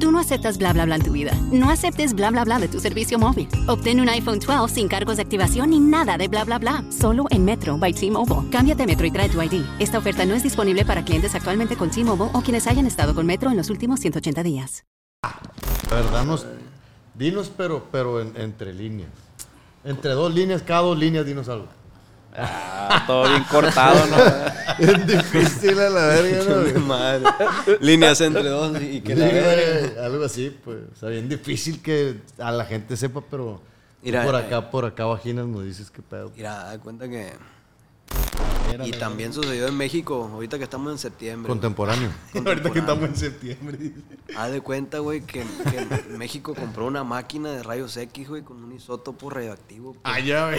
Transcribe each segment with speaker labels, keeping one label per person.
Speaker 1: Tú no aceptas bla bla bla en tu vida. No aceptes bla bla bla de tu servicio móvil. Obtén un iPhone 12 sin cargos de activación ni nada de bla bla bla. Solo en Metro by T-Mobile. Cámbiate a Metro y trae tu ID. Esta oferta no es disponible para clientes actualmente con T-Mobile o quienes hayan estado con Metro en los últimos 180 días.
Speaker 2: La verdad, nos- dinos, pero, pero en- entre líneas. Entre dos líneas, cada dos líneas, dinos algo.
Speaker 3: Ah,
Speaker 4: Ah,
Speaker 3: Todo bien cortado, ¿no?
Speaker 2: Es difícil a la verga,
Speaker 4: Qué
Speaker 2: ¿no?
Speaker 4: madre. Líneas entre dos y que la
Speaker 2: Sí,
Speaker 4: verga.
Speaker 2: güey, algo así, pues. O sea, bien difícil que a la gente sepa, pero
Speaker 4: Mira,
Speaker 2: por
Speaker 4: eh,
Speaker 2: acá, por acá, vaginas, nos dices qué pedo.
Speaker 4: Mira, da cuenta que. Y también sucedió en México, ahorita que estamos en septiembre. güey.
Speaker 2: Contemporáneo.
Speaker 5: Ahorita que estamos en septiembre. dice.
Speaker 4: Haz de cuenta, güey, que, que México compró una máquina de rayos X, güey, con un isótopo radioactivo. pues.
Speaker 5: Ah, ya, güey.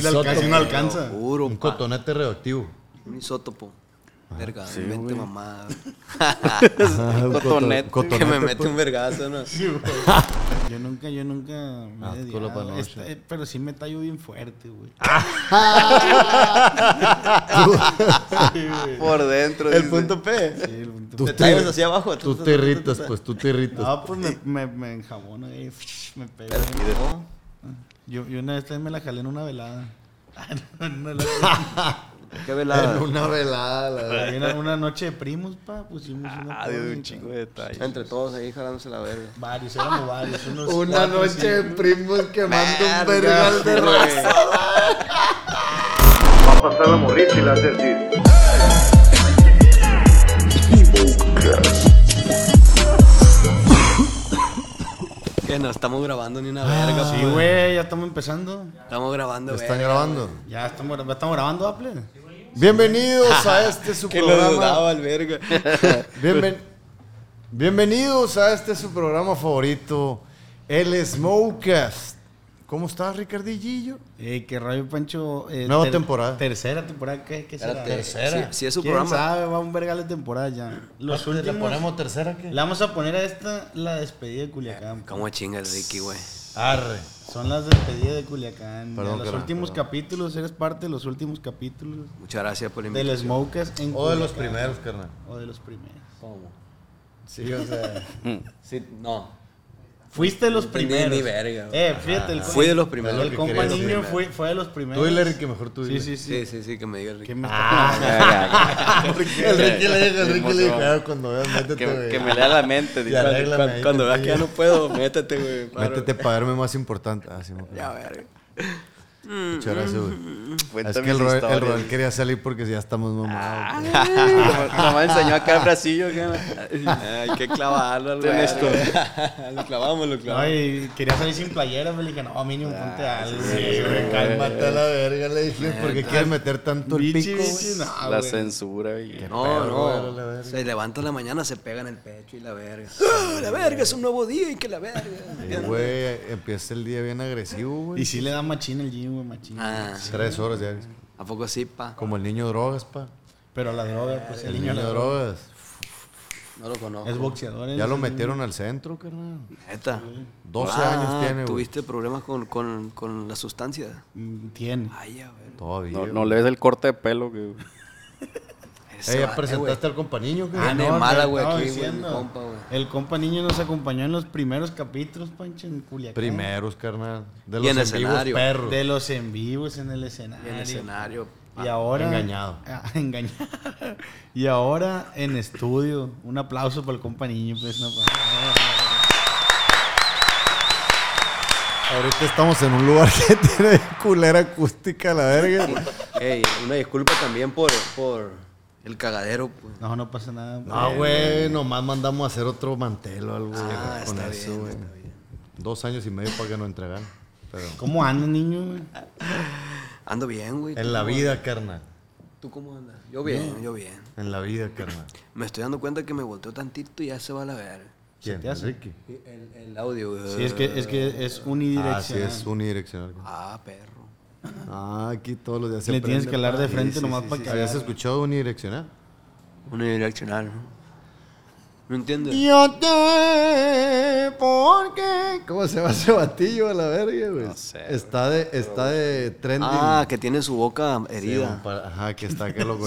Speaker 5: Le alca- Casi no alcanza.
Speaker 4: Puro,
Speaker 2: Un
Speaker 4: pa-
Speaker 2: cotonete radioactivo.
Speaker 4: Un isótopo.
Speaker 2: Ah,
Speaker 4: Verga, mente mamada.
Speaker 2: Un coto-
Speaker 4: Que me
Speaker 3: cotonete.
Speaker 2: cotonete,
Speaker 4: mete
Speaker 2: pues.
Speaker 4: un vergazo, ¿no?
Speaker 5: Yo nunca, yo nunca me he
Speaker 2: Ah, tú
Speaker 5: desviado.
Speaker 2: lo panocha.
Speaker 5: Este, eh, pero sí me tallo bien fuerte, güey.
Speaker 2: Ah.
Speaker 3: Por dentro.
Speaker 5: El
Speaker 3: dice.
Speaker 5: punto P.
Speaker 2: Tú
Speaker 4: Te
Speaker 2: te-
Speaker 4: traes hacia abajo.
Speaker 2: Tú te irritas, pues, tú te irritas.
Speaker 5: No, pues me, me, me enjabono, güey. Me pego. Ah. Yo, yo una vez también me la jalé en una velada. Ah, no, no la-
Speaker 4: Qué velada.
Speaker 2: En una velada, la verga.
Speaker 5: Una, una noche de primos, pa. Pusimos una.
Speaker 3: Ah, de
Speaker 5: porra
Speaker 3: un
Speaker 5: y
Speaker 3: chico
Speaker 5: tal.
Speaker 3: de detalle.
Speaker 4: Entre todos ahí jalándose la verga.
Speaker 5: Varios, éramos varios. Unos
Speaker 2: Una
Speaker 5: cuatro,
Speaker 2: noche de
Speaker 5: cinco.
Speaker 2: primos quemando un vergal de
Speaker 4: güey.
Speaker 2: raza.
Speaker 4: Que no estamos grabando ni una
Speaker 6: Ah,
Speaker 4: verga. pues.
Speaker 5: Sí, güey, ya estamos empezando.
Speaker 4: Estamos grabando, güey.
Speaker 2: ¿Están grabando?
Speaker 5: Ya estamos, ya estamos grabando, Apple.
Speaker 2: Bienvenidos a este su
Speaker 4: Que lo
Speaker 2: programa.
Speaker 4: dudaba el verga.
Speaker 2: Bienven- Bienvenidos a este su programa favorito, el Smokecast. ¿Cómo estás, Ricardillillo?
Speaker 6: Eh, que Radio Pancho. eh,
Speaker 2: Nueva temporada.
Speaker 6: Tercera temporada. ¿Qué, qué será?
Speaker 4: Espérate,
Speaker 6: Tercera.
Speaker 4: si- si es su
Speaker 6: ¿Quién
Speaker 4: programa.
Speaker 6: sabe? Va un vergal de temporada ya. Los
Speaker 2: Ah,
Speaker 6: últimos.
Speaker 2: ¿Le ponemos tercera qué?
Speaker 6: La vamos a poner a esta, la despedida de Culiacán.
Speaker 4: ¿Cómo chinga el Ricky, güey?
Speaker 2: Arre.
Speaker 6: Son las despedidas de Culiacán.
Speaker 2: Perdón,
Speaker 6: los
Speaker 2: carnal,
Speaker 6: últimos
Speaker 2: perdón.
Speaker 6: capítulos, eres parte de los últimos capítulos
Speaker 4: Muchas gracias por la
Speaker 6: del
Speaker 4: invitación.
Speaker 6: Smokers en
Speaker 2: O de los
Speaker 6: Culiacán.
Speaker 2: primeros, carnal.
Speaker 6: O de los primeros.
Speaker 2: Sí, o sea.
Speaker 3: Sí, no.
Speaker 6: Fuiste de los
Speaker 3: Ni- ni- ni
Speaker 6: primeros.
Speaker 3: verga, güey.
Speaker 6: Eh, fíjate. el-
Speaker 4: Fui de los primeros.
Speaker 6: El
Speaker 2: que
Speaker 6: compa
Speaker 2: quería
Speaker 6: niño
Speaker 2: decir.
Speaker 6: fue, fue de los primeros.
Speaker 2: Tú dile, Ricky, mejor tú dile.
Speaker 6: Sí, sí,
Speaker 4: Sí,
Speaker 6: sí.
Speaker 4: sí, sí, que me diga el Ricky. Ah,
Speaker 6: ¿Qué me
Speaker 3: Ya, ya,
Speaker 2: El Ricky le dijo, el Ricky le dijo,
Speaker 3: Emoción.
Speaker 2: "Ah, cuando veas,
Speaker 3: ya.
Speaker 2: métete,
Speaker 3: Que,
Speaker 2: güey.
Speaker 3: que me lea la mente.
Speaker 2: Y
Speaker 3: dijo.
Speaker 2: arréglame
Speaker 4: Cuando,
Speaker 2: ahí,
Speaker 4: cuando veas
Speaker 2: te
Speaker 4: que ya no
Speaker 2: pillo.
Speaker 4: puedo, métete, güey. paro.
Speaker 2: Métete para verme más importante. Ah, sí, me acuerdo.
Speaker 4: Ya, verga. Mm,
Speaker 2: Muchas gracias, güey. Es
Speaker 3: Cuéntame
Speaker 2: que el
Speaker 3: mis
Speaker 2: Roel, el
Speaker 3: historias.
Speaker 2: Roel quería salir porque ya estamos mamados. güey.
Speaker 4: Ah.
Speaker 3: Nomás nomás enseñó acá el bracillo.
Speaker 4: Ay, qué clavarlo al
Speaker 3: Ten
Speaker 4: esto.
Speaker 3: esto.
Speaker 4: Lo clavamos, lo clavamos.
Speaker 6: No, y quería salir sin playera, pero le dije, no, mínimo, ponte algo. Sí, güey,
Speaker 2: Cálmate a la verga, le dije, porque quieres meter tanto el
Speaker 6: Bichi,
Speaker 2: pico. güey?
Speaker 6: bichi, no,
Speaker 3: la
Speaker 6: güey.
Speaker 3: censura. güey.
Speaker 4: No,
Speaker 2: Pero, la
Speaker 4: no.
Speaker 2: verga.
Speaker 4: Se levanta en la mañana, se pega en el pecho y la verga. ¡Ah, la verga, es un nuevo día y que la verga.
Speaker 2: Eh, Güey, empieza el día bien agresivo,
Speaker 6: Y
Speaker 2: güey.
Speaker 6: sí le da machín el gym, güey, machín.
Speaker 4: Ah,
Speaker 2: Tres horas diarias.
Speaker 4: ¿A poco sí, pa?
Speaker 2: Como el niño drogas, pa.
Speaker 6: Pero la droga, pues el
Speaker 2: El
Speaker 6: niño
Speaker 2: niño
Speaker 6: la droga.
Speaker 2: drogas.
Speaker 4: No lo conozco.
Speaker 6: Es boxeador.
Speaker 2: Ya
Speaker 6: es-
Speaker 2: lo metieron al centro, carnal.
Speaker 4: Neta.
Speaker 2: 12
Speaker 4: Ah,
Speaker 2: años tiene, güey.
Speaker 4: ¿Tuviste problemas con, con, con la sustancia?
Speaker 6: Mm, Tiene.
Speaker 4: Ay, a ver.
Speaker 2: Todavía.
Speaker 3: No, no le ves el corte de pelo. Que,
Speaker 2: Eh, ya presentaste al compañero,
Speaker 4: Ah,
Speaker 2: carnal.
Speaker 4: no, mala,
Speaker 6: te
Speaker 4: güey,
Speaker 6: estaba
Speaker 4: aquí, güey, mi
Speaker 6: diciendo.
Speaker 4: compa, güey.
Speaker 6: El compa niño nos acompañó en los primeros capítulos, Pancho, en Culiacán.
Speaker 2: Primeros, carnal. De
Speaker 4: Y
Speaker 2: los
Speaker 4: en
Speaker 2: en vivos
Speaker 4: escenario.
Speaker 2: perros.
Speaker 6: De los en vivos en el escenario.
Speaker 4: En el escenario.
Speaker 6: Y ahora.
Speaker 2: engañado.
Speaker 6: Ah, engañado. Y ahora en estudio. Un aplauso para el compa niño, pues, no, pa-
Speaker 2: Ahorita estamos en un lugar que tiene culera acústica, la verga.
Speaker 4: Ey, una disculpa también por, por el cagadero, pues.
Speaker 6: No, no pasa nada. Eh,
Speaker 2: No, güey, nomás mandamos a hacer otro mantel o algo
Speaker 4: Ah,
Speaker 2: güey, con
Speaker 4: está
Speaker 2: eso,
Speaker 4: bien,
Speaker 2: güey. Dos años y medio para que nos entregaran. Pero
Speaker 6: ¿Cómo anda, niño? güey?
Speaker 4: Ando bien, güey. ¿Tú
Speaker 2: en la
Speaker 4: cómo-
Speaker 2: vida, carnal.
Speaker 4: ¿Tú cómo andas? Yo bien, yo bien.
Speaker 2: En la vida, carnal.
Speaker 4: Me estoy dando cuenta que me volteó tantito y ya se va a la verga.
Speaker 2: ¿Quién?
Speaker 6: te hace?
Speaker 2: Ricky.
Speaker 4: El, el audio, güey.
Speaker 6: Sí, es que es, que es
Speaker 2: Ah, sí,
Speaker 6: unidireccional.
Speaker 2: es unidireccional. carnal.
Speaker 4: Ah, perro.
Speaker 2: Ah, aquí todos los días se
Speaker 6: Le tienes
Speaker 2: aprende,
Speaker 6: que hablar
Speaker 2: pa.
Speaker 6: de frente
Speaker 2: Sí, sí,
Speaker 6: nomás
Speaker 2: sí,
Speaker 6: para
Speaker 2: sí.
Speaker 6: que.
Speaker 2: ¿Habías escuchado unidireccional?
Speaker 4: Unidireccional, ¿no? ¿No entiendes?
Speaker 2: Yo te porque ¿Cómo se va ese batillo a la verga, güey? está de está de trending.
Speaker 4: Ah, que tiene su boca
Speaker 2: Sí,
Speaker 4: herida.
Speaker 2: para- ajá, que está que loco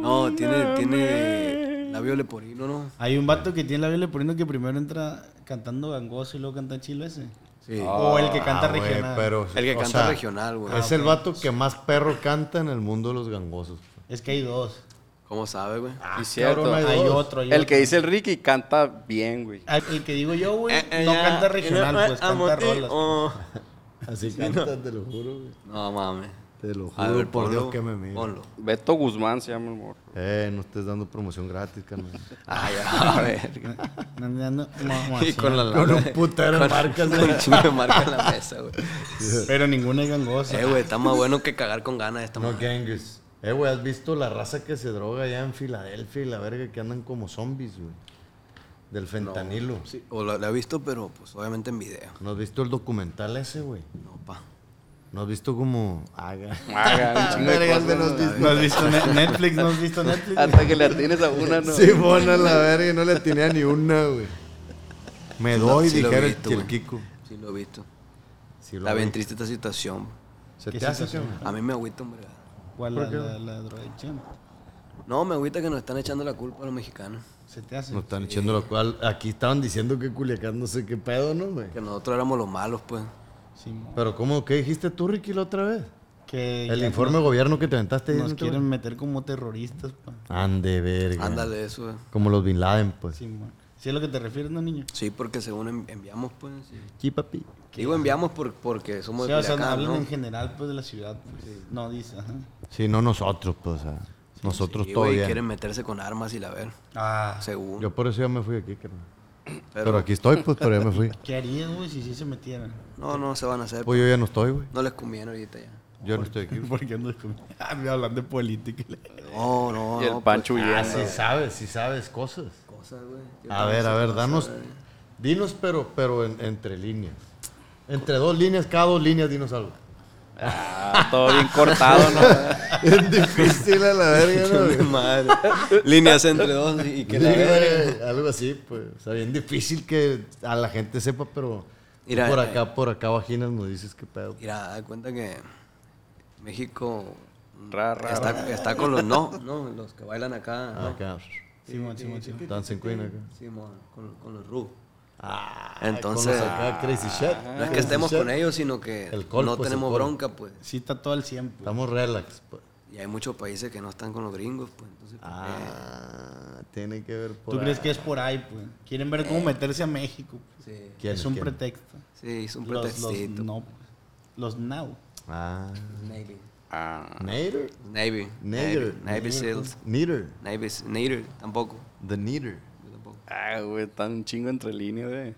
Speaker 4: no, tiene, tiene labio leporino, ¿no?
Speaker 6: Hay un vato que tiene la Biblia poniendo que primero entra cantando gangoso y luego canta chilo ese.
Speaker 4: Sí.
Speaker 6: o el que canta regional.
Speaker 2: Ah,
Speaker 6: Ah,
Speaker 2: pero
Speaker 4: El que
Speaker 2: o
Speaker 4: canta
Speaker 2: sea,
Speaker 4: regional, güey.
Speaker 2: Es el vato que más perro canta en el mundo de los gangosos.
Speaker 6: Es que hay dos.
Speaker 4: ¿Cómo sabe, güey?
Speaker 3: y cierto.
Speaker 2: cabrón, hay
Speaker 6: Hay,
Speaker 2: ah, dos.
Speaker 6: otro. Hay
Speaker 3: el
Speaker 6: otro.
Speaker 3: que dice el Ricky canta bien, güey.
Speaker 6: Ah, El que digo yo,
Speaker 4: "Eh,
Speaker 6: güey, no canta regional,
Speaker 4: ah,
Speaker 6: pues canta rolas.
Speaker 2: Así canta, te lo juro, güey.
Speaker 4: No mames.
Speaker 2: Te lo
Speaker 4: A
Speaker 2: juro
Speaker 4: ver,
Speaker 2: por Dios
Speaker 4: ponlo,
Speaker 2: que me mira.
Speaker 4: Ponlo.
Speaker 3: Beto Guzmán se llama el morro.
Speaker 2: Eh, no estés dando promoción gratis, carnal.
Speaker 4: Ay, a ver.
Speaker 6: Ando- ando- mo- mo-
Speaker 4: Y
Speaker 6: así.
Speaker 4: con la
Speaker 2: Con un putero de marcas,
Speaker 4: Con un chingo de marca en la mesa, güey.
Speaker 6: Pero ninguna es gangosa.
Speaker 4: Eh, güey, está más bueno que cagar con ganas esta
Speaker 2: No
Speaker 4: madre.
Speaker 2: gangues. Eh, güey, ¿has visto la raza que se droga allá en Filadelfia y la verga que andan como zombies, güey? Del fentanilo. No,
Speaker 4: Sí, o lo, lo he visto, pero pues obviamente en video.
Speaker 2: has visto el documental ese, güey?
Speaker 4: No, pa.
Speaker 2: ¿No has visto como... Haga.
Speaker 3: Haga un chingo de cosas, ¿no?
Speaker 6: ¿No has visto Ne- Netflix? ¿No has visto Netflix?
Speaker 3: Hasta que le atines a una, ¿no?
Speaker 2: Sí, bona la verga, no le tenía ni una, güey. Me
Speaker 4: No,
Speaker 2: doy,
Speaker 4: sí lo he
Speaker 2: dijera
Speaker 4: visto,
Speaker 2: el,
Speaker 4: güey.
Speaker 2: Kiko.
Speaker 4: Sí, lo he visto.
Speaker 2: Sí lo
Speaker 4: Está bien
Speaker 2: vi.
Speaker 4: triste esta situación.
Speaker 2: ¿Se
Speaker 6: ¿Qué
Speaker 2: te hace,
Speaker 6: situación?
Speaker 2: cabrón?
Speaker 4: A mí me agüita, hombre.
Speaker 6: ¿Cuál la, la, la drogadicción?
Speaker 4: No, me agüita que nos están echando la culpa a los mexicanos.
Speaker 6: ¿Se te hace?
Speaker 2: Nos están echando la cual. Aquí estaban diciendo que Culiacán no sé qué pedo, ¿no, güey?
Speaker 4: Que nosotros éramos los malos, pues.
Speaker 6: Sí.
Speaker 2: Pero ¿cómo? ¿Qué dijiste tú, Ricky, la otra vez?
Speaker 6: Que
Speaker 2: El
Speaker 6: ya
Speaker 2: informe de gobierno que te aventaste. ahí,
Speaker 6: Nos
Speaker 2: ¿no te-
Speaker 6: quieren meter como terroristas, pues. pa.
Speaker 2: Ande, verga.
Speaker 4: Ándale, eso, güey.
Speaker 2: Como los Bin Laden, pues.
Speaker 6: Sí, mo- ¿Sí es lo que te refieres, no, niño?
Speaker 4: Sí, porque según en- enviamos, pues. sí.
Speaker 2: Sí, papi.
Speaker 4: Digo enviamos por, porque somos
Speaker 6: Sí,
Speaker 4: de
Speaker 6: o sea,
Speaker 4: Culiacán,
Speaker 6: hablan
Speaker 4: ¿no?
Speaker 6: en general, pues, de la ciudad. pues. No, dice, ajá.
Speaker 2: Sí, no nosotros, pues. o sea, nosotros
Speaker 4: Sí,
Speaker 2: todo
Speaker 4: güey,
Speaker 2: bien.
Speaker 4: quieren meterse con armas y la ver.
Speaker 6: Ah,
Speaker 4: Según.
Speaker 2: Yo por eso ya me fui aquí, carnal. Pero,
Speaker 4: Pero-
Speaker 2: aquí estoy, pues, pero ya me fui.
Speaker 6: ¿qué harías, güey, si sí se metieran?
Speaker 4: No, no se van a hacer.
Speaker 2: Pues yo ya no estoy, güey.
Speaker 4: No les conviene ahorita ya.
Speaker 2: Yo no estoy aquí. güey.
Speaker 6: Porque ando con- Ah, me hablan de política.
Speaker 4: No, no,
Speaker 3: Y el
Speaker 4: no.
Speaker 3: Pancho
Speaker 2: Ah,
Speaker 3: huyendo.
Speaker 2: sí sabes, sí sabes cosas.
Speaker 4: pues, cosas, güey. Yo
Speaker 2: A
Speaker 4: también
Speaker 2: ver,
Speaker 4: sé
Speaker 2: a ver,
Speaker 4: cosas,
Speaker 2: danos.
Speaker 4: güey.
Speaker 2: Dinos, pero, pero en- entre líneas. Entre dos líneas, cada dos líneas, dinos algo.
Speaker 3: Ah, todo bien cortado, ¿no?
Speaker 7: Es difícil a la verga, ¿no? güey?
Speaker 4: Madre. Líneas entre dos y y que la
Speaker 2: Sí,
Speaker 4: verga.
Speaker 2: güey, algo así, pues. O sea, bien difícil que a la gente sepa, pero
Speaker 4: Mira,
Speaker 2: por
Speaker 4: eh,
Speaker 2: acá, por acá, vaginas, nos dices qué pedo.
Speaker 4: Mira, da cuenta que México
Speaker 3: Ra, ra, ra.
Speaker 4: está, está con los no, no, los que bailan acá. ¿no?
Speaker 2: Ah, Acá.
Speaker 6: Simón, Simón, Simón.
Speaker 2: Dancing Queen acá.
Speaker 4: Sí, mo, con, con los ru.
Speaker 2: Ah,
Speaker 4: Entonces- ah,
Speaker 2: con los acá, Crazy Shot.
Speaker 4: No es
Speaker 2: Crazy
Speaker 4: que estemos
Speaker 2: Shot.
Speaker 4: con ellos, sino que
Speaker 2: El col,
Speaker 4: no
Speaker 2: pues, el
Speaker 4: tenemos
Speaker 2: col.
Speaker 4: bronca, pues.
Speaker 6: Sí, está todo al 100. pues.
Speaker 2: Estamos relax. pues.
Speaker 4: Y hay muchos países que no están con los gringos, pues. Entonces, eh, pues,
Speaker 2: Ah, tiene que ver por
Speaker 6: ¿Tú crees
Speaker 2: ahí.
Speaker 6: que es por ahí, pues? Quieren ver cómo meterse a México. pues.
Speaker 4: eh, sí,
Speaker 2: ¿Quién
Speaker 6: es un
Speaker 2: quién?
Speaker 6: pretexto.
Speaker 4: Eh. sí, es un
Speaker 6: Los, los
Speaker 4: pretextito.
Speaker 6: no. pues. Los now.
Speaker 2: Ah.
Speaker 4: Navy.
Speaker 3: Ah,
Speaker 2: Nader.
Speaker 4: Navy.
Speaker 2: Nader.
Speaker 4: Navy
Speaker 2: pues.
Speaker 4: SEALs.
Speaker 2: Neater.
Speaker 4: Navy Nader, tampoco.
Speaker 2: The Neater.
Speaker 4: yo tampoco.
Speaker 3: ah, güey, están un chingo entre líneas, güey.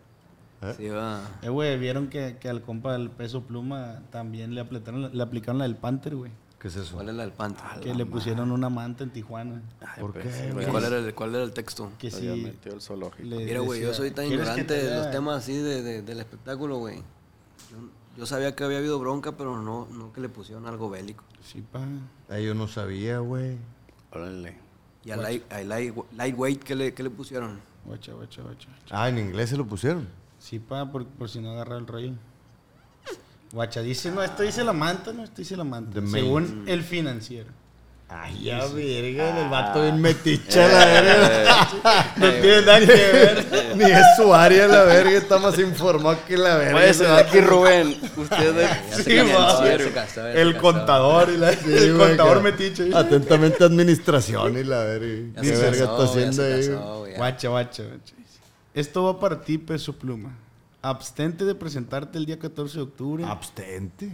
Speaker 4: Sí, va.
Speaker 6: Eh, güey, vieron que, que al compa del peso pluma también le aplicaron, la- le aplicaron la del Panther, güey.
Speaker 2: ¿Qué es eso?
Speaker 4: ¿Cuál era el panther? Ah,
Speaker 6: Que le pusieron una manta en Tijuana.
Speaker 2: ¿Por qué,
Speaker 3: Sí, Pues, güey.
Speaker 2: güey?
Speaker 4: pues, ¿Cuál era el, cuál era el texto?
Speaker 6: Que
Speaker 3: Lo había
Speaker 6: si.
Speaker 3: metido el zoológico.
Speaker 6: le
Speaker 4: Mira, güey, yo
Speaker 6: decía,
Speaker 4: soy tan
Speaker 6: "¿Quieres que
Speaker 4: ignorante
Speaker 6: te
Speaker 4: de los
Speaker 6: haga
Speaker 4: temas así de, de- del espectáculo, güey. Yo, yo sabía que había habido bronca, pero no, no que le pusieron algo bélico.
Speaker 6: Sí, pa.
Speaker 2: Ahí ah, yo no sabía, güey.
Speaker 3: Órale.
Speaker 4: Y al light, al light- lightweight, ¿qué le, qué le pusieron?
Speaker 6: Ocha, ocha, ocha.
Speaker 2: Ah, en inglés se lo pusieron.
Speaker 6: Sí, pa, por, por si no agarra el rollo. Guacha, dice, no, esto dice la manta, no, esto dice la manta.
Speaker 2: The
Speaker 3: Mm.
Speaker 6: Según el financiero.
Speaker 3: Ah,
Speaker 2: Ay, ya, verga, el vato bien metiche, la
Speaker 3: Eh.
Speaker 2: verga. No tiene nada que ver. Ni es su área, la verga. Está más informado que la verga.
Speaker 3: Oye,
Speaker 2: ese
Speaker 3: señor,
Speaker 2: vato.
Speaker 3: aquí Rubén. Usted es
Speaker 4: se
Speaker 2: Sí,
Speaker 4: casó,
Speaker 2: va.
Speaker 4: ya se casó, ya se
Speaker 2: El
Speaker 4: casó.
Speaker 2: contador y la
Speaker 6: el
Speaker 2: güey,
Speaker 6: contador
Speaker 2: que-
Speaker 6: metiche.
Speaker 2: Atentamente administración y la verga.
Speaker 4: Ya
Speaker 2: Ni
Speaker 4: se
Speaker 2: verga
Speaker 4: casó, güey,
Speaker 2: está
Speaker 4: ya
Speaker 2: haciendo
Speaker 4: se
Speaker 2: ahí.
Speaker 4: casó,
Speaker 2: güey.
Speaker 4: güey, ya.
Speaker 6: Guacha, guacha, guacha. Esto va para ti, peso pluma. Abstente de presentarte el día 14 de octubre Pues,
Speaker 2: Abstente.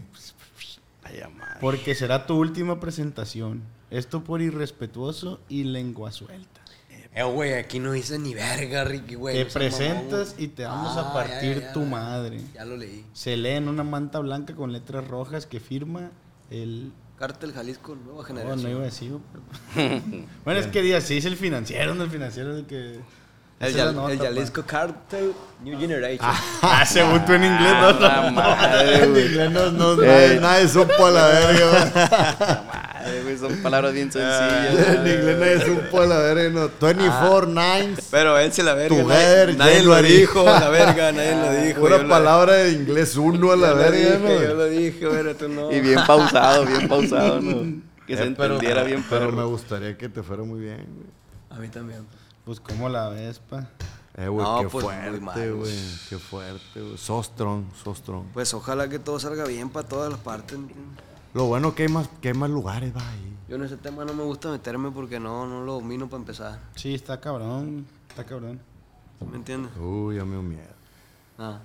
Speaker 4: Ah,
Speaker 6: porque será tu última presentación. Esto por irrespetuoso y lengua suelta.
Speaker 4: Eh, güey, aquí no hice ni verga, Ricky, güey.
Speaker 6: te
Speaker 4: no seas mamón,
Speaker 6: presentas
Speaker 4: güey.
Speaker 6: y te vamos
Speaker 4: Ah,
Speaker 6: a partir
Speaker 4: ya, ya, ya.
Speaker 6: tu madre.
Speaker 4: Ya lo leí.
Speaker 6: Se lee en una manta blanca con letras rojas que firma el...
Speaker 4: Cártel Jalisco, nueva
Speaker 6: Oh,
Speaker 4: generación.
Speaker 6: no iba a decir. pero- bueno, es que día sí, es el financiero, no el financiero es el que...
Speaker 4: el,
Speaker 6: Esa es la
Speaker 4: Jal-
Speaker 6: nota,
Speaker 4: el
Speaker 6: pa.
Speaker 4: Jalisco Cartel New Generation. Ah,
Speaker 6: Ah, según tú en inglés, no, no,
Speaker 3: Ah, la madre,
Speaker 2: En
Speaker 3: güey. Eh.
Speaker 2: inglés no, no, nadie, nadie supo a la verga.
Speaker 3: Madre, güey, son palabras bien sencillas.
Speaker 2: En inglés nadie supo a la verga.
Speaker 3: Ah.
Speaker 2: No. 24 nines.
Speaker 4: Pero él se la verga.
Speaker 2: Tu
Speaker 4: nadie-
Speaker 2: ver,
Speaker 4: nadie lo
Speaker 2: January.
Speaker 4: dijo, la verga, nadie
Speaker 6: Ah,
Speaker 4: lo dijo. yo
Speaker 2: Pura
Speaker 4: lo-
Speaker 2: palabra de inglés uno a la
Speaker 4: yo lo
Speaker 2: verga,
Speaker 4: dije,
Speaker 2: ¿no?
Speaker 4: Yo lo dije, pero tú no.
Speaker 3: Y bien pausado, bien pausado, ¿no? Que se
Speaker 2: Eh, pero-
Speaker 3: entendiera bien,
Speaker 2: Pero me
Speaker 3: pero.
Speaker 2: gustaría que te fuera muy bien, güey.
Speaker 4: A mí también.
Speaker 6: Pues, ¿cómo la ves, pa?
Speaker 2: Eh, güey,
Speaker 4: No,
Speaker 2: qué
Speaker 4: pues, muy
Speaker 2: fuerte,
Speaker 4: mal.
Speaker 2: güey. Qué fuerte, güey. Sos strong, sos strong.
Speaker 4: Pues ojalá que todo salga bien para todas las partes.
Speaker 2: Lo bueno que hay más, que hay más lugares, va ahí.
Speaker 4: Yo en ese tema no me gusta meterme porque no, no lo domino para empezar.
Speaker 6: Sí, está cabrón, está cabrón.
Speaker 4: ¿Sí ¿Me entiendes? Ah.
Speaker 2: Uy, ya me dio miedo.
Speaker 4: Nada.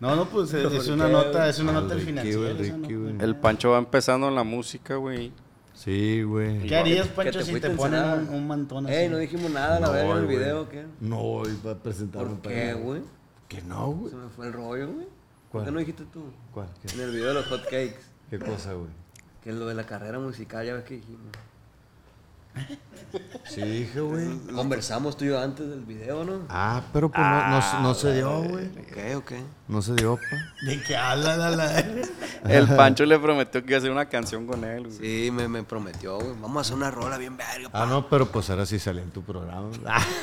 Speaker 6: No, no, pues es, es una nota, es una nota del financiero.
Speaker 2: güey,
Speaker 6: esa
Speaker 2: Ah, Ricky,
Speaker 6: nota.
Speaker 2: güey.
Speaker 3: El Pancho va empezando en la música, güey.
Speaker 2: Sí, güey.
Speaker 6: ¿Qué harías,
Speaker 4: que
Speaker 6: Pancho,
Speaker 4: te
Speaker 6: si
Speaker 4: fuiste
Speaker 6: te ponen
Speaker 4: encerrado.
Speaker 6: un, un mantón así?
Speaker 4: Ey, no dijimos nada, la verga, en el
Speaker 2: güey.
Speaker 4: video, ¿qué?
Speaker 2: No, iba a presentar
Speaker 4: ¿Por qué, güey?
Speaker 2: Que no, güey.
Speaker 4: Se me fue el rollo, güey. ¿Por
Speaker 2: ¿Cuál?
Speaker 4: qué no dijiste tú?
Speaker 2: ¿Cuál?
Speaker 4: En
Speaker 2: ¿Qué,
Speaker 4: el video de los hot cakes.
Speaker 2: qué cosa, güey?
Speaker 4: Que es lo de la carrera musical, ya ves que dijimos.
Speaker 2: Sí, dije, güey.
Speaker 4: Conversamos tú y yo antes del video, ¿no?
Speaker 2: Ah, pero pues no, no, se-
Speaker 4: Ah,
Speaker 2: no se dio, güey.
Speaker 4: Ok, ok.
Speaker 2: No se dio, pa.
Speaker 6: ¿De qué habla la, la?
Speaker 3: El Pancho le prometió que iba a hacer una canción con él, güey.
Speaker 4: Sí, me, me prometió, güey. Vamos a hacer una rola bien verga.
Speaker 2: Ah, no, pero pues ahora sí salió en tu programa.
Speaker 4: pa.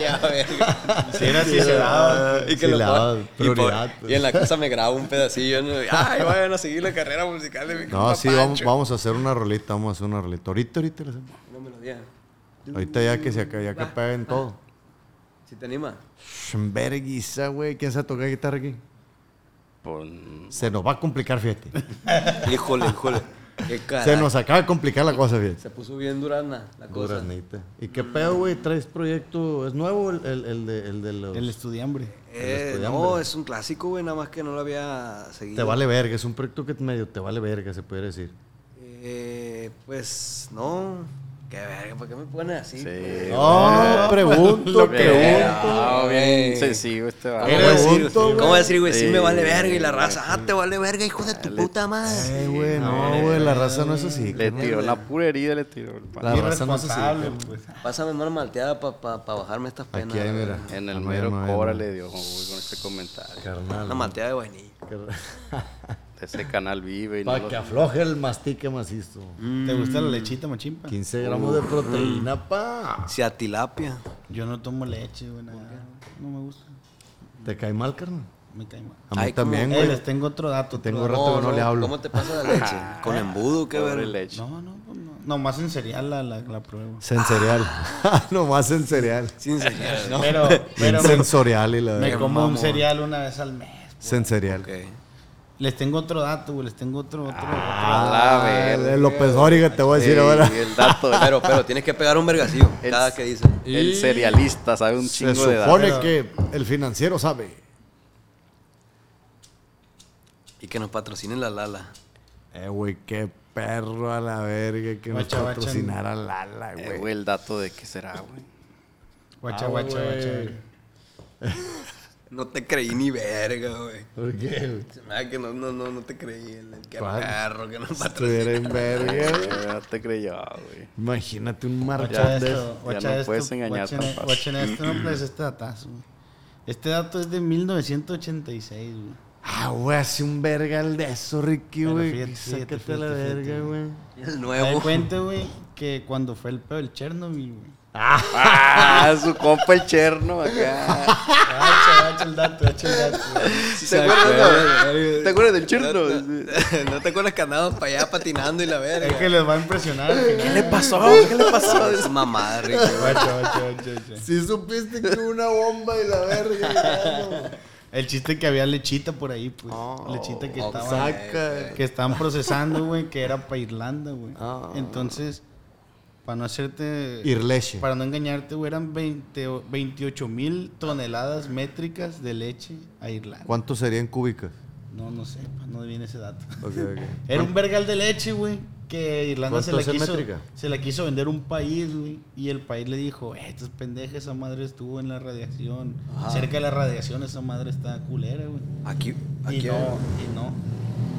Speaker 4: ya, verga.
Speaker 6: Si era así, se daba.
Speaker 4: ah, Y que
Speaker 2: Sí,
Speaker 4: lo
Speaker 2: la
Speaker 4: pon- y,
Speaker 2: prioridad,
Speaker 4: pon-
Speaker 2: pues.
Speaker 4: y en la casa me grabo un pedacillo. ¿no? Y, Ay, vayan a seguir la carrera musical de mi
Speaker 2: No, sí, vamos, vamos a hacer una rolita, vamos a hacer una rolita. Ahorita, ahorita la hacemos.
Speaker 4: Una melodía.
Speaker 2: Ahorita ya que se aca- ya que
Speaker 4: Va,
Speaker 2: paguen todo.
Speaker 4: Si te anima.
Speaker 2: Verguisa, güey. ¿Quién sabe tocar guitarra aquí?
Speaker 3: Pues,
Speaker 2: Se nos va a complicar, fíjate.
Speaker 4: Híjole, híjole. Qué cara.
Speaker 2: Se
Speaker 4: Se,
Speaker 2: nos acaba de complicar la cosa, fíjate.
Speaker 4: puso bien durana la cosa. Mm.
Speaker 2: Duraznita. ¿Y qué pedo, güey? ¿Traes proyecto? ¿Es nuevo el, el, el de, el de los...?
Speaker 6: El estudiambre.
Speaker 4: Eh, no, es un clásico, güey. Nada más que no lo había seguido.
Speaker 2: Te vale verga. Es un proyecto que medio te vale verga, se puede decir.
Speaker 4: Eh, pues no. Qué verga, ¿por qué me ponen así? Pues,
Speaker 3: Sí.
Speaker 2: No, pregunto, pregunto.
Speaker 3: No, bien sencillo este va.
Speaker 4: ¿Cómo voy a decir,
Speaker 2: Pregunto, güey.
Speaker 4: ¿Cómo voy a decir, Ah, güey? Sí,
Speaker 3: Sí,
Speaker 4: me vale verga y la raza. Ah, te vale verga, hijo de tu puta madre.
Speaker 2: Eh, güey, no, güey, la raza no es así.
Speaker 3: Le
Speaker 2: carnal.
Speaker 3: tiró la pura herida, le tiró el pan.
Speaker 2: La raza no es así.
Speaker 4: Pásame una malteada para pa, pa bajarme estas penas.
Speaker 2: Aquí hay, mira.
Speaker 3: En el
Speaker 2: Ahí,
Speaker 3: mero
Speaker 2: ahí,
Speaker 3: cobra
Speaker 2: ahí.
Speaker 3: le dio güey, con este comentario.
Speaker 4: Una
Speaker 2: Carnal.
Speaker 4: malteada de vainilla.
Speaker 3: Ese canal vive y no
Speaker 2: Para que
Speaker 3: lo-
Speaker 2: afloje el mastique macizo.
Speaker 6: ¿Te gusta la lechita machimpa?
Speaker 2: 15 gramos de proteína, pa.
Speaker 4: Si a tilapia.
Speaker 6: Yo no tomo leche, güey, nada. No me gusta.
Speaker 2: ¿Te cae mal, carnal?
Speaker 6: Me cae mal.
Speaker 2: A mí
Speaker 4: Ay, ¿cómo?
Speaker 2: también,
Speaker 6: Eh,
Speaker 2: güey.
Speaker 6: les tengo otro dato.
Speaker 2: Tengo
Speaker 6: otro
Speaker 2: rato que no le hablo.
Speaker 4: ¿Cómo te pasa la leche? Con embudo, qué
Speaker 3: Pobre
Speaker 4: verga.
Speaker 3: leche.
Speaker 6: No, no, pues no. Nomás en cereal la, la, la pruebo.
Speaker 2: En cereal. Nomás en cereal.
Speaker 4: Sin señal.
Speaker 6: Pero, pero
Speaker 2: Sensorial y la
Speaker 6: me,
Speaker 2: verdad.
Speaker 6: como un cereal una vez al mes.
Speaker 2: Sensorial.
Speaker 4: Ok.
Speaker 6: Les tengo otro dato, güey. Les tengo otro, otro.
Speaker 3: A la
Speaker 2: Ah,
Speaker 3: verga.
Speaker 2: de López Dóriga te
Speaker 4: Pues
Speaker 2: voy a decir
Speaker 3: Ey,
Speaker 2: ahora.
Speaker 3: El dato,
Speaker 4: Pero, pero tienes que pegar un vergacillo
Speaker 3: El-
Speaker 4: cada que dice.
Speaker 3: el cerealista sabe un
Speaker 2: Se
Speaker 3: chingo de datos.
Speaker 2: supone que el financiero sabe.
Speaker 4: Y que nos patrocinen la Lala.
Speaker 2: Eh, güey, qué perro a la verga que
Speaker 6: Guacha,
Speaker 2: nos
Speaker 6: guacha.
Speaker 2: patrocinara Lala,
Speaker 3: Eh,
Speaker 2: güey. Ah,
Speaker 3: güey, el dato de qué será, güey.
Speaker 6: Guacha, guacha, guacha.
Speaker 4: No te creí ni verga, güey.
Speaker 2: ¿Por qué, güey?
Speaker 4: Se me da que no, no, no, no te creí. el- el Qué
Speaker 2: ¿Cuál?
Speaker 4: perro que nos patrocina.
Speaker 2: Estuviera en verga. güey.
Speaker 3: Eh, No te creyó, güey.
Speaker 2: Imagínate un
Speaker 6: Guacha
Speaker 2: marchón de
Speaker 6: esto, guacha
Speaker 3: no
Speaker 6: esto.
Speaker 3: puedes engañar
Speaker 6: guachen-
Speaker 3: tan fácil.
Speaker 6: guachen esto, no pues este datazo. güey. Este dato es de 1986, güey.
Speaker 2: Ah, güey, hace un vergal de eso, Ricky,
Speaker 6: Pero
Speaker 2: güey.
Speaker 6: fíjate, fíjate,
Speaker 2: Sácate a la
Speaker 6: fíjate, fíjate,
Speaker 2: verga, güey.
Speaker 4: El
Speaker 6: Me da
Speaker 4: nuevo.
Speaker 6: cuenta, güey, que cuando fue el pedo del Chernobyl, güey.
Speaker 3: Ah, su compa el Cherno acá.
Speaker 6: Guacha, guacha el dato, guacha el dato.
Speaker 3: ¿Te acuerdas, no? ¿Te acuerdas del Cherno?
Speaker 4: no te acuerdas que andabas para allá patinando y la verga.
Speaker 6: Es que les va a impresionar. al final.
Speaker 3: ¿Qué le pasó? ¿Qué le pasó?
Speaker 4: Es
Speaker 6: Ah,
Speaker 4: mamada, Ricky, güey.
Speaker 6: Guacha, guacha, guacha, guacha.
Speaker 2: Si supiste que hubo una bomba y la verga.
Speaker 6: El chiste que había lechita por ahí, pues.
Speaker 3: Oh,
Speaker 6: lechita que estaba.
Speaker 2: Saca.
Speaker 6: que estaban procesando, güey, que era para Irlanda, güey.
Speaker 3: Ah.
Speaker 6: Entonces, para no hacerte...
Speaker 2: Irleche.
Speaker 6: Para no engañarte, güey, eran 20, o- 28 mil toneladas métricas de leche a Irlanda.
Speaker 2: ¿Cuánto serían cúbicas?
Speaker 6: No, no sé, pa, no viene ese dato.
Speaker 2: Ok, ok.
Speaker 6: Era un vergal de leche, güey, que Irlanda se la,
Speaker 2: ¿Cuánto es en
Speaker 6: quiso,
Speaker 2: métrica?
Speaker 6: se la quiso vender un país, güey. Y el país le dijo, eh, estos pendejas, esa madre estuvo en la radiación.
Speaker 2: Ah.
Speaker 6: Cerca de la radiación, esa madre está culera, güey.
Speaker 4: Aquí,
Speaker 6: Y
Speaker 4: aquí.
Speaker 6: no, y no.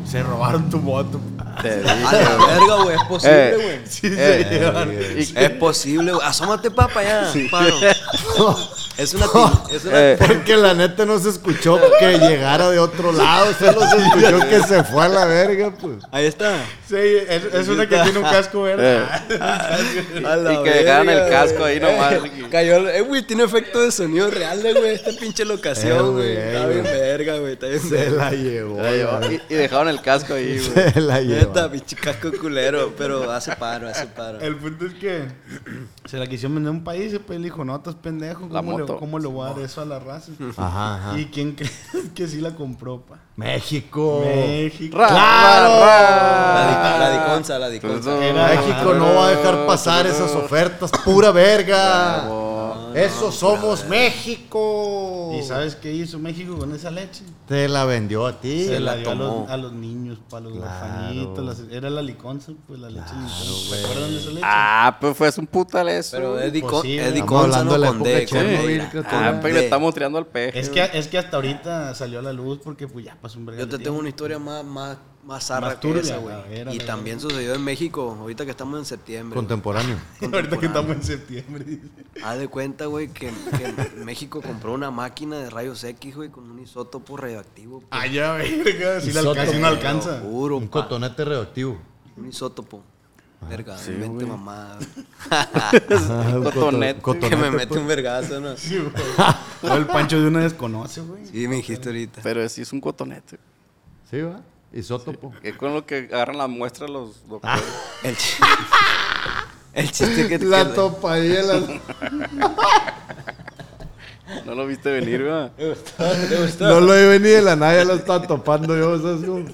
Speaker 6: Se robaron tu moto.
Speaker 3: Te
Speaker 4: A la verga, güey. Es posible, güey.
Speaker 3: Eh,
Speaker 6: Sí,
Speaker 3: eh,
Speaker 6: señor.
Speaker 3: eh, y-
Speaker 4: Es posible, güey. Asómate pa' para allá, paro. Es una, ti- es una
Speaker 3: eh,
Speaker 2: Porque la neta no se escuchó que llegara de otro lado. Solo se escuchó que se fue a la verga, pues.
Speaker 4: Ahí está.
Speaker 6: Sí, es, es una que tiene un casco verde.
Speaker 4: Eh.
Speaker 3: y que dejaran el casco ahí nomás.
Speaker 4: Cayó, el- eh, güey, tiene efecto de sonido real, eh, güey, esta pinche
Speaker 2: Eh,
Speaker 4: locación,
Speaker 2: güey,
Speaker 4: güey.
Speaker 2: eh,
Speaker 4: está bien
Speaker 2: güey.
Speaker 4: verga, güey, está bien
Speaker 2: Se
Speaker 4: verga.
Speaker 2: la llevó.
Speaker 3: Ya llegó,
Speaker 2: la-
Speaker 3: y, y dejaron el casco ahí, güey.
Speaker 2: Se la llevó.
Speaker 4: Neta, pinche casco culero, pero hace paro, hace paro.
Speaker 6: El punto es que se la quisieron vender a un país y pues él dijo, no, estás pendejo,
Speaker 3: La
Speaker 6: ¿cómo le,
Speaker 3: moto.
Speaker 6: ¿cómo le voy a dar eso a la raza?
Speaker 2: Ajá, ajá.
Speaker 6: ¿Y quién crees que sí la compró, pa?
Speaker 2: México.
Speaker 6: México.
Speaker 3: Ra, ra, ra.
Speaker 4: La, di- la diconza, la diconza.
Speaker 6: Era-
Speaker 2: México no va a dejar
Speaker 4: Ah,
Speaker 2: pasar esas ofertas. Pura verga. Eso somos México.
Speaker 6: ¿Y sabes qué hizo México con esa leche?
Speaker 2: Te la vendió a ti.
Speaker 6: Se la dio a
Speaker 4: tomó.
Speaker 6: los, a los niños, para los orfanitos. las- era la liconza, pues la leche liconza. ¿Se acuerdan de esa leche?
Speaker 3: Ah, pues fue un putal eso.
Speaker 4: Pero es
Speaker 6: Pues
Speaker 4: dicon,
Speaker 6: sí,
Speaker 4: es
Speaker 6: estamos
Speaker 4: diconza,
Speaker 2: hablando de
Speaker 4: no
Speaker 2: la
Speaker 4: con
Speaker 2: época de
Speaker 4: D, con D.
Speaker 2: Chernobyl,
Speaker 4: Ah,
Speaker 3: Ah,
Speaker 2: criatura.
Speaker 3: pues le
Speaker 4: D.
Speaker 3: estamos tirando al peje.
Speaker 6: Es que, es que hasta ahorita salió a la luz porque pues ya pasó un verga
Speaker 4: Yo
Speaker 6: de
Speaker 4: te tengo
Speaker 6: tiempo.
Speaker 4: una historia más, más, más zarra
Speaker 6: Más
Speaker 4: que
Speaker 6: turbia,
Speaker 4: esa,
Speaker 6: güey.
Speaker 4: güey.
Speaker 6: A ver, a
Speaker 4: Y
Speaker 6: ver.
Speaker 4: también sucedió en México, ahorita que estamos en septiembre. güey.
Speaker 2: Contemporáneo.
Speaker 6: Ahorita que estamos en septiembre. dice.
Speaker 4: Haz de cuenta, güey, que, que México compró una máquina de rayos X, güey, con un isótopo radioactivo. pues,
Speaker 6: Ay, Ah, ya, verga. Si la
Speaker 2: Isótopo.
Speaker 6: alcanza, si no alcanza.
Speaker 4: Puro,
Speaker 2: Un
Speaker 4: pa.
Speaker 2: cotonete Ah, radioactivo.
Speaker 4: Un isótopo. Verga, me mente mamada.
Speaker 2: Un
Speaker 3: cotonete.
Speaker 4: que me
Speaker 2: pues.
Speaker 4: mete un vergazo, ¿no?
Speaker 6: Sí, güey. O el Pancho de una desconoce, güey.
Speaker 4: Sí, me dijiste ahorita.
Speaker 3: Pero sí es un cotonete.
Speaker 2: Sí, va. Isótopo.
Speaker 3: Es con lo que agarran la muestra los doctores.
Speaker 4: El, ch- el chiste que... que-
Speaker 2: Ah. La topadilla. la-
Speaker 3: No lo viste venir, ¿verdad?
Speaker 2: No lo he venido de la nada, ya lo estaba topando yo. ¿sabes cómo?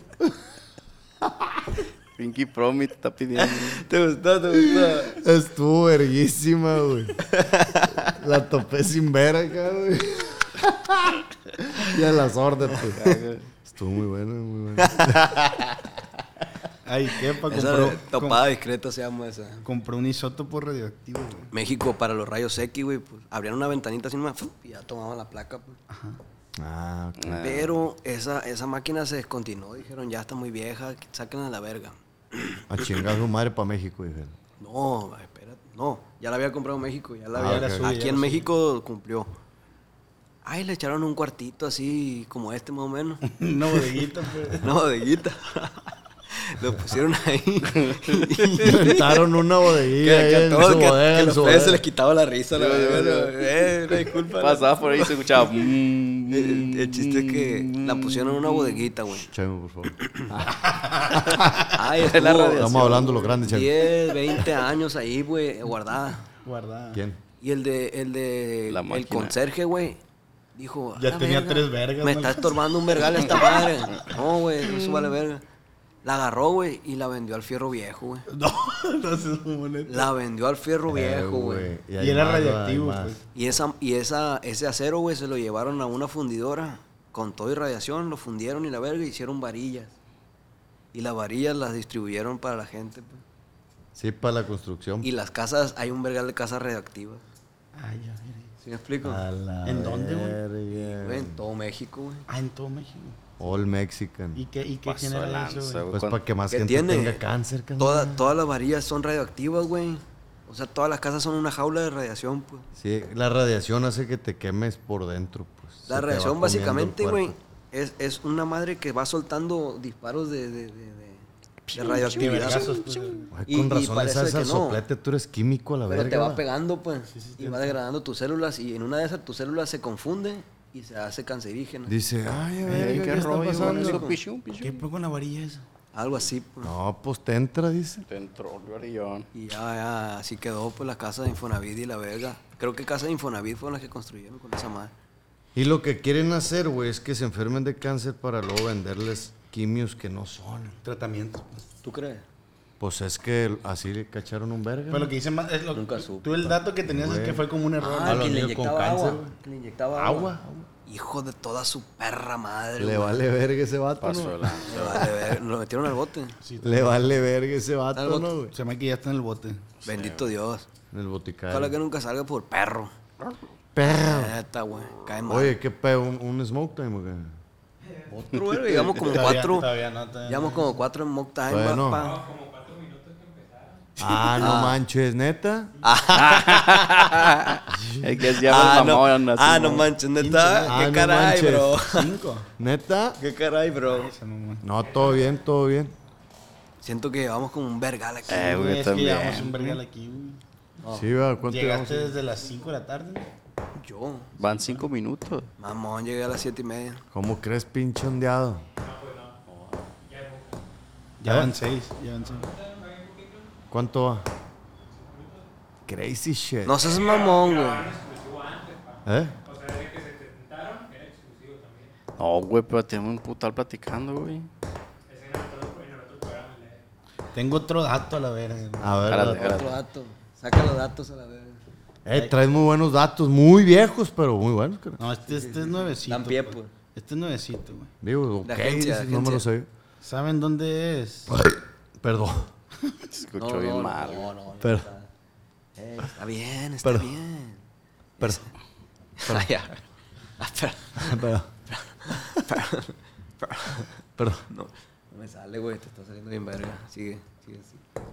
Speaker 3: Pinky Promi te está pidiendo.
Speaker 4: ¿Te gustó? ¿Te gustó?
Speaker 2: Estuvo verguísima, güey. La topé sin ver acá, güey.
Speaker 4: Ah,
Speaker 2: Y a las órdenes, pues. Estuvo muy bueno, muy bueno.
Speaker 6: Ay, quepa,
Speaker 4: Esa
Speaker 6: compró,
Speaker 4: topada discreta se llama esa.
Speaker 6: com- compró un isótopo radioactivo, güey.
Speaker 4: México para los rayos X, güey, pues abrían una ventanita así nomás ¡fu! y ya tomaban la placa. pues.
Speaker 2: Ah, ok.
Speaker 4: Pero esa, esa máquina se descontinuó, dijeron, ya está muy vieja, sáquenla a la verga.
Speaker 2: A chingar su madre para México, dijeron.
Speaker 4: No, espérate, no, ya la había comprado en México, ya la
Speaker 2: Ah,
Speaker 4: había,
Speaker 2: era
Speaker 6: suya,
Speaker 4: aquí
Speaker 6: era
Speaker 4: en
Speaker 6: suya.
Speaker 4: México cumplió. Ay, le echaron un cuartito así, como este más o menos.
Speaker 6: Una bodeguita, pues.
Speaker 4: Una bodeguita. Lo pusieron ahí.
Speaker 2: Rentaron una
Speaker 4: Que,
Speaker 2: bodeguilla ahí
Speaker 4: que a
Speaker 2: en su
Speaker 4: todos que-
Speaker 2: bodega,
Speaker 4: que
Speaker 2: en
Speaker 4: los
Speaker 2: su
Speaker 4: plebes se
Speaker 2: bodega.
Speaker 4: les quitaba la risa. la verdad,
Speaker 3: yo-
Speaker 4: eh, una disculpa.
Speaker 3: Pasaba por ahí y se escuchaba.
Speaker 4: El, el chiste es que la pusieron en una bodeguita, güey.
Speaker 2: Cheme, por favor.
Speaker 4: Ay,
Speaker 3: la
Speaker 4: estuvo
Speaker 3: radiación.
Speaker 2: Estamos hablando de los grandes, Cheme.
Speaker 4: 10, 20 años ahí, güey, guardada.
Speaker 6: Guardada.
Speaker 2: ¿Quién?
Speaker 4: Y el de, el de,
Speaker 3: La
Speaker 4: el
Speaker 3: máquina.
Speaker 4: conserje, güey, dijo. "A
Speaker 6: Ya
Speaker 4: la
Speaker 6: tenía tres vergas,
Speaker 4: Me
Speaker 6: ¿no?
Speaker 4: está estorbando un vergal esta madre. No, güey, no suba la verga. La agarró, güey, y la vendió al fierro viejo, güey.
Speaker 6: No, no seas mamones.
Speaker 4: La vendió al fierro
Speaker 2: Eh,
Speaker 4: viejo, güey.
Speaker 2: Y hay
Speaker 6: Y era
Speaker 2: más, hay
Speaker 6: radioactivo,
Speaker 2: más.
Speaker 6: pues.
Speaker 4: Y, esa, y esa, ese acero, güey, se lo llevaron a una fundidora con todo y radiación, lo fundieron y la verga, hicieron varillas. Y las varillas las distribuyeron para la gente. pues.
Speaker 2: Sí, para la construcción.
Speaker 4: Y las casas, hay un vergal de casas radioactivas.
Speaker 6: Ay, ya, mira.
Speaker 4: ¿Sí me explico?
Speaker 2: A la
Speaker 6: ¿En dónde, güey?
Speaker 2: verga.
Speaker 4: Güey, en todo México, güey.
Speaker 6: Ah, en todo México.
Speaker 2: All Mexican.
Speaker 6: ¿Y qué, y qué
Speaker 3: Pasó de
Speaker 6: genera
Speaker 3: lanza,
Speaker 6: eso, güey?
Speaker 3: güey.
Speaker 2: Pues
Speaker 3: Cuando-
Speaker 2: para que más
Speaker 4: ¿Qué
Speaker 2: gente
Speaker 4: tiene?
Speaker 2: tenga cáncer, cabrón.
Speaker 4: Toda- todas las varillas son radioactivas, güey. O sea, todas las casas son una jaula de radiación, pues.
Speaker 2: Sí, la radiación hace que te quemes por dentro, pues.
Speaker 4: La
Speaker 2: Se te va
Speaker 4: radiación
Speaker 2: comiendo el
Speaker 4: básicamente, güey,
Speaker 2: cuerpo.
Speaker 4: es, es una madre que va soltando disparos de, de, de- de- de
Speaker 6: Qué
Speaker 4: radioactividad.
Speaker 6: vergazos, pues.
Speaker 2: Ay,
Speaker 4: Y-
Speaker 2: Con
Speaker 4: y
Speaker 2: razón,
Speaker 4: parece
Speaker 2: esa es
Speaker 4: que
Speaker 2: al
Speaker 4: no.
Speaker 2: soplete, tú eres químico a la
Speaker 4: Pero
Speaker 2: verga.
Speaker 4: te va
Speaker 2: va.
Speaker 4: pegando, pues, y va degradando tus células, y en una de esas tus células se confunde y se hace cancerígena.
Speaker 2: Dice, ay, a ver, ¿qué,
Speaker 3: ¿Qué
Speaker 2: está
Speaker 3: rollo con
Speaker 2: pasando?
Speaker 3: eso? Pichum, pichum.
Speaker 6: ¿Qué fue con la varilla esa?
Speaker 4: Algo así, pues.
Speaker 2: No, pues te entra, dice.
Speaker 3: Te entró el varillón.
Speaker 4: Y ya, ya, así quedó, pues, la casa de Infonavit y la verga. Creo que casa de Infonavit fueron las que construyeron con esa madre.
Speaker 2: Y lo que quieren hacer, güey, es que se enfermen de cáncer para luego venderles quimios que no son.
Speaker 6: Tratamientos, pues.
Speaker 4: ¿Tú crees?
Speaker 2: Pues es que así le cacharon un verga.
Speaker 6: Pero
Speaker 2: ¿no?
Speaker 6: lo que dice más es lo
Speaker 4: Nunca
Speaker 6: tú-
Speaker 4: supe,
Speaker 6: Tú el dato que tenías es que fue como un error.
Speaker 4: Ah,
Speaker 6: ¿no?
Speaker 4: que le
Speaker 2: niños con
Speaker 4: inyectaba
Speaker 2: cáncer,
Speaker 4: agua.
Speaker 2: güey.
Speaker 4: Que le inyectaba agua.
Speaker 2: Agua.
Speaker 4: Hijo de toda su perra madre. güey.
Speaker 2: Le vale verga ese vato,
Speaker 3: Pasó
Speaker 2: ¿no?
Speaker 3: de lanza.
Speaker 4: Le vale ver- Lo metieron al bote.
Speaker 2: Le vale verga ese
Speaker 4: Algo-
Speaker 2: vato, ¿no, güey?
Speaker 6: Se me que ya está en el bote.
Speaker 4: Bendito Dios.
Speaker 2: En el
Speaker 4: Ojalá que
Speaker 2: boticario.
Speaker 4: nunca salga por perro.
Speaker 2: Perro.
Speaker 4: Neta, güey. Cae mal.
Speaker 2: Oye, qué pedo, un, un smoke time, güey.
Speaker 4: Otro, güey. Llevamos como
Speaker 6: Todavía-
Speaker 4: cuatro.
Speaker 6: todavía no, todavía
Speaker 4: Llevamos como cuatro en mock time,
Speaker 2: Todavía no.
Speaker 4: papá.
Speaker 2: Ah, no manches, neta.
Speaker 3: Es que se llama el mamón. así,
Speaker 4: ah, no
Speaker 3: ¿no?
Speaker 4: manches, neta.
Speaker 2: Ah,
Speaker 4: Qué
Speaker 2: no
Speaker 4: caray,
Speaker 2: manches.
Speaker 4: bro.
Speaker 6: Cinco.
Speaker 2: Neta.
Speaker 4: Qué caray, bro.
Speaker 6: Esa mamá.
Speaker 2: No, todo bien, todo bien.
Speaker 4: Siento que llevamos como un vergal aquí.
Speaker 3: Eh,
Speaker 6: Güey,
Speaker 3: güey,
Speaker 6: es que
Speaker 3: también.
Speaker 6: llevamos un vergal aquí, güey.
Speaker 2: Sí, va, ¿cuánto
Speaker 6: Llegaste
Speaker 2: llevamos?
Speaker 6: desde las 5 de la tarde.
Speaker 4: Yo.
Speaker 3: Van cinco minutos.
Speaker 4: Mamón, llegué a las siete y media.
Speaker 2: ¿Cómo crees, pinche ondeado?
Speaker 6: Ya van 6. Ya van 6.
Speaker 2: ¿Cuánto va? Crazy shit.
Speaker 4: No seas mamón, güey.
Speaker 2: ¿Eh?
Speaker 3: No, güey, pero tenemos un putal platicando, güey.
Speaker 6: Tengo otro dato a la verga.
Speaker 2: A ver,
Speaker 3: Jálate,
Speaker 2: a ver.
Speaker 3: jálate.
Speaker 4: Otro dato. Saca los datos a la verga.
Speaker 2: Eh, traes muy buenos datos, muy viejos, pero muy buenos. creo.
Speaker 6: No, este, este es nuevecito.
Speaker 4: Dan pie,
Speaker 6: pues.
Speaker 4: pues.
Speaker 6: Este es nuevecito, güey.
Speaker 2: Digo, ok,
Speaker 4: De agencia,
Speaker 2: dices,
Speaker 4: de
Speaker 2: no me lo
Speaker 4: agencia.
Speaker 2: sé.
Speaker 6: ¿Saben dónde es?
Speaker 2: Perdón.
Speaker 3: Se escuchó bien mal. güey.
Speaker 4: No, no, no.
Speaker 2: Pero-
Speaker 4: está. Eh, está bien, está
Speaker 2: Perdón.
Speaker 4: bien.
Speaker 2: Perdón.
Speaker 4: Ah, ya. Ah, per-
Speaker 2: Perdón. Perdón.
Speaker 4: No, no me sale, güey. Te está saliendo bien verga. Sigue, sigue, sigue.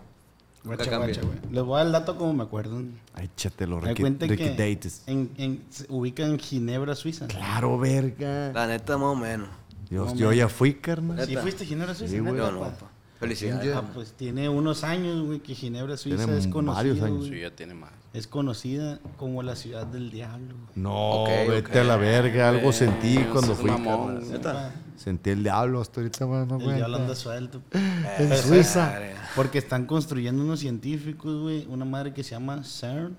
Speaker 4: Nunca
Speaker 6: Guacha,
Speaker 4: cambia.
Speaker 6: guacha, güey. Les voy a dar el dato como me acuerdo.
Speaker 2: Ay, chatelo,
Speaker 6: Me
Speaker 2: Ricky,
Speaker 6: cuenta
Speaker 2: Ricky
Speaker 6: que
Speaker 2: Dates.
Speaker 6: en, en, se ubica en Ginebra, Suiza.
Speaker 2: Claro, verga.
Speaker 4: La neta, más o menos.
Speaker 2: Dios, yo ya fui, carnal.
Speaker 6: ¿Sí
Speaker 4: neta.
Speaker 6: fuiste a Ginebra, Suiza?
Speaker 2: Sí, güey.
Speaker 6: neta,
Speaker 4: Yo no,
Speaker 6: pa?
Speaker 4: pa. Felicidades.
Speaker 6: Ah, pues tiene unos años, güey, que Ginebra, Suiza
Speaker 2: Tiene
Speaker 6: es conocida.
Speaker 2: varios años.
Speaker 6: güey.
Speaker 3: Sí, ya tiene más.
Speaker 6: Es conocida como la ciudad del diablo. güey.
Speaker 2: No,
Speaker 3: Ok,
Speaker 2: vete
Speaker 3: ok.
Speaker 2: a la verga. Algo sentí
Speaker 3: Eh,
Speaker 2: cuando
Speaker 3: seas
Speaker 2: fui.
Speaker 3: mamón,
Speaker 2: carnal.
Speaker 3: güey.
Speaker 2: Sentí el diablo hasta ahorita, güey, no,
Speaker 6: El diablo
Speaker 2: güey.
Speaker 6: anda suelto.
Speaker 2: En Suiza.
Speaker 4: Eh,
Speaker 6: Porque están construyendo unos científicos, güey, una madre que se llama CERN.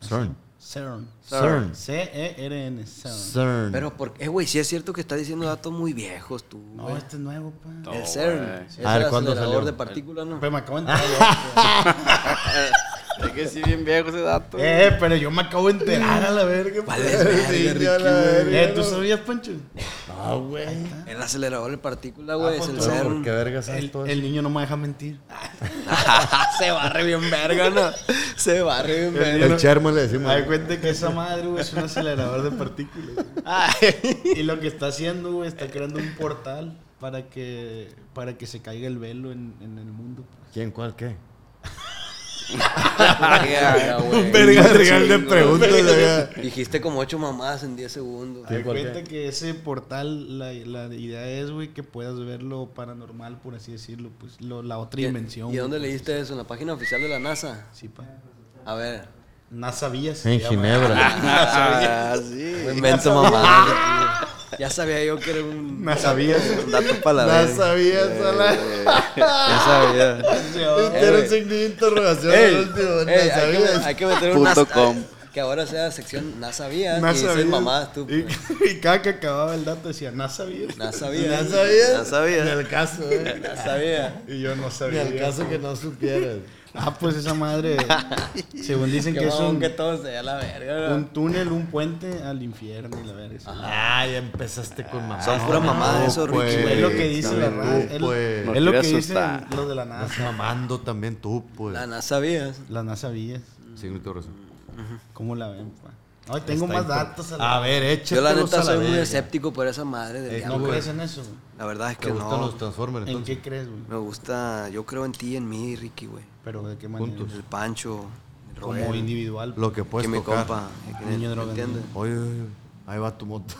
Speaker 2: CERN.
Speaker 6: CERN.
Speaker 2: CERN.
Speaker 6: C-E-R-N. CERN.
Speaker 2: CERN.
Speaker 4: Pero, por, eh, güey, sí es cierto que está diciendo datos muy viejos, tú.
Speaker 6: No,
Speaker 4: güey.
Speaker 6: este es nuevo, pa.
Speaker 4: el CERN.
Speaker 3: güey.
Speaker 4: Es
Speaker 2: A ver,
Speaker 4: el
Speaker 2: ¿cuándo
Speaker 4: acelerador
Speaker 2: salió?
Speaker 4: de partículas, ¿no? Ah,
Speaker 6: Pero me acabo de enterar. Eh,
Speaker 3: Es que sí, bien viejo ese dato.
Speaker 6: yo. eh, pero yo me acabo de enterar a la verga.
Speaker 4: Vale, verga,
Speaker 2: Eh,
Speaker 6: Eh, ¿tú sabías, Pancho?
Speaker 2: Ah, güey.
Speaker 4: El acelerador de partícula,
Speaker 6: Ah,
Speaker 4: güey, es el
Speaker 6: pues,
Speaker 2: Pero, ¿Por
Speaker 4: CERN.
Speaker 2: Ah, qué verga sabes
Speaker 6: El,
Speaker 2: todo
Speaker 6: el niño no me deja mentir.
Speaker 4: Se barre bien verga, ¿no? Se barre bien verga.
Speaker 2: eso? El Chermo le decimos.
Speaker 6: Me da cuenta que esa madre, güey, es un acelerador de partículas.
Speaker 4: Ay.
Speaker 6: Y lo que está haciendo, güey, está creando un portal para que, para que se caiga el velo en, en el mundo.
Speaker 2: ¿Quién, cuál, qué?
Speaker 4: Verga, güey.
Speaker 2: Verga, regal de
Speaker 4: Chingo.
Speaker 2: preguntas, verga.
Speaker 4: Dijiste como ocho mamadas en 10 segundos.
Speaker 6: Te
Speaker 2: ¿cuál
Speaker 6: cuenta
Speaker 2: qué?
Speaker 6: que ese portal, la, la idea es, güey, que puedas ver lo paranormal, por así decirlo, pues lo- la otra dimensión.
Speaker 4: ¿Y
Speaker 6: güey,
Speaker 4: dónde
Speaker 6: pues,
Speaker 4: leíste eso? ¿En la página oficial de la NASA?
Speaker 6: Sí, pa.
Speaker 4: A ver.
Speaker 6: NASA Villa se
Speaker 2: En
Speaker 6: llama.
Speaker 2: Ginebra.
Speaker 4: Ah, sí. Invento mamá. Ya sabía yo que era un.
Speaker 6: No sabía.
Speaker 4: Un dato para la
Speaker 2: No
Speaker 4: verga.
Speaker 2: sabías, Alan.
Speaker 4: Eh, Ya sabía.
Speaker 2: Era un
Speaker 4: güey.
Speaker 2: signo de interrogación
Speaker 4: Eh, Ey,
Speaker 2: el último. No
Speaker 4: ey, hay, que,
Speaker 2: sabías.
Speaker 4: hay que meter un
Speaker 3: Punto
Speaker 4: nas-
Speaker 3: com.
Speaker 4: Que ahora sea sección No sabía.
Speaker 6: No
Speaker 4: y dices
Speaker 6: sabía.
Speaker 4: mamadas tú.
Speaker 6: Y,
Speaker 4: pues.
Speaker 6: y cada que acababa el dato decía, no sabía.
Speaker 4: No sabía.
Speaker 2: No sabías.
Speaker 3: No sabía.
Speaker 2: Ni al caso, eh.
Speaker 4: No sabía.
Speaker 6: Y yo no
Speaker 2: Ni al
Speaker 6: sabía. pues.
Speaker 2: caso que no supieras.
Speaker 6: Ah, pues esa madre. según dicen que
Speaker 4: Que
Speaker 6: es
Speaker 4: son
Speaker 6: un,
Speaker 4: que todo se da la verga. ¿no?
Speaker 6: un túnel, un puente al infierno y la verga. sí.
Speaker 2: Ah, ya empezaste con mamá.
Speaker 4: Son pura mamada
Speaker 2: no,
Speaker 4: eso, Ricky,
Speaker 2: pues,
Speaker 6: Es lo que dice la
Speaker 2: también
Speaker 6: raza.
Speaker 2: tú,
Speaker 6: Es lo-
Speaker 2: pues.
Speaker 6: Es lo que
Speaker 3: Nos quiere
Speaker 6: dicen
Speaker 3: asustar.
Speaker 6: los de la NASA.
Speaker 2: Mamando también tú, pues.
Speaker 4: La no sabías.
Speaker 6: La NASA Villas.
Speaker 2: Signo de interrogación.
Speaker 6: ¿Cómo la ven, pues? pa? Ay, tengo más datos. A la... Eh,
Speaker 2: A ver, échatelos
Speaker 4: Yo la neta
Speaker 2: a la
Speaker 4: soy muy
Speaker 2: verga.
Speaker 4: escéptico por esa madre del
Speaker 6: ¿No
Speaker 4: diablo.
Speaker 6: crees en eso? güey?
Speaker 4: La verdad es
Speaker 2: ¿Te
Speaker 4: que
Speaker 2: gustan
Speaker 4: no.
Speaker 2: los Transformers,
Speaker 6: ¿En
Speaker 2: entonces?
Speaker 6: qué crees, güey?
Speaker 4: Me gusta, yo creo en ti, en mí, Ricky, güey.
Speaker 6: Pero de qué manera.
Speaker 2: Juntos.
Speaker 4: El Pancho, el
Speaker 6: Como
Speaker 4: Roel,
Speaker 6: individual.
Speaker 2: Lo que puedes
Speaker 4: que me
Speaker 2: tocar.
Speaker 4: compa. que me-
Speaker 6: Niño
Speaker 4: ¿me
Speaker 6: drogadicto.
Speaker 4: entiendes?
Speaker 2: Oye, oye, oye, ahí va tu moto.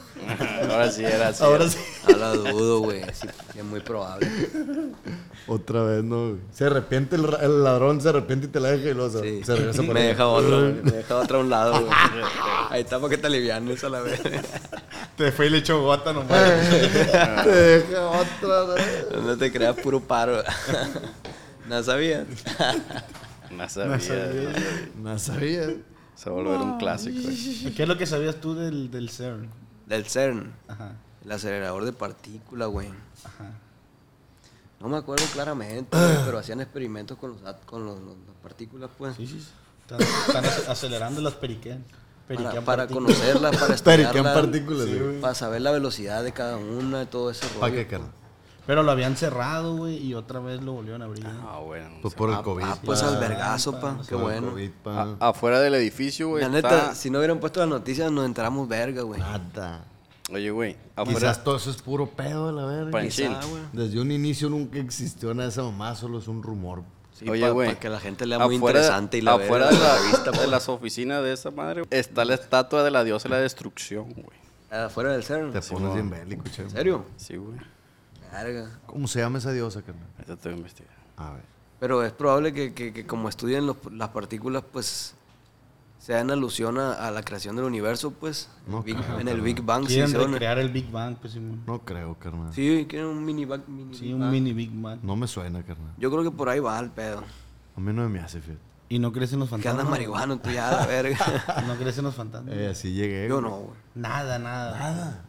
Speaker 3: Ahora sí, era así.
Speaker 2: Ahora sí.
Speaker 4: Ahora dudo, güey. Sí, es muy probable.
Speaker 2: Otra vez, no. güey. Se arrepiente el, ra- el ladrón, se arrepiente y te la deja y lo se,
Speaker 4: Sí.
Speaker 2: se regresa para
Speaker 4: me
Speaker 2: ti.
Speaker 4: deja otro, güey, me deja otro a un lado, güey. Ahí está para que te alivianes a la vez.
Speaker 6: Te fue y le echó gota nomás.
Speaker 2: te deja otra vez.
Speaker 4: No te creas puro paro. No sabía.
Speaker 3: No sabía. no sabía.
Speaker 2: No sabía.
Speaker 3: Se va a volver un clásico. eh.
Speaker 6: ¿Qué es lo que sabías tú del, del CERN?
Speaker 4: Del CERN,
Speaker 6: Ajá.
Speaker 4: el acelerador de partícula, güey.
Speaker 6: Ajá.
Speaker 4: No me acuerdo claramente, güey, pero hacían experimentos con, los, at- con los- los- las partículas, pues.
Speaker 6: Sí, sí. sí. Están, están ac- acelerando las periquean.
Speaker 4: Para,
Speaker 6: Periquean
Speaker 4: para
Speaker 6: partículas.
Speaker 4: conocerlas, para
Speaker 2: Periquean
Speaker 4: estudiarlas,
Speaker 2: partículas, güey.
Speaker 4: para saber la velocidad de cada una y todo ese rollo.
Speaker 2: ¿Para qué, carnal?
Speaker 6: Pero lo habían cerrado, güey, y otra vez lo volvieron a abrir. Ah, pues
Speaker 3: Ah, bueno.
Speaker 2: Pues por el COVID.
Speaker 4: Ah, pues
Speaker 2: pa.
Speaker 4: al vergazo, pa. Qué
Speaker 2: Por el
Speaker 4: bueno.
Speaker 2: COVID, pa.
Speaker 3: A- afuera del edificio, güey.
Speaker 4: La
Speaker 3: está-
Speaker 4: neta, si no hubieran puesto las noticias, nos enteramos verga, güey.
Speaker 2: Nada.
Speaker 3: Oye, güey. Afuera.
Speaker 2: Quizás todo eso es puro pedo, la verga.
Speaker 3: Panchín.
Speaker 4: Quizá, güey.
Speaker 2: Desde un inicio nunca existió nada de esa mamá, solo es un rumor.
Speaker 4: Sí,
Speaker 3: Oye,
Speaker 4: pa-
Speaker 3: güey.
Speaker 4: pa' que la gente lea muy
Speaker 3: afuera-
Speaker 4: interesante y la verga
Speaker 3: Afuera de,
Speaker 4: de la
Speaker 3: la-
Speaker 4: revista,
Speaker 3: de
Speaker 4: pues.
Speaker 3: las oficinas de esa madre güey, está la estatua de la diosa de la destrucción, güey.
Speaker 4: Afuera del CERN.
Speaker 2: Te
Speaker 4: ¿En
Speaker 2: pones bien bélico, che.
Speaker 4: serio?
Speaker 3: Sí, güey.
Speaker 4: Verga.
Speaker 2: ¿Cómo se llama esa diosa, carnal?
Speaker 3: Ahorita te voy a investigar.
Speaker 2: A ver.
Speaker 4: Pero es probable que, que- que como estudian los- las partículas, pues sean alusión a, a la creación del universo, pues.
Speaker 2: No
Speaker 4: Big-
Speaker 2: creo,
Speaker 4: en el Big Bang se
Speaker 6: Quieren
Speaker 4: hicieron-
Speaker 6: recrear el Big Bang, pues Simón.
Speaker 2: No creo, carnal.
Speaker 4: Sí, quieren un mini Bang. mini
Speaker 6: Sí,
Speaker 4: Big
Speaker 6: un
Speaker 4: Bang.
Speaker 6: mini Big Bang.
Speaker 2: No me suena, carnal.
Speaker 4: Yo creo que por ahí va el pedo.
Speaker 2: A mí no me hace, fíjate.
Speaker 6: ¿Y no crecen los
Speaker 4: Que andas
Speaker 6: fantasmas?
Speaker 4: marihuano tú ya, la verga.
Speaker 6: No crecen los fantasmas.
Speaker 2: Eh, así llegué.
Speaker 4: Yo
Speaker 2: güey.
Speaker 4: no, güey.
Speaker 6: Nada, nada. Nada.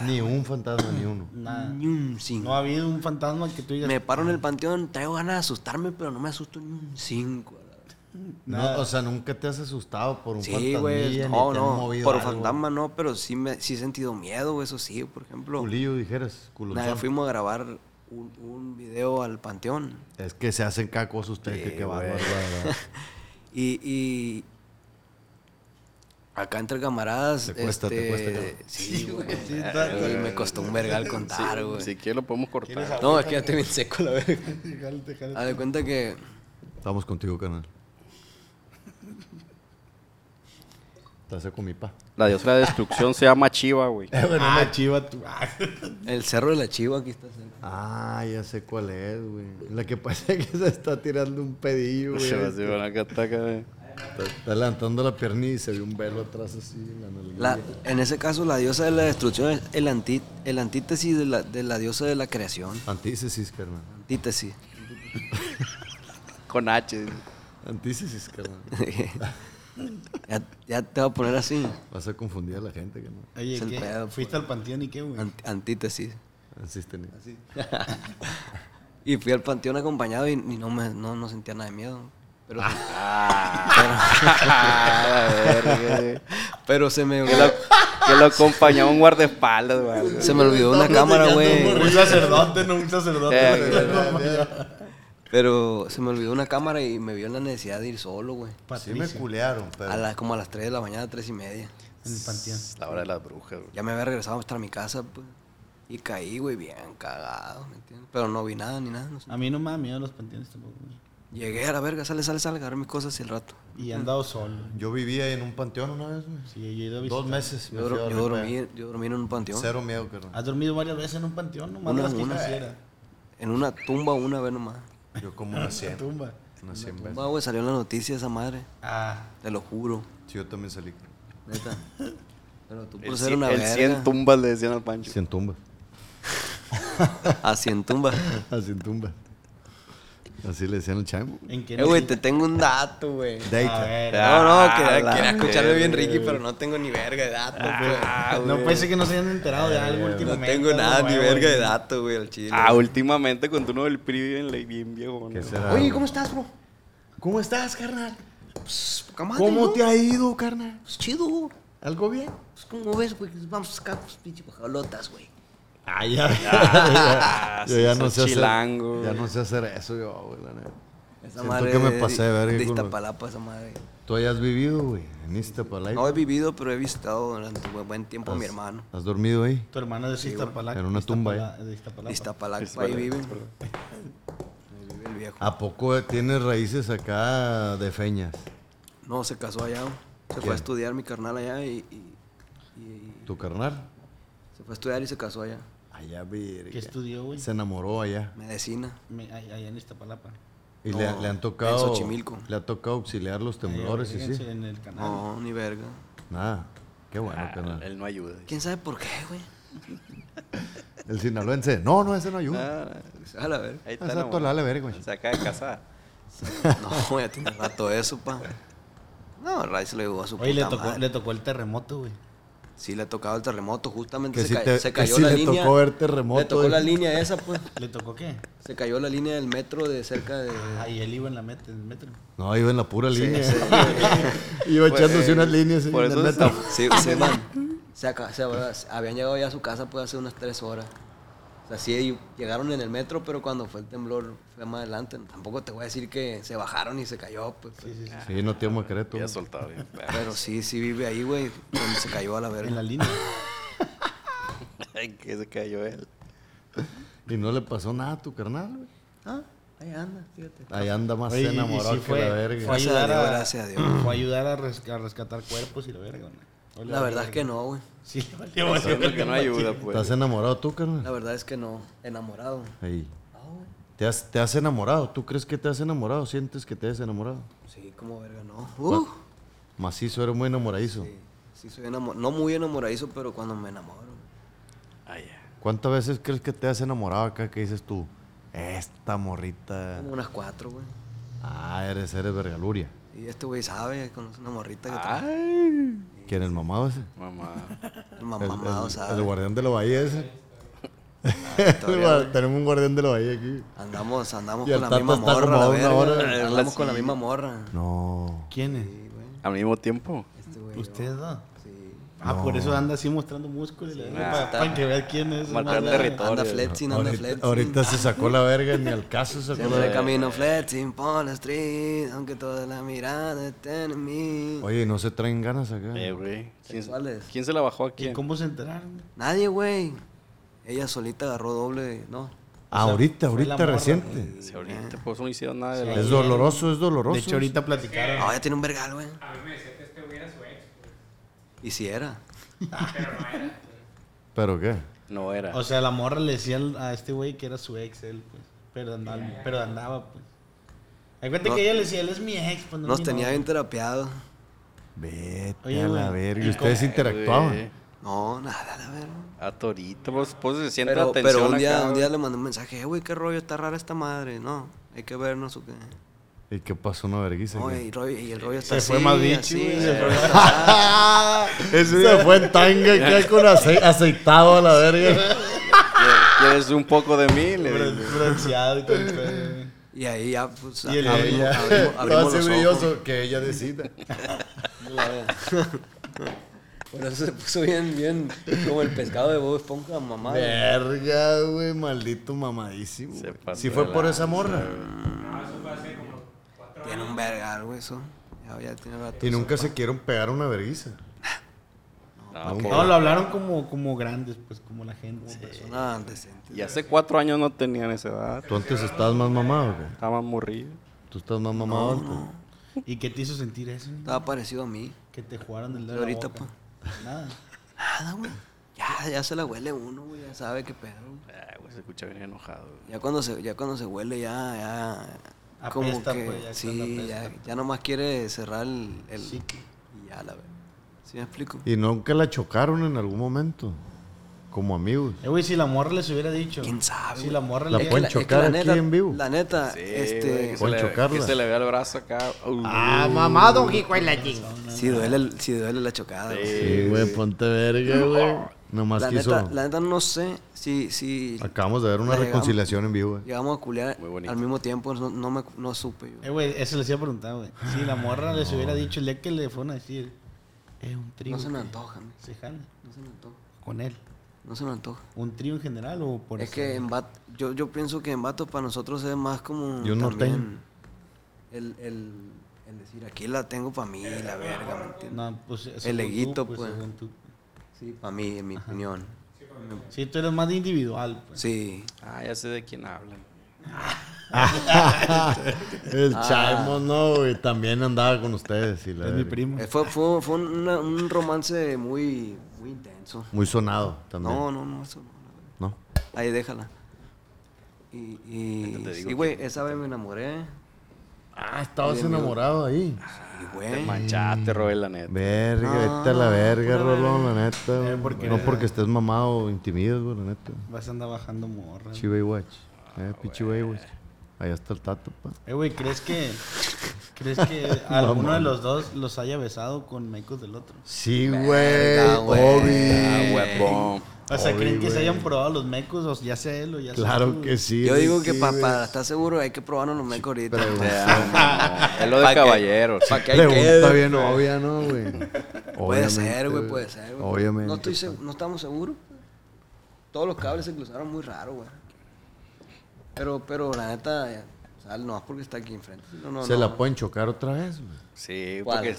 Speaker 2: Ni un fantasma, ni uno.
Speaker 6: Nada.
Speaker 4: Ni un cinco.
Speaker 6: No ha habido un fantasma que tú digas. "Ah".
Speaker 4: Me paro en el panteón, traigo ganas de asustarme, pero no me asusto ni un 5.
Speaker 2: No, o sea, nunca te has asustado por un
Speaker 4: Sí,
Speaker 2: fantasma.
Speaker 4: güey. No, no. Por
Speaker 2: algo.
Speaker 4: fantasma no, pero sí, me, sí he sentido miedo, güey, eso sí. Por ejemplo,
Speaker 2: Culillo, dijeras. culo.
Speaker 4: una vez fuimos a grabar un, un video al panteón.
Speaker 2: Es que se hacen cacos ustedes, que qué bárbaro. güey.
Speaker 4: Eh, Y, y acá entre camaradas.
Speaker 2: Te cuesta, te
Speaker 4: este,
Speaker 2: cuesta,
Speaker 4: Sí, güey. Y me costó un vergal contar, güey.
Speaker 3: Si quieres lo podemos cortar.
Speaker 4: No, es que ya estoy bien seco la verga. Haz de cuenta que
Speaker 2: Estamos contigo, carnal. Estás con mi pa.
Speaker 3: La diosa de la destrucción se llama Chiva, güey.
Speaker 6: Ah, chiva tú. Ah.
Speaker 4: el cerro de la chiva aquí está cerca.
Speaker 2: Ah, ya sé cuál es, güey. La que parece que se está tirando un pedillo, güey.
Speaker 3: Se
Speaker 2: este.
Speaker 3: va a hacer una cataca, güey.
Speaker 2: Está, está levantando la pierna y se vio un velo atrás así en la
Speaker 4: La-
Speaker 2: nalguilla.
Speaker 4: en ese caso, la diosa de la destrucción es el, anti, el antítesis de la, de la diosa de la creación.
Speaker 2: Antítesis, carnal.
Speaker 4: Antítesis.
Speaker 3: Con H.
Speaker 2: Antítesis, carnal.
Speaker 4: ya, ya te voy a poner así.
Speaker 2: Vas a confundir a la gente, carnal.
Speaker 6: Oye,
Speaker 4: Es el
Speaker 6: ¿qué?
Speaker 4: pedo, pues.
Speaker 6: ¿Fuiste al panteón y qué, güey?
Speaker 4: Ant- antítesis.
Speaker 2: Así está, ni-
Speaker 4: Y fui al panteón acompañado y, y no, me, no, no sentía nada de miedo. Pero,
Speaker 3: Ah, la verga, güey.
Speaker 4: pero, Pero se me,
Speaker 3: Que lo, que lo acompañaba un guardaespaldas, güey.
Speaker 4: se me olvidó una cámara, güey.
Speaker 6: Un sacerdote, no un sacerdote.
Speaker 3: Eh,
Speaker 6: güey.
Speaker 3: güey.
Speaker 4: Pero se me olvidó una cámara y me vio en la necesidad de ir solo, güey.
Speaker 2: Sí
Speaker 6: Patricio,
Speaker 2: me culearon, pero.
Speaker 4: A las como a las 3 de la mañana, 3 y media.
Speaker 6: en el panteón.
Speaker 3: La hora de las brujas, güey.
Speaker 4: Ya me había regresado hasta mi casa, pues. Y caí, güey, bien cagado, ¿me entiendes? Pero no vi nada ni nada. no sé.
Speaker 6: A mí no me da miedo los panteones tampoco. güey.
Speaker 4: Llegué a la verga, sale, sale, sale, agarré mis cosas y el rato.
Speaker 6: Y he andado solo.
Speaker 2: Yo vivía en un panteón una vez, güey.
Speaker 6: Sí, yo he ido a visitar.
Speaker 2: Dos meses. me
Speaker 4: Yo,
Speaker 2: fui
Speaker 4: dor-
Speaker 2: a
Speaker 4: yo
Speaker 2: dormir.
Speaker 4: dormí, yo dormí en un panteón.
Speaker 2: Cero miedo, carnal.
Speaker 6: ¿Has dormido varias veces en un panteón? Nomás
Speaker 4: Una,
Speaker 6: las que
Speaker 4: una.
Speaker 6: quisiera.
Speaker 4: En una tumba una vez nomás.
Speaker 2: Yo como una 100.
Speaker 6: Tumba.
Speaker 2: Una 100 veces.
Speaker 4: Va, güey, salió en la noticia esa madre.
Speaker 6: Ah,
Speaker 4: Te lo juro.
Speaker 2: Sí, yo también salí.
Speaker 4: Neta. Pero tú por
Speaker 3: El,
Speaker 4: ser
Speaker 3: cien-
Speaker 4: una
Speaker 3: el
Speaker 4: verga.
Speaker 3: 100 tumbas le decían al Pancho.
Speaker 2: 100 tumbas.
Speaker 4: A 100 tumbas.
Speaker 2: A 100 tumbas. Así le decían al chango.
Speaker 6: ¿en qué
Speaker 4: Eh, güey, te tengo un dato, güey.
Speaker 6: A ver,
Speaker 4: No, no, que
Speaker 3: Ah,
Speaker 4: quería
Speaker 3: la
Speaker 4: escucharme bien Ricky, pero no tengo ni verga de dato, Ah, güey.
Speaker 6: Ah, no pensé que no se hayan enterado de algo últimamente.
Speaker 4: No tengo nada ni
Speaker 6: güey,
Speaker 4: verga de
Speaker 6: güey.
Speaker 4: dato, güey, al chile.
Speaker 3: eh. Ah, últimamente con tu del PRI en la bien viejo.
Speaker 2: ¿Qué
Speaker 3: ¿no?
Speaker 2: será?
Speaker 7: Oye, ¿cómo estás, bro? ¿Cómo estás, carnal?
Speaker 4: Pues, Poca madre,
Speaker 7: ¿Cómo
Speaker 4: ¿no?
Speaker 7: te ha ido, carnal?
Speaker 4: Pues chido, güey.
Speaker 7: ¿Algo bien?
Speaker 4: Pues como ves, güey, vamos acá, pues pinche pajolotas, güey.
Speaker 2: Ay, ya,
Speaker 3: Ah,
Speaker 2: yo
Speaker 3: sí,
Speaker 2: ya
Speaker 3: sos
Speaker 2: no sé hacer,
Speaker 3: chilango,
Speaker 2: ya
Speaker 3: güey.
Speaker 2: no sé hacer eso yo, güey, la neta.
Speaker 4: Esa
Speaker 2: Siento que me
Speaker 4: de-
Speaker 2: pasé de verga
Speaker 4: De
Speaker 2: con los-
Speaker 4: Iztapalapa, esa madre.
Speaker 2: ¿Tú hayas vivido, güey, en Iztapalapa?
Speaker 4: No he vivido, pero he visitado durante un buen tiempo a mi hermano.
Speaker 2: ¿Has dormido ahí?
Speaker 6: Tu hermano es de Iztapalapa.
Speaker 2: en una tumba, ¿eh?
Speaker 6: Iztapala- de Iztapalapa.
Speaker 4: ¿eh? Iztapalapa, ahí vive. Ahí vive el viejo.
Speaker 2: ¿A poco tienes raíces acá de feñas?
Speaker 4: No, se casó allá, güey. Se fue a estudiar mi carnal allá y, y- y-
Speaker 2: ¿Tu carnal?
Speaker 4: Se fue a estudiar y se casó allá.
Speaker 2: Allá, verga.
Speaker 6: ¿Qué estudió, güey?
Speaker 2: Se enamoró allá.
Speaker 4: Medicina.
Speaker 6: Me- ahí- Allá en Iztapalapa.
Speaker 2: Y le,
Speaker 4: No,
Speaker 2: le han
Speaker 4: en
Speaker 2: tocado...
Speaker 4: Xochimilco.
Speaker 2: Le ha tocado auxiliar los temblores
Speaker 6: Ahí,
Speaker 2: y
Speaker 6: fíjense,
Speaker 2: sí.
Speaker 6: En el canal.
Speaker 4: No, ni verga.
Speaker 2: Nada. Qué bueno,
Speaker 3: Ah,
Speaker 2: carnal.
Speaker 3: Él no ayuda.
Speaker 4: ¿Quién sabe por qué, güey?
Speaker 2: El sinaloense. No, no, ese no ayuda.
Speaker 3: Ah,
Speaker 4: A la verga.
Speaker 3: ahí está
Speaker 2: Esa
Speaker 3: nomás.
Speaker 2: tolale verga, güey.
Speaker 3: Se acaba de casar.
Speaker 4: No, güey, ya tiene rato eso, pa. No, Ray se lo llevó a su
Speaker 6: Oye, le
Speaker 4: puta
Speaker 6: tocó,
Speaker 4: madre.
Speaker 6: le tocó el terremoto, güey.
Speaker 4: Sí, le tocaba el terremoto, justamente
Speaker 2: Que
Speaker 4: se,
Speaker 2: si
Speaker 4: ca-
Speaker 2: te-
Speaker 4: se
Speaker 2: que
Speaker 4: cayó
Speaker 2: si
Speaker 4: la
Speaker 2: le
Speaker 4: línea.
Speaker 2: tocó ver terremoto,
Speaker 4: Le tocó
Speaker 2: güey.
Speaker 4: la línea esa, pues.
Speaker 6: ¿Le tocó qué?
Speaker 4: Se cayó la línea del metro de cerca de.
Speaker 6: Ahí él iba en la meta, en el metro.
Speaker 2: No, iba en la pura línea. iba
Speaker 4: Pues,
Speaker 2: echándose unas líneas.
Speaker 3: por
Speaker 2: en el
Speaker 3: eso es-
Speaker 2: metro.
Speaker 4: Sí, eh, se van. Se, aca- se habrá- se habían llegado ya a su casa pues hace unas tres horas. O sea, sí llegaron en el metro, pero cuando fue el temblor fue más adelante. Tampoco te voy a decir que se bajaron y se cayó, pues.
Speaker 2: Sí, no te amo a creer tú.
Speaker 3: Ah, Ya soltado. bien, perro.
Speaker 4: Pero sí, sí vive ahí, güey, donde se cayó a la verga.
Speaker 6: En la línea.
Speaker 3: Ay, que se cayó él.
Speaker 2: Y no le pasó nada a tu carnal, güey.
Speaker 4: Ah, ahí anda, fíjate.
Speaker 2: Ahí anda más
Speaker 6: Oye, y- y
Speaker 2: enamorado
Speaker 6: sí
Speaker 2: que
Speaker 6: fue-
Speaker 2: la
Speaker 6: Fue
Speaker 2: verga.
Speaker 6: a
Speaker 4: Gracias
Speaker 6: ayudar
Speaker 4: a Dios,
Speaker 6: a,
Speaker 4: gracias a Dios.
Speaker 6: Fue a ayudar a, res- a rescatar cuerpos y la verga, güey.
Speaker 4: La verdad es que no, güey.
Speaker 6: Sí, le valió
Speaker 3: Eso es
Speaker 6: verga.
Speaker 3: lo que no ayuda,
Speaker 2: ¿Estás
Speaker 3: pues.
Speaker 2: enamorado tú, carnal?
Speaker 4: La verdad Oh. es que no. Enamorado.
Speaker 2: Ahí. ¿Te has, ¿Te has enamorado? ¿Tú crees que te has enamorado? ¿Sientes que te has enamorado?
Speaker 4: Sí, como verga, no. Uh,
Speaker 2: Macizo, eres muy enamoradizo.
Speaker 4: sí, soy enamorado. No muy enamoradizo, pero cuando me enamoro.
Speaker 3: Ay, ya.
Speaker 2: ¿Cuántas veces crees que te has enamorado acá que dices tú? Esta morrita.
Speaker 4: Como unas cuatro, güey.
Speaker 2: Ah, eres, eres vergaluria.
Speaker 4: Y este güey sabe, conoce una morrita que trae.
Speaker 3: Ay,
Speaker 2: ¿Quién el mamado ese?
Speaker 3: mamá.
Speaker 4: El mamado
Speaker 2: el,
Speaker 4: sabe.
Speaker 2: el guardián de la bahía ese.
Speaker 4: Ah, todavía,
Speaker 2: El gua-
Speaker 4: güey.
Speaker 2: Tenemos un guardián de la bahía aquí.
Speaker 4: Andamos, andamos
Speaker 2: Y el
Speaker 4: con la
Speaker 2: Tata
Speaker 4: misma
Speaker 2: está
Speaker 4: morra,
Speaker 2: como
Speaker 4: la
Speaker 2: a una
Speaker 4: verga.
Speaker 2: hora de
Speaker 4: Andamos con la misma morra.
Speaker 2: No.
Speaker 6: ¿Quién es?
Speaker 4: Sí, güey.
Speaker 3: Al mismo tiempo.
Speaker 4: Este güey.
Speaker 6: ¿Ustedes dos?
Speaker 4: no. Sí.
Speaker 6: Ah, por eso anda así mostrando músculos. para,
Speaker 4: Ah, está-
Speaker 6: que vean quién es.
Speaker 3: marcar
Speaker 6: madre.
Speaker 3: territorio.
Speaker 4: Anda flexing, anda
Speaker 2: Ahorita,
Speaker 4: flexing.
Speaker 2: ahorita se sacó la verga, ni al caso se sacó la
Speaker 4: Siempre
Speaker 2: verga.
Speaker 4: camino flexing por la street, aunque toda la mirada está en mí.
Speaker 2: Oye, ¿no se traen ganas acá?
Speaker 3: Eh, güey. ¿Quién,
Speaker 4: ¿Cuáles?
Speaker 3: quién se la bajó a
Speaker 6: ¿Y
Speaker 3: quién?
Speaker 6: cómo se enteraron?
Speaker 4: Nadie, güey. Ella solita agarró doble, ¿no?
Speaker 2: Ah, ahorita,
Speaker 6: fue la
Speaker 2: ahorita,
Speaker 6: morra,
Speaker 2: reciente.
Speaker 3: Si ahorita pues no hicieron nada de la-
Speaker 2: Es doloroso, es doloroso.
Speaker 6: De hecho, ahorita platicaron.
Speaker 4: No, ya tiene un vergal, güey. Y si era.
Speaker 2: ¿Pero qué?
Speaker 3: No era.
Speaker 6: O sea, la morra le decía al- a este güey que era su ex, él, pues. Pero andaba, pero andaba pues. Acuérdate
Speaker 4: No-
Speaker 6: que ella le decía, él es mi ex. Pues, no es
Speaker 4: Nos
Speaker 6: mi
Speaker 4: tenía
Speaker 6: novio".
Speaker 4: bien terapeados.
Speaker 2: Vete
Speaker 6: Oye,
Speaker 2: a la
Speaker 6: güey,
Speaker 2: verga.
Speaker 6: ¿y
Speaker 2: ¿Y ustedes
Speaker 6: cómo-
Speaker 2: interactuaban?
Speaker 3: Güey,
Speaker 4: No, nada, la verga.
Speaker 3: A Torito, pues, pues se siente
Speaker 4: Pero,
Speaker 3: atención
Speaker 4: pero un, día,
Speaker 3: acá,
Speaker 4: un día
Speaker 3: güey.
Speaker 4: le mandé un mensaje, "Eh, güey, qué rollo, está rara esta madre. No, hay que vernos o qué.
Speaker 2: ¿Y qué pasó una verguisa?
Speaker 4: No,
Speaker 2: güey?
Speaker 4: y, rollo- y el rollo está así,
Speaker 6: fue más bichi,
Speaker 4: así,
Speaker 6: güey,
Speaker 4: el
Speaker 6: se
Speaker 4: rollo está-
Speaker 2: Se fue en tanga acá con ace- aceitado a la verga.
Speaker 3: ¿Quieres un poco de mí? Le
Speaker 6: Pero
Speaker 3: digo.
Speaker 6: bronceado y todo el pedo, güey.
Speaker 4: Y ahí ya, pues,
Speaker 6: Y el-
Speaker 4: abrimos, abrimos- abrimos
Speaker 2: Todo así
Speaker 4: los ojos.
Speaker 2: brilloso que ella decida.
Speaker 4: Por eso se puso bien, bien, como el pescado de Bob Esponja, mamá.
Speaker 2: Verga, güey, maldito mamadísimo.
Speaker 3: Se
Speaker 2: güey.
Speaker 3: pasó
Speaker 2: Si fue
Speaker 3: de
Speaker 2: por
Speaker 3: lanza,
Speaker 2: esa morra.
Speaker 4: Tiene un vergar, güey, eso. Ya, ya tiene rato.
Speaker 2: Y nunca se quieren pegar una vergüenza.
Speaker 3: No,
Speaker 2: Nunca.
Speaker 6: No, lo hablaron como, como grandes, pues como la gente. como personas.
Speaker 4: Persona decente.
Speaker 3: Y hace cuatro años no tenían esa edad.
Speaker 2: Tú antes estabas más mamado, güey.
Speaker 3: Estaban morridos.
Speaker 2: Tú estás más mamado antes.
Speaker 6: ¿Y qué te hizo sentir eso? ni?
Speaker 4: Estaba parecido a mí.
Speaker 6: Que te jugaron el dedo.
Speaker 4: Pero
Speaker 6: en la
Speaker 4: ahorita, pues.
Speaker 6: boca. Nada.
Speaker 4: Nada, güey. Ya, ya se la huele uno, güey. Ya sabe qué pedo. güey.
Speaker 3: Ah, güey, se escucha bien enojado. güey.
Speaker 4: Ya cuando se, ya cuando se huele, ya, ya.
Speaker 6: Apesta,
Speaker 4: como que,
Speaker 6: pues, ya
Speaker 4: sí,
Speaker 6: cuando
Speaker 4: ya,
Speaker 6: apesta.
Speaker 4: ya nomás quiere cerrar el, el-
Speaker 6: Ciclo.
Speaker 4: y ya la verdad. ¿Sí me explico?
Speaker 2: Y nunca la chocaron en algún momento. Como amigos.
Speaker 6: Eh, güey, si la morra les hubiera dicho.
Speaker 4: ¿Quién sabe,
Speaker 6: Si
Speaker 4: güey?
Speaker 6: la morra
Speaker 2: La
Speaker 6: le
Speaker 2: pueden
Speaker 4: la- es
Speaker 2: chocar aquí
Speaker 4: neta,
Speaker 2: en vivo.
Speaker 4: La neta,
Speaker 3: Sí, güey,
Speaker 4: este.
Speaker 3: que, se le,
Speaker 2: Poncho
Speaker 3: que se le vea el brazo acá. Uh.
Speaker 2: Ah, mamado, hijo de la
Speaker 4: Sí duele, el- sí duele la chocada. güey.
Speaker 2: Sí, güey, pues ponte verga, güey. Nomás
Speaker 4: La
Speaker 2: quiso.
Speaker 4: neta, la neta no sé si, si
Speaker 2: Acabamos de ver una
Speaker 4: la llegamos-
Speaker 2: reconciliación en vivo, güey.
Speaker 4: llegamos a culear
Speaker 3: Muy bonito.
Speaker 4: al mismo tiempo, no, no me, no supe yo.
Speaker 6: Eh, güey, eso les iba a preguntar, güey. Si la morra les hubiera dicho el día que le fueron a decir. Es un trío.
Speaker 4: No se me
Speaker 6: que
Speaker 4: antoja, güey.
Speaker 6: Se jala.
Speaker 4: No se me antoja.
Speaker 6: Con él.
Speaker 4: No se me antoja.
Speaker 6: ¿Un trío en general o por
Speaker 4: es
Speaker 6: eso?
Speaker 4: que en vato, yo, yo pienso que en vato para nosotros es más como.
Speaker 2: Y un norteño.
Speaker 4: también El, el, el decir, aquí la tengo para mí, la verga, ¿me entiendes?
Speaker 6: No, pues, según
Speaker 4: El
Speaker 6: tú,
Speaker 4: leguito, pues.
Speaker 6: según tú.
Speaker 4: Sí, para mí, en mi opinión.
Speaker 6: Sí, tú eres más de individual, pues.
Speaker 4: Sí.
Speaker 3: Ah, ya sé de quién hablan.
Speaker 2: El
Speaker 4: Ah.
Speaker 2: Chaimo, no, güey. También andaba con ustedes. Y la
Speaker 6: Es mi
Speaker 2: verga.
Speaker 6: primo.
Speaker 4: Eh, Fue, fue, fue una- un romance muy, muy intenso.
Speaker 2: Muy sonado también.
Speaker 4: No, no, no, eso no. la verga.
Speaker 2: ¿No?
Speaker 4: Ahí déjala. Y, y,
Speaker 3: Ahorita te digo
Speaker 4: sí, güey, esa vez me enamoré.
Speaker 2: Ah, estabas
Speaker 4: Oye, amigo.
Speaker 2: enamorado ahí.
Speaker 4: Y, güey,
Speaker 3: Manchate, Roel, la neta.
Speaker 2: Verga,
Speaker 4: No,
Speaker 2: vete a la verga, Rolón, la neta. güey.
Speaker 6: porque-
Speaker 2: no Eh, porque estés mamado o intimidas, güey, la neta.
Speaker 6: Vas a andar bajando morra.
Speaker 2: Chiva y Watch.
Speaker 4: Ah,
Speaker 2: Eh, pinche Baywatch. Allá está el tato, pa.
Speaker 6: Eh, güey, ¿crees que. ¿Crees que alguno de los dos los haya besado con mecos del otro?
Speaker 2: Sí, güey.
Speaker 4: Verga, güey.
Speaker 3: Ah,
Speaker 2: Obi.
Speaker 3: huevón.
Speaker 6: O sea,
Speaker 2: Oy,
Speaker 6: ¿creen que se
Speaker 2: güey.
Speaker 6: hayan probado los mecos? O ya sea él o ya sea
Speaker 2: Claro
Speaker 6: tú?
Speaker 2: que sí.
Speaker 4: yo
Speaker 2: güey,
Speaker 4: digo que
Speaker 2: sí,
Speaker 4: para
Speaker 2: güey.
Speaker 4: estar seguro hay que probarnos los mecos ahorita.
Speaker 3: Es lo de caballeros.
Speaker 4: Para que hay
Speaker 2: Pregunta
Speaker 4: que.
Speaker 2: bien obvia, ¿no, güey?
Speaker 4: Puede
Speaker 2: Obviamente,
Speaker 4: ser, güey, puede ser. güey.
Speaker 2: Obviamente.
Speaker 4: No, estoy seg- no estamos seguros. Todos los cables se cruzaron muy raro, güey. Pero, pero la neta, ya, o sea, no es porque está aquí enfrente. No, no,
Speaker 2: Se
Speaker 4: no.
Speaker 2: la pueden chocar otra vez, güey.
Speaker 3: Sí,
Speaker 4: ¿Cuál?
Speaker 3: porque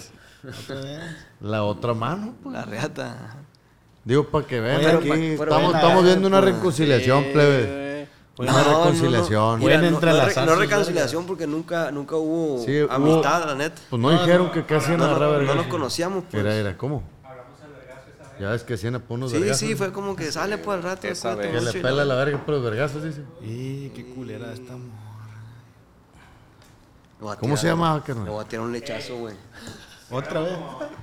Speaker 6: ¿Otra vez?
Speaker 2: La otra mano, pues.
Speaker 4: La reata.
Speaker 2: Digo, para que vean
Speaker 6: Oye,
Speaker 2: aquí.
Speaker 6: pa-
Speaker 4: pero
Speaker 2: estamos,
Speaker 6: ven
Speaker 2: estamos
Speaker 6: acá,
Speaker 2: viendo una
Speaker 4: pues.
Speaker 2: reconciliación, plebe.
Speaker 3: Eh,
Speaker 2: Una reconciliación.
Speaker 4: Mira,
Speaker 6: Pueden
Speaker 4: no- no re-
Speaker 6: entrelazar
Speaker 4: no
Speaker 6: sus
Speaker 4: reconciliación porque nunca, nunca hubo
Speaker 2: Sí, hubo-
Speaker 4: Uh, amistad, la neta. Ah,
Speaker 2: Pues no, dijeron que casi
Speaker 4: no,
Speaker 2: en la
Speaker 4: no, no nos conocíamos, pues.
Speaker 2: Era, era, ¿cómo? Hablamos al vergazo esa vez. Ya ves que hacían a unos
Speaker 4: Sí,
Speaker 2: vergazos.
Speaker 4: sí, fue como que sale por el rato.
Speaker 3: Esa
Speaker 4: después
Speaker 2: Que
Speaker 4: de
Speaker 2: le
Speaker 4: todo
Speaker 2: pela la verga por los vergazos, dice.
Speaker 6: Y qué culera esta morra.
Speaker 4: Lo voy a
Speaker 2: ¿Cómo
Speaker 4: tirar,
Speaker 2: se llamaba,
Speaker 4: güey. Le
Speaker 2: carnal?
Speaker 4: voy a tirar un lechazo, güey.
Speaker 6: ¿Otra vez?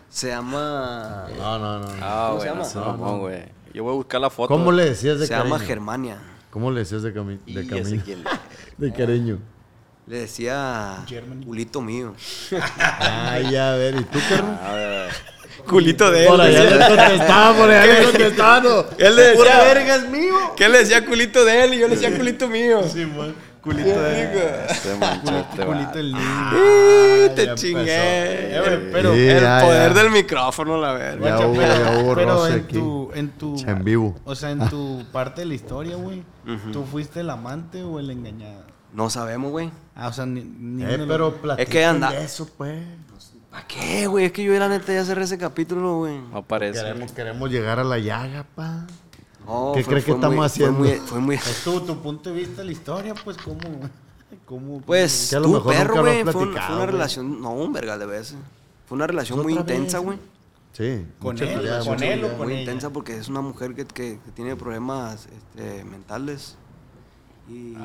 Speaker 4: Se llama... eh,
Speaker 2: No, no, no. no.
Speaker 3: Ah,
Speaker 4: ¿Cómo se
Speaker 3: bueno,
Speaker 4: llama?
Speaker 3: se mamó, güey. Yo voy a buscar la foto.
Speaker 2: ¿Cómo le decías de
Speaker 4: Se llama
Speaker 2: cariño?
Speaker 4: Germania.
Speaker 2: ¿Cómo le decías de, cami de
Speaker 3: Y ya sé
Speaker 2: camino?
Speaker 3: quién.
Speaker 2: De cariño.
Speaker 4: Le decía...
Speaker 6: Germany.
Speaker 4: Culito mío.
Speaker 2: Ay, Ah, a ver, ¿y tú, carnal?
Speaker 3: A ver,
Speaker 4: Culito de
Speaker 2: Por allá le contestaba, por allá le contestaba.
Speaker 3: Él le
Speaker 4: ¡Pura
Speaker 3: decía,
Speaker 4: verga es mío!
Speaker 3: ¿qué le decía culito de él? Y yo le decía culito mío.
Speaker 6: Sí, güey. Culito de.
Speaker 3: Se manchó este
Speaker 6: Culito
Speaker 3: vato.
Speaker 6: del niño. Ah,
Speaker 3: Ih, Te
Speaker 2: empezó.
Speaker 3: chingué.
Speaker 6: Eh, güey, pero.
Speaker 2: Sí,
Speaker 3: El
Speaker 2: ya,
Speaker 3: poder
Speaker 2: ya.
Speaker 3: del micrófono, la verga.
Speaker 2: Ya
Speaker 6: Guacha,
Speaker 2: hubo-
Speaker 6: pero-
Speaker 2: ya hubo
Speaker 6: pero
Speaker 2: roce
Speaker 6: en
Speaker 2: aquí.
Speaker 6: tu, en tu
Speaker 2: En vivo.
Speaker 6: O sea, en tu parte de la historia, güey, ¿tú fuiste el amante o el engañado?
Speaker 4: No sabemos, güey.
Speaker 6: Ah, o sea, ni, ni uno
Speaker 2: Eh,
Speaker 6: ni
Speaker 2: pero
Speaker 6: otro.
Speaker 2: platíquen
Speaker 4: anda-
Speaker 2: de eso, pues.
Speaker 4: ¿Para qué, güey? Es que yo la neta ya cerré ese capítulo, güey.
Speaker 3: No parece.
Speaker 2: Queremos, queremos llegar a la llaga, pa.
Speaker 4: No,
Speaker 2: ¿Qué crees que estamos
Speaker 4: muy-
Speaker 2: haciendo?
Speaker 4: Fue muy... Fue muy
Speaker 6: Es tu, tu punto de vista de la historia, pues, ¿cómo? ¿Cómo?
Speaker 4: pues,
Speaker 2: Que a lo
Speaker 4: tú,
Speaker 2: mejor
Speaker 4: perro,
Speaker 2: nunca lo has
Speaker 4: güey. Fue, un- fue
Speaker 2: platicado,
Speaker 4: una
Speaker 2: güey.
Speaker 4: relación... No, un verga de veces. Fue una relación muy
Speaker 2: otra vez,
Speaker 4: intensa,
Speaker 2: güey.
Speaker 4: güey.
Speaker 2: Sí.
Speaker 6: ¿Con
Speaker 2: mucha
Speaker 6: él?
Speaker 2: pelea,
Speaker 6: ¿Con
Speaker 2: mucha
Speaker 6: él o
Speaker 2: pelea.
Speaker 6: con
Speaker 4: muy
Speaker 6: ella?
Speaker 4: intensa porque es una mujer que, que- que tiene problemas este, mentales. Y,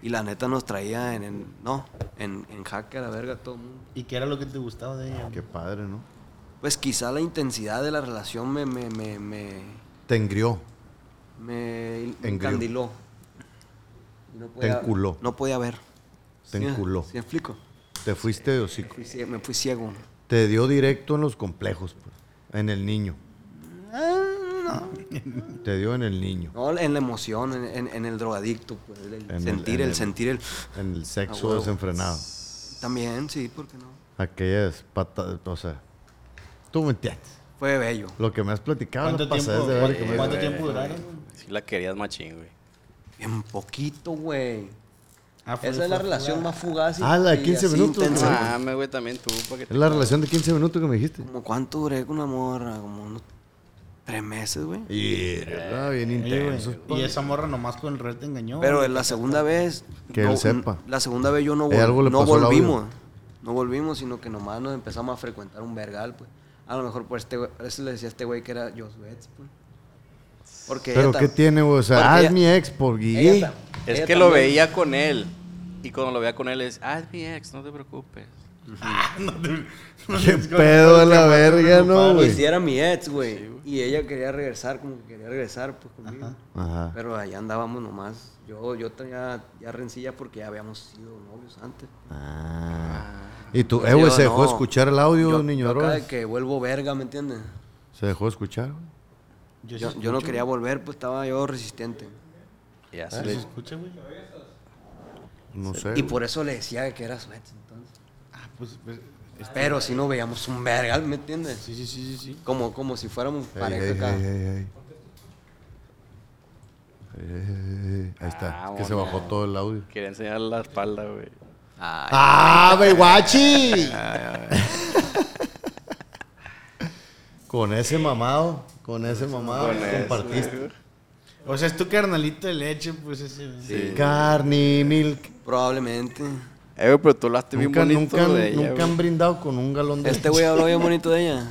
Speaker 4: y la neta nos traía en, en- no, en, en jaque a la verga a todo el mundo.
Speaker 6: ¿Y qué era lo que te gustaba de ella?
Speaker 2: Qué padre, ¿no?
Speaker 4: Pues quizá la intensidad de la relación me, me, me, me,
Speaker 2: Te engrió.
Speaker 4: me
Speaker 2: Engrió.
Speaker 4: encandiló. Y No
Speaker 2: Te enculó.
Speaker 4: No podía ver.
Speaker 2: Te
Speaker 4: ¿Sí me-
Speaker 2: enculó.
Speaker 4: ¿Sí me explico?
Speaker 2: Te fuiste de hocico.
Speaker 4: Fui cie- me fui ciego.
Speaker 2: Te dio directo en los complejos, pues, en el niño. Ah, Te dio en el niño.
Speaker 4: No, en la emoción, en, en- en el drogadicto. Pues, el
Speaker 2: el-
Speaker 4: sentir,
Speaker 2: en
Speaker 4: el,
Speaker 2: el-
Speaker 4: sentir, el...
Speaker 2: En el
Speaker 4: A
Speaker 2: sexo
Speaker 4: huevo.
Speaker 2: desenfrenado.
Speaker 4: También, sí, ¿por qué no?
Speaker 2: Aquellas patas, o sea, tú me entiendes.
Speaker 4: fue bello.
Speaker 2: Lo que me has platicado,
Speaker 6: ¿Cuánto
Speaker 2: no pasé
Speaker 6: tiempo,
Speaker 2: de ver que
Speaker 6: cuánto,
Speaker 2: me-
Speaker 6: cuánto tiempo duraron? güey?
Speaker 3: Si la querías machín, güey.
Speaker 4: En poquito, güey.
Speaker 6: Ah, fue-
Speaker 4: Esa
Speaker 6: fue
Speaker 4: es la relación
Speaker 6: fugaz.
Speaker 4: más fugaz y,
Speaker 2: Ah, la de
Speaker 4: y
Speaker 2: 15
Speaker 4: así
Speaker 2: minutos, güey.
Speaker 4: intensa, güey.
Speaker 3: Mame, güey, también tú. pa' que
Speaker 2: Es la relación de 15 minutos que me dijiste.
Speaker 4: Como cuánto duré con una morra, como unos tres meses, güey.
Speaker 2: Y ah, bien
Speaker 6: Oye, güey,
Speaker 2: intenso.
Speaker 6: Y esa morra nomás con el red te engañó.
Speaker 4: Pero
Speaker 6: güey.
Speaker 4: la segunda vez.
Speaker 2: Que él sepa.
Speaker 4: La segunda vez yo no,
Speaker 2: Eh,
Speaker 4: vol-
Speaker 2: algo le
Speaker 4: no
Speaker 2: pasó al audio.
Speaker 4: volvimos. No volvimos, sino que nomás nos empezamos a frecuentar un vergal, pues. A lo mejor por este güey, por eso le decía a este güey que era Josué, pues. Porque
Speaker 2: Pero
Speaker 4: ella
Speaker 2: ¿qué
Speaker 4: tam-
Speaker 2: tiene, güey? O sea,
Speaker 4: Porque
Speaker 2: ah,
Speaker 4: ella-
Speaker 2: es mi ex por
Speaker 4: ella
Speaker 2: Guille.
Speaker 4: tam-
Speaker 3: Es
Speaker 4: ella
Speaker 3: que lo
Speaker 4: también-
Speaker 3: veía con él. Y cuando lo veía con él, es, ah, es mi ex, no te preocupes.
Speaker 2: Qué pedo a la verga, ¿no,
Speaker 4: Y
Speaker 2: güey?
Speaker 4: si Pues era mi ex, güey. y ella quería regresar, como que quería regresar, pues conmigo.
Speaker 2: Ajá.
Speaker 4: Pero allá andábamos nomás. Yo, yo tenía ya rencillas porque ya habíamos sido novios antes.
Speaker 2: Ah. Y tú, eh,
Speaker 4: Sí,
Speaker 2: güey,
Speaker 4: o
Speaker 2: se dejó
Speaker 4: no.
Speaker 2: escuchar el audio,
Speaker 4: Yo-
Speaker 2: niño
Speaker 4: yo acá
Speaker 2: Ross?
Speaker 4: de que vuelvo verga, ¿me entiendes?
Speaker 2: Se dejó escuchar, güey.
Speaker 6: Yo,
Speaker 4: Yo, yo no quería volver, pues estaba yo resistente. Ah,
Speaker 3: Y así le-
Speaker 6: Escucha, güey.
Speaker 2: No sé.
Speaker 4: Y
Speaker 2: güey.
Speaker 4: por eso le decía que era su ex, entonces.
Speaker 6: Ah, pues, pues,
Speaker 4: Pero si no veíamos un verga, ¿me entiendes?
Speaker 6: sí, sí, sí, sí, sí.
Speaker 4: Como, como si fuéramos
Speaker 2: Ey,
Speaker 4: pareja
Speaker 2: ey,
Speaker 4: acá.
Speaker 2: ey, ey, ey. Ey, ey, ey, ey. Ahí está. Es que se
Speaker 4: Ah,
Speaker 2: bajó todo el audio.
Speaker 3: Quería enseñar la espalda, güey.
Speaker 2: ¡Ah, Baywatchi! con ese mamado, con ese mamado compartiste.
Speaker 6: O sea, es tu carnalito de leche, pues ese. güey.
Speaker 2: Carne, milk.
Speaker 4: Probablemente.
Speaker 3: Eh, güey, pero tú lo haces bien
Speaker 2: Nunca,
Speaker 3: bonito
Speaker 2: nunca,
Speaker 3: de ella,
Speaker 2: nunca
Speaker 3: güey.
Speaker 2: han brindado con un galón de
Speaker 4: Este güey habló bien bonito de ella.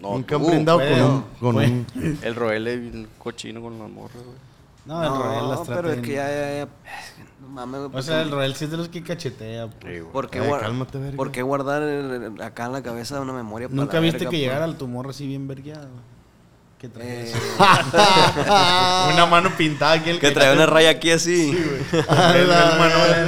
Speaker 3: No,
Speaker 2: Nunca han
Speaker 3: tú.
Speaker 2: brindado con
Speaker 6: pero-
Speaker 2: un, con un-
Speaker 3: El Roel es bien cochino con las morras, güey.
Speaker 6: No, el Roel
Speaker 4: No,
Speaker 6: las trata
Speaker 4: pero es
Speaker 6: bien.
Speaker 4: que ya, ya, ya- es que No mames, güey.
Speaker 6: O
Speaker 4: ¿por
Speaker 6: sea,
Speaker 4: qué-
Speaker 6: el Roel sí es de los que cachetea. pues.
Speaker 4: ¿Por qué,
Speaker 2: Ay,
Speaker 4: guar-
Speaker 2: Eh, cálmate, verga.
Speaker 4: por qué guardar el- el- acá en la cabeza una memoria para
Speaker 6: Nunca
Speaker 4: la
Speaker 6: viste
Speaker 4: verga,
Speaker 6: que
Speaker 4: pues?
Speaker 6: llegara al tumor así bien vergueado. Que traía
Speaker 4: Eh,
Speaker 6: así. una mano pintada aquí el
Speaker 4: que trae una raya aquí así.
Speaker 6: Ve el
Speaker 2: Ah,
Speaker 6: Manuel.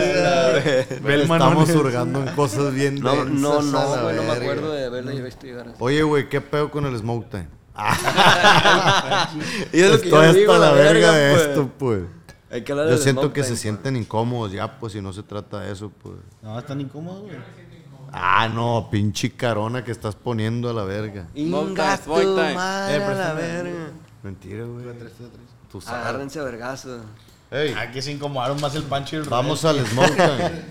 Speaker 6: Ve el Manuel.
Speaker 2: Estamos hurgando en cosas bien
Speaker 4: No, no,
Speaker 2: densas a
Speaker 4: no,
Speaker 2: la
Speaker 4: güey, no me
Speaker 2: verga.
Speaker 4: acuerdo de haberla visto llegar así.
Speaker 2: Oye, güey, ¿qué pedo con el smoke time?
Speaker 4: Y es lo que yo
Speaker 2: Estoy hasta
Speaker 4: digo,
Speaker 2: la verga de
Speaker 4: pues.
Speaker 2: esto, pues.
Speaker 4: Hay que hablar
Speaker 2: Yo
Speaker 4: del
Speaker 2: siento
Speaker 4: Smoke
Speaker 2: que se
Speaker 4: Time. pues.
Speaker 2: sienten incómodos ya, pues, si no se trata de eso, pues.
Speaker 6: No, están incómodos, güey.
Speaker 2: Ah, no, pinche carona que estás poniendo a la verga.
Speaker 4: Inga
Speaker 3: Smoke Time,
Speaker 4: tu
Speaker 3: Smoke Time.
Speaker 4: madre a
Speaker 6: Eh,
Speaker 4: la verga.
Speaker 2: Mentira, güey.
Speaker 4: Ah,
Speaker 2: Tú sabes.
Speaker 4: Agárrense a vergazo.
Speaker 2: Ey,
Speaker 6: Aquí Ah, se incomodaron más el Pancho y el Roel.
Speaker 2: vamos al smoke time.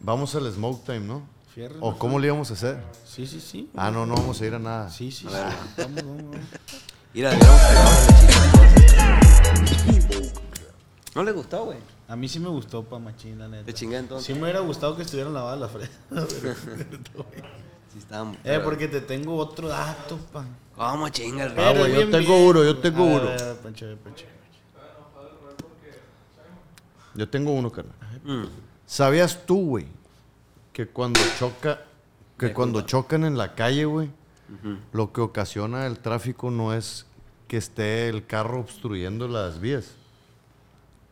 Speaker 2: Vamos al smoke time, ¿no?
Speaker 6: Fierro,
Speaker 2: ¿O
Speaker 6: ¿no?
Speaker 2: cómo le íbamos a hacer?
Speaker 6: Sí, sí, sí.
Speaker 2: Ah, no, no vamos a ir a nada.
Speaker 6: Sí, sí, sí. Vamos, vamos, vamos.
Speaker 4: Mira, vieron que- No le gustó, güey.
Speaker 6: A mí sí me gustó pa' machín, la neta.
Speaker 4: Te chingué entonces.
Speaker 6: Sí me hubiera gustado que estuvieran lavadas las fresas.
Speaker 4: Sí, estábamos.
Speaker 6: eh,
Speaker 4: pero-
Speaker 6: porque te tengo otro dato, pa.
Speaker 4: ¿Cómo chinga el
Speaker 2: Ah,
Speaker 4: rey?
Speaker 2: güey, yo
Speaker 6: Bien,
Speaker 2: tengo
Speaker 6: bien,
Speaker 2: uno, yo
Speaker 6: güey.
Speaker 2: tengo
Speaker 6: A ver,
Speaker 2: uno.
Speaker 6: a ver, Pancho, a ver, Pancho.
Speaker 2: Yo tengo uno, carnal.
Speaker 4: Mm.
Speaker 2: ¿Sabías tú, güey, que cuando choca, que cuando chocan en la calle, güey, lo que ocasiona el tráfico no es que esté el carro obstruyendo las vías,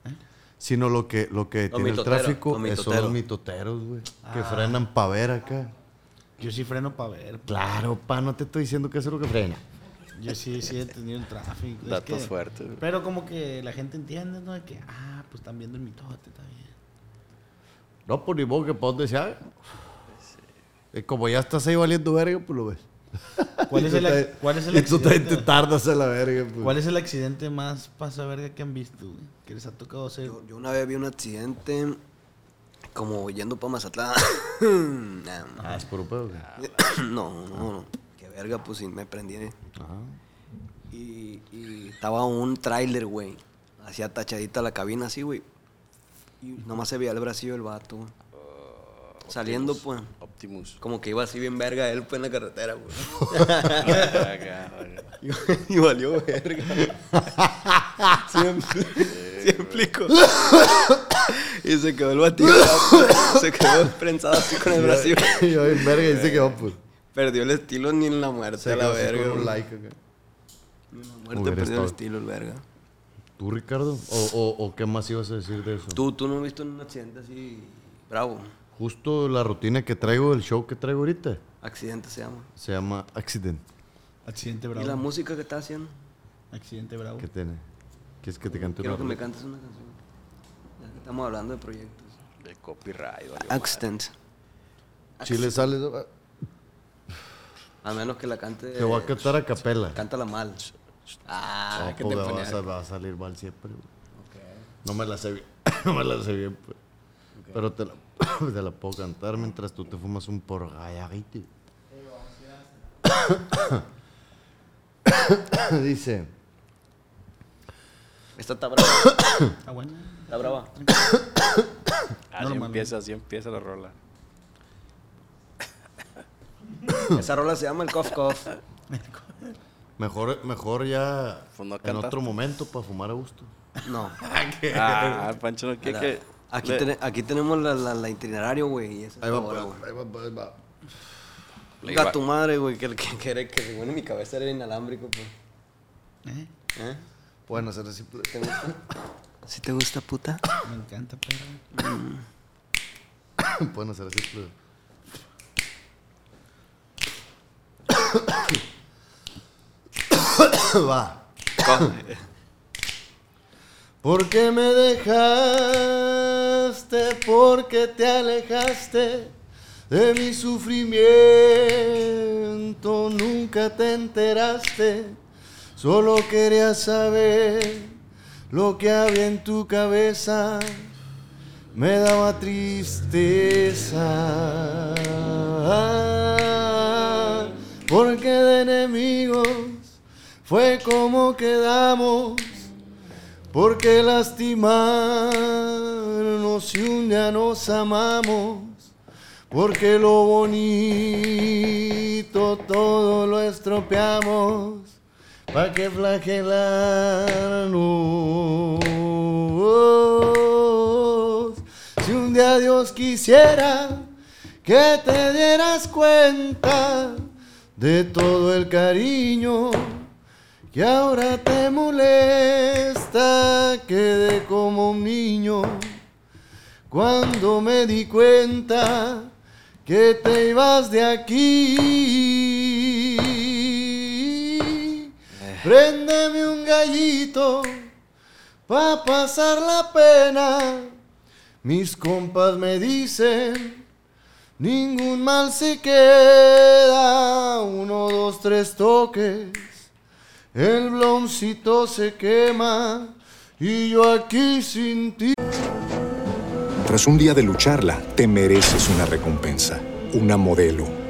Speaker 6: ¿Eh?
Speaker 2: sino lo que lo que tiene el
Speaker 4: mitoteros,
Speaker 2: tráfico
Speaker 4: los
Speaker 2: es- son los
Speaker 4: mitoteros.
Speaker 2: mitoteros, güey,
Speaker 6: Ah.
Speaker 2: que frenan pa ver acá.
Speaker 6: Yo sí freno para ver. pa.
Speaker 2: Claro, pa, no te estoy diciendo que eso es lo que frena.
Speaker 6: Yo sí, sí he tenido el tráfico. Es
Speaker 3: Datos
Speaker 6: que-
Speaker 3: fuertes, güey.
Speaker 6: Pero como que la gente entiende, ¿no? De que, ah, pues están viendo el mitote, está bien.
Speaker 2: No, por ni modo que pa' donde sea. Y Eh, como ya estás ahí valiendo verga, pues lo ves.
Speaker 6: ¿Cuál
Speaker 2: Y
Speaker 6: es
Speaker 2: tú
Speaker 6: el
Speaker 2: te-
Speaker 6: ac- cuál es el
Speaker 2: Y tú te,
Speaker 6: accidente?
Speaker 2: te tardas a la verga, pues.
Speaker 6: ¿Cuál es el accidente más pasa verga que han visto, güey? Que les ha tocado hacer.
Speaker 4: Yo, yo una vez vi un accidente como yendo para Mazatlán. Nah,
Speaker 2: Ah, es puro pedo. güey.
Speaker 4: no, no, no. Qué verga, pues si me prendí. eh. Y, y estaba un tráiler, güey. Hacía tachadita la cabina así, güey. Y nomás se veía el bracillo del vato, güey. Saliendo, pues.
Speaker 3: Optimus.
Speaker 4: Como que iba así bien verga él, pues, en la carretera, güey.
Speaker 3: Acá, güey.
Speaker 4: Y, valió verga. ¿Sí me, sí me explico? y se quedó el batido. pues, se quedó prensado así con el bracillo.
Speaker 2: Y yo, en verga, dice que va, pues.
Speaker 4: Perdió el estilo ni en la muerte,
Speaker 2: Se
Speaker 4: a la
Speaker 2: quedó así
Speaker 4: verga.
Speaker 2: con un
Speaker 4: güey.
Speaker 2: like acá.
Speaker 4: Ni en la muerte
Speaker 2: Hubiera
Speaker 4: perdió
Speaker 2: estado.
Speaker 4: el estilo, el verga.
Speaker 2: ¿Tú, Ricardo? ¿O, o, o qué más ibas a decir de eso?
Speaker 4: Tú, tú no has visto un accidente así bravo.
Speaker 2: Justo la rutina que traigo, el show que traigo ahorita,
Speaker 4: Accidente se llama.
Speaker 2: se llama Accident.
Speaker 6: Accidente
Speaker 4: ¿Y la
Speaker 6: bravo.
Speaker 4: música que estás haciendo?
Speaker 6: Accidente bravo.
Speaker 2: ¿Qué tiene? ¿Quieres que te cante
Speaker 4: Quiero
Speaker 2: una
Speaker 4: que me
Speaker 2: rola?
Speaker 4: cantes una canción. Ya que estamos hablando de proyectos. Ah,
Speaker 3: De copyright, güey.
Speaker 4: Accident.
Speaker 2: Chile sales. ah,
Speaker 4: A menos que la cante.
Speaker 7: Te voy a cantar a capela.
Speaker 4: Cántala mal. Ah,
Speaker 7: No,
Speaker 4: que te
Speaker 7: pues,
Speaker 4: pone.
Speaker 7: vas a- va a salir mal siempre. güey. No me la sé bien. no me la sé bien. pues. Pero te la, te la puedo cantar mientras tú te fumas un porgallarito. Dice,
Speaker 4: Esta está brava.
Speaker 6: Está bueno.
Speaker 4: Está brava.
Speaker 3: Así empieza, así empieza la rola.
Speaker 4: Esa rola se llama el Cough Cough.
Speaker 7: mejor, mejor ya
Speaker 3: Pues no
Speaker 7: en
Speaker 3: cantaste.
Speaker 7: otro momento para fumar a gusto.
Speaker 4: No.
Speaker 3: Ah, Pancho no quiere que.
Speaker 4: Aquí,
Speaker 3: le-
Speaker 4: tene- aquí tenemos la, la, la itinerario, güey. y esa
Speaker 7: Ahí
Speaker 4: es la
Speaker 7: va,
Speaker 4: hora, güey.
Speaker 7: pues, ahí va, pues, ahí va.
Speaker 3: le
Speaker 4: Venga
Speaker 3: iba-
Speaker 4: tu madre, güey, que, que, que, era- que según en mi cabeza era inalámbrico, pues. ¿Eh?
Speaker 7: Pueden hacer así. pues.
Speaker 4: ¿Te gusta? ¿Sí te gusta, puta?
Speaker 6: Me encanta, perro.
Speaker 7: Pueden hacer así. pues. va. ¿Por qué me dejaste? ¿Por qué te alejaste de mi sufrimiento? Nunca te enteraste, solo quería saber lo que había en tu cabeza. Me daba tristeza. Porque de enemigos fue como quedamos. Porque lastimarnos y un día nos amamos, porque lo bonito todo lo estropeamos, para que flagelarnos. Si un día Dios quisiera que te dieras cuenta de todo el cariño que ahora te molesta, quedé como un niño cuando me di cuenta que te ibas de aquí. Préndeme un gallito pa' pasar la pena. Mis compas me dicen Ningún mal se queda. Uno, dos, tres toques. El bloncito se quema. Y yo aquí sin ti.
Speaker 8: Tras un día de lucharla, te mereces una recompensa, una modelo,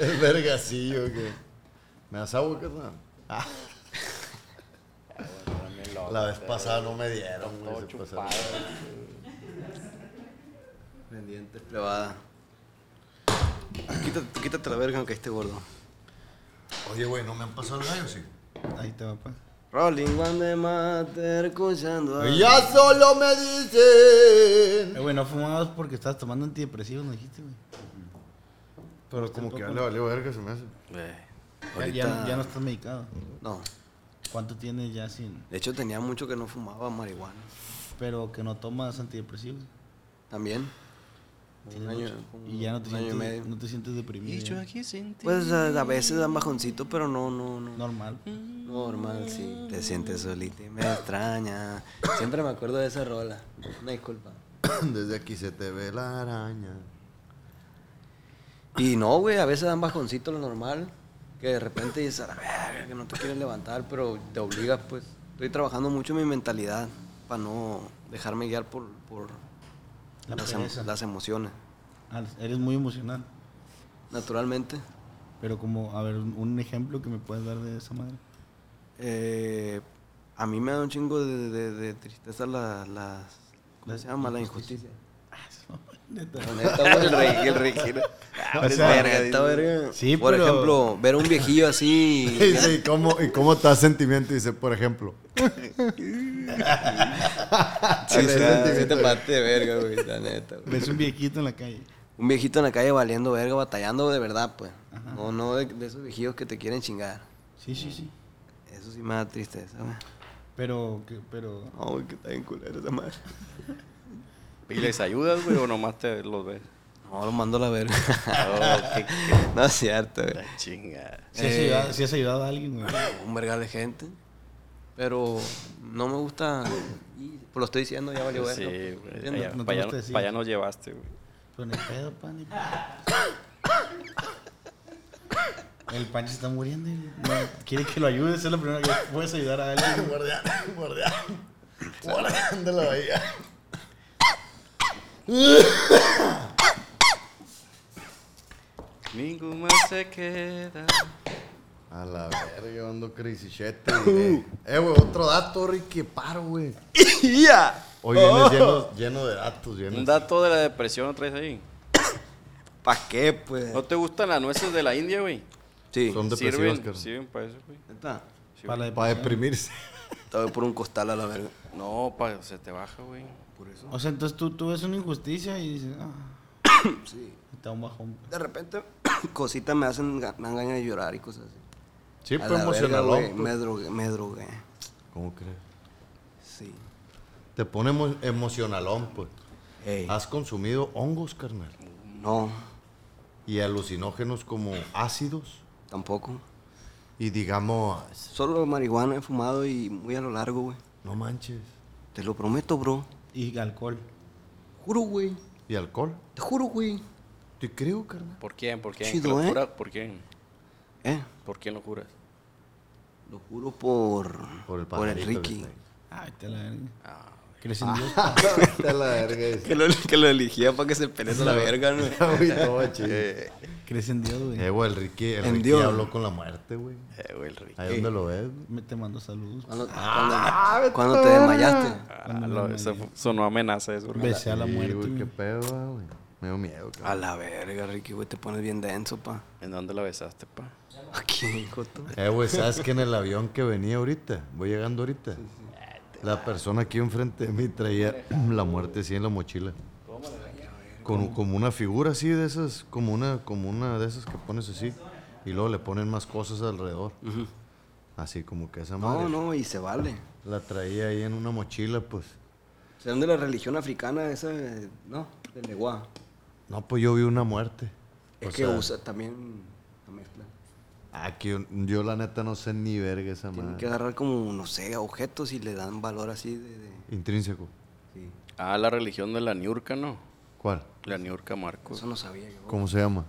Speaker 7: El vergacillo que. ¿Me das agua, carnal? Ah. La vez pasada no me dieron, güey, se pasaron.
Speaker 4: Pendiente, plebada. Quítate, tú quítate la verga aunque esté gordo.
Speaker 7: Oye, güey, ¿no me han pasado el gallo, sí?
Speaker 6: Ahí te va, pa.
Speaker 4: Rolling one de mater, escuchando. a-
Speaker 7: Ya solo me
Speaker 6: Eh,
Speaker 7: dicen.
Speaker 6: güey, no fumabas Eh, porque estabas tomando antidepresivos, no dijiste, güey.
Speaker 7: Pero como que ya le valió verga, se me hace.
Speaker 6: Ya- Ya, no- ya no estás medicado.
Speaker 4: No.
Speaker 6: ¿Cuánto tienes ya sin...?
Speaker 4: De hecho, tenía mucho que no fumaba marihuana.
Speaker 6: Pero que no tomas antidepresivos.
Speaker 4: También. Un año, como
Speaker 6: Y ya no te,
Speaker 4: un año y medio.
Speaker 6: sientes, no te sientes deprimido. ya.
Speaker 4: Pues a, a veces dan bajoncito, pero no, no, no.
Speaker 6: Normal.
Speaker 4: Normal, sí. Te sientes solita y me extraña. Siempre me acuerdo de esa rola. Una disculpa.
Speaker 7: Desde aquí se te ve la araña.
Speaker 4: Y no, güey, a veces dan bajoncito lo normal. Que de repente dices, a la verga, que no te quieres levantar, pero te obligas, pues. Estoy trabajando mucho mi mentalidad para no dejarme guiar por, por
Speaker 6: La
Speaker 4: las, em-
Speaker 6: pereza.
Speaker 4: las emociones.
Speaker 6: Ah, Eres muy emocional.
Speaker 4: Naturalmente,
Speaker 6: Pero como, a ver, un un ejemplo que me puedes dar de esa madre.
Speaker 4: eh, a mí me da un chingo de, de- de tristeza la, las- ¿Cómo se llama? La injusticia. La neta, güey.
Speaker 3: El rey, el rey.
Speaker 4: Ah, O sea,
Speaker 3: verga,
Speaker 4: neta,
Speaker 3: dice.
Speaker 4: verga.
Speaker 2: Sí,
Speaker 4: Por
Speaker 2: pero-
Speaker 4: ejemplo, ver a un viejillo así.
Speaker 2: Y dice, ¿y cómo, ¿y cómo te das sentimiento? Dice, por ejemplo.
Speaker 4: Sí, o sea, sí te parte de verga, güey, la neta, güey.
Speaker 6: Ves un viejito en la calle.
Speaker 4: Un viejito en la calle valiendo verga, batallando de verdad, pues. No, no de, de esos viejillos que te quieren chingar.
Speaker 6: Sí, sí, sí.
Speaker 4: Eso sí me da tristeza, güey.
Speaker 6: Pero, que- pero...
Speaker 4: No, güey, que está bien culero esa madre.
Speaker 3: ¿Y les ayudas, güey, o nomás te los ves?
Speaker 4: No, lo mando a la verga.
Speaker 3: No, qué-
Speaker 4: no es cierto, güey.
Speaker 3: La chinga.
Speaker 6: Si has,
Speaker 4: Eh.
Speaker 6: ayudado, sí has ayudado a alguien, güey.
Speaker 4: Un vergal de gente. Pero no me gusta. y- Pues lo estoy diciendo, ya valió verga.
Speaker 3: Sí,
Speaker 4: pues,
Speaker 3: güey.
Speaker 4: ¿entiendes?
Speaker 3: Allá-
Speaker 6: No te
Speaker 3: para allá-
Speaker 6: gusta decir.
Speaker 3: para allá nos llevaste, güey.
Speaker 6: Pero ni pedo, pan. ni- El pan se está muriendo. y no quiere que lo ayudes. Es lo primero que puedes ayudar a alguien.
Speaker 7: Guardián, guardián. Guardián de la bahía.
Speaker 3: Ningún más se queda.
Speaker 2: A la verga, yo ando crazy shit.
Speaker 4: Uh.
Speaker 2: güey. eh, güey, otro dato, Ricky, paro, güey. Hoy vienes lleno, lleno de datos, lleno.
Speaker 3: Un dato de la depresión otra vez ahí.
Speaker 4: ¿Para qué, pues?
Speaker 3: ¿No te gustan las nueces de la India, güey?
Speaker 4: Sí.
Speaker 2: Son depresivos,
Speaker 3: Sirven,
Speaker 2: carnal.
Speaker 3: sirven para eso, güey.
Speaker 4: Neta,
Speaker 3: Sí,
Speaker 6: Para la
Speaker 3: güey.
Speaker 2: Para
Speaker 6: depresión.
Speaker 2: deprimirse.
Speaker 4: Estaba por un costal a la verga.
Speaker 3: No, pa, se te baja, güey. Por eso.
Speaker 6: O sea, entonces tú, tú ves una injusticia y dices, ah,
Speaker 4: Sí.
Speaker 6: está un bajón.
Speaker 4: De repente, cositas me hacen, ga- me dan ganas de llorar y cosas así.
Speaker 2: Sí,
Speaker 4: A
Speaker 2: pues
Speaker 4: la verga, güey,
Speaker 2: emocionalón.
Speaker 4: Me drogué, me drogué.
Speaker 2: ¿Cómo crees?
Speaker 4: Sí.
Speaker 2: Te pone emo- emocionalón, pues.
Speaker 4: Ey.
Speaker 2: Has consumido hongos, carnal.
Speaker 4: No,
Speaker 2: Y alucinógenos como ácidos.
Speaker 4: tampoco.
Speaker 2: Y digamos,
Speaker 4: Solo marihuana he fumado y muy a lo largo, güey.
Speaker 2: no manches.
Speaker 4: Te lo prometo, bro.
Speaker 6: Y alcohol.
Speaker 4: Juro, güey.
Speaker 2: ¿Y alcohol?
Speaker 4: Te juro, güey.
Speaker 2: Te creo, carnal.
Speaker 3: ¿Por quién? ¿Por quién?
Speaker 4: Chido,
Speaker 3: ¿Lo
Speaker 4: ¿eh?
Speaker 3: jura? ¿Por quién?
Speaker 4: Eh,
Speaker 3: ¿Por quién lo juras?
Speaker 4: lo juro por.
Speaker 2: Por el
Speaker 4: por el
Speaker 2: pajarito que
Speaker 4: Ricky.
Speaker 2: está ahí.
Speaker 6: Ay, te la verga.
Speaker 3: Ah,
Speaker 6: ¿Crees en Dios?
Speaker 2: Está la verga. ese.
Speaker 4: Que lo, que lo elegía para que se pelee a la verga, güey.
Speaker 2: Ahorita va chido.
Speaker 6: ¿Crees en Dios, güey?
Speaker 2: Eh, güey, el Ricky, el
Speaker 4: En
Speaker 2: Ricky
Speaker 4: Dios.
Speaker 2: habló con la muerte, güey.
Speaker 3: Eh, güey, el Ricky.
Speaker 2: Ahí donde lo ves, güey.
Speaker 6: Me te mando saludos.
Speaker 4: Cuando, cuando- cuando te desmayaste.
Speaker 3: Ah, lo- eso fu- sonó amenaza eso, güey.
Speaker 6: Besé a la
Speaker 2: Sí,
Speaker 6: muerte.
Speaker 2: güey,
Speaker 6: güey.
Speaker 2: qué pedo, ah, güey. Me dio miedo,
Speaker 4: A
Speaker 2: cabrón.
Speaker 4: la verga, Ricky, güey. Te pones bien denso, pa.
Speaker 3: ¿En dónde la besaste, pa?
Speaker 4: Aquí, hijo tú.
Speaker 2: Eh, güey, ¿sabes que en el avión que venía ahorita? Voy llegando ahorita. La persona aquí enfrente de mí traía la muerte así en la mochila. Con, como una figura así de esas, como una, como una de esas que pones así. Y luego le ponen más cosas alrededor. Así como que esa madre.
Speaker 4: No, no, y se vale.
Speaker 2: La traía ahí en una mochila, pues.
Speaker 4: ¿Serán de la religión africana esa? eh, No, del Leguá.
Speaker 2: No, pues yo vi una muerte.
Speaker 4: Es
Speaker 2: O
Speaker 4: que
Speaker 2: sea,
Speaker 4: usa también la mezcla.
Speaker 2: Aquí yo, yo la neta no sé ni verga esa
Speaker 4: Tienen que
Speaker 2: madre.
Speaker 4: agarrar como, no sé, objetos y le dan valor así de... de-
Speaker 2: Intrínseco.
Speaker 4: sí.
Speaker 3: Ah, la religión de la Niurka, ¿no?
Speaker 2: ¿Cuál?
Speaker 3: La Niurka Marcos.
Speaker 4: Eso no sabía yo.
Speaker 2: ¿Cómo se llama?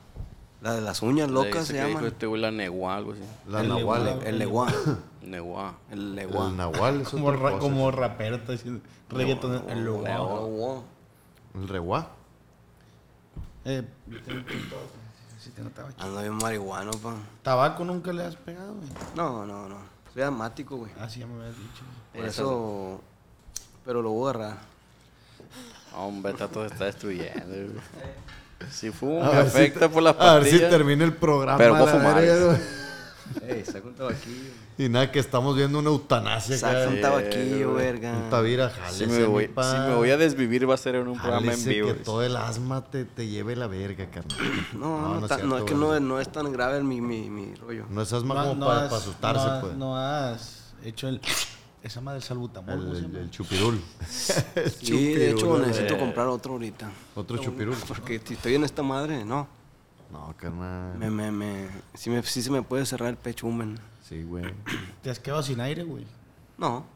Speaker 4: La de las uñas locas
Speaker 3: dice
Speaker 4: se
Speaker 3: que dijo
Speaker 4: llaman.
Speaker 3: Este güey la Neguá, algo así.
Speaker 2: La
Speaker 6: El
Speaker 2: Nahual.
Speaker 4: El Leguá.
Speaker 3: Neguá.
Speaker 4: El Leguá.
Speaker 2: El Nahual es
Speaker 6: Como,
Speaker 2: otra
Speaker 6: ra-
Speaker 2: cosa.
Speaker 6: como rapero, está diciendo reggaeton.
Speaker 4: El
Speaker 6: Oh,
Speaker 4: Leguá.
Speaker 2: El Reguá.
Speaker 6: Eh, yo tengo TikTok, sí tengo tabaco.
Speaker 4: Ando bien marihuano, pa.
Speaker 6: Tabaco nunca le has pegado, güey.
Speaker 4: No, no, no. Soy asmático, güey.
Speaker 6: Así ya me habías dicho. güey.
Speaker 4: Por
Speaker 3: Esa-
Speaker 4: eso... Pero lo voy a agarrar.
Speaker 3: Hombre, está todo está destruyendo, güey. Si fumo,
Speaker 2: A
Speaker 3: me
Speaker 2: ver si
Speaker 3: afecta
Speaker 2: te-
Speaker 3: por las
Speaker 2: A ver si
Speaker 3: pastillas.
Speaker 2: termina el programa.
Speaker 3: Pero voy a
Speaker 2: la
Speaker 3: fumar.
Speaker 2: verga, güey.
Speaker 4: Ey, saca un tabaquillo.
Speaker 2: Y nada, que estamos viendo una eutanasia.
Speaker 4: Saca un
Speaker 2: acá.
Speaker 4: tabaquillo,
Speaker 2: Un
Speaker 4: verga.
Speaker 2: tabira, jálese,
Speaker 3: si, me voy,
Speaker 2: mi pa.
Speaker 3: si me voy a desvivir, va a ser en un programa en
Speaker 2: Jálese
Speaker 3: vivo.
Speaker 2: que
Speaker 3: dice.
Speaker 2: todo el asma te, te lleve la verga, carnal.
Speaker 4: No, no,
Speaker 2: es
Speaker 4: ta- no, es
Speaker 2: cierto,
Speaker 4: que no
Speaker 2: güey.
Speaker 4: es, no es tan grave mi, mi, mi rollo.
Speaker 2: No es asma como
Speaker 6: no
Speaker 2: para,
Speaker 6: has-
Speaker 2: para asustarse,
Speaker 6: no has-
Speaker 2: pues.
Speaker 6: No has hecho el. Esa madre del salbutamol, ¿cómo
Speaker 2: el,
Speaker 6: se
Speaker 2: el,
Speaker 6: llama?
Speaker 2: el chupirul.
Speaker 4: Sí, de hecho
Speaker 2: Chupirul,
Speaker 4: necesito
Speaker 2: eh.
Speaker 4: comprar otro ahorita.
Speaker 2: Otro chupirul.
Speaker 4: Porque si estoy en esta madre, no.
Speaker 2: No, carnal.
Speaker 4: Me, me, me, sí, me, sí se me puede cerrar el pecho húmen.
Speaker 2: Sí, güey.
Speaker 6: Te has quedado sin aire, güey.
Speaker 4: No,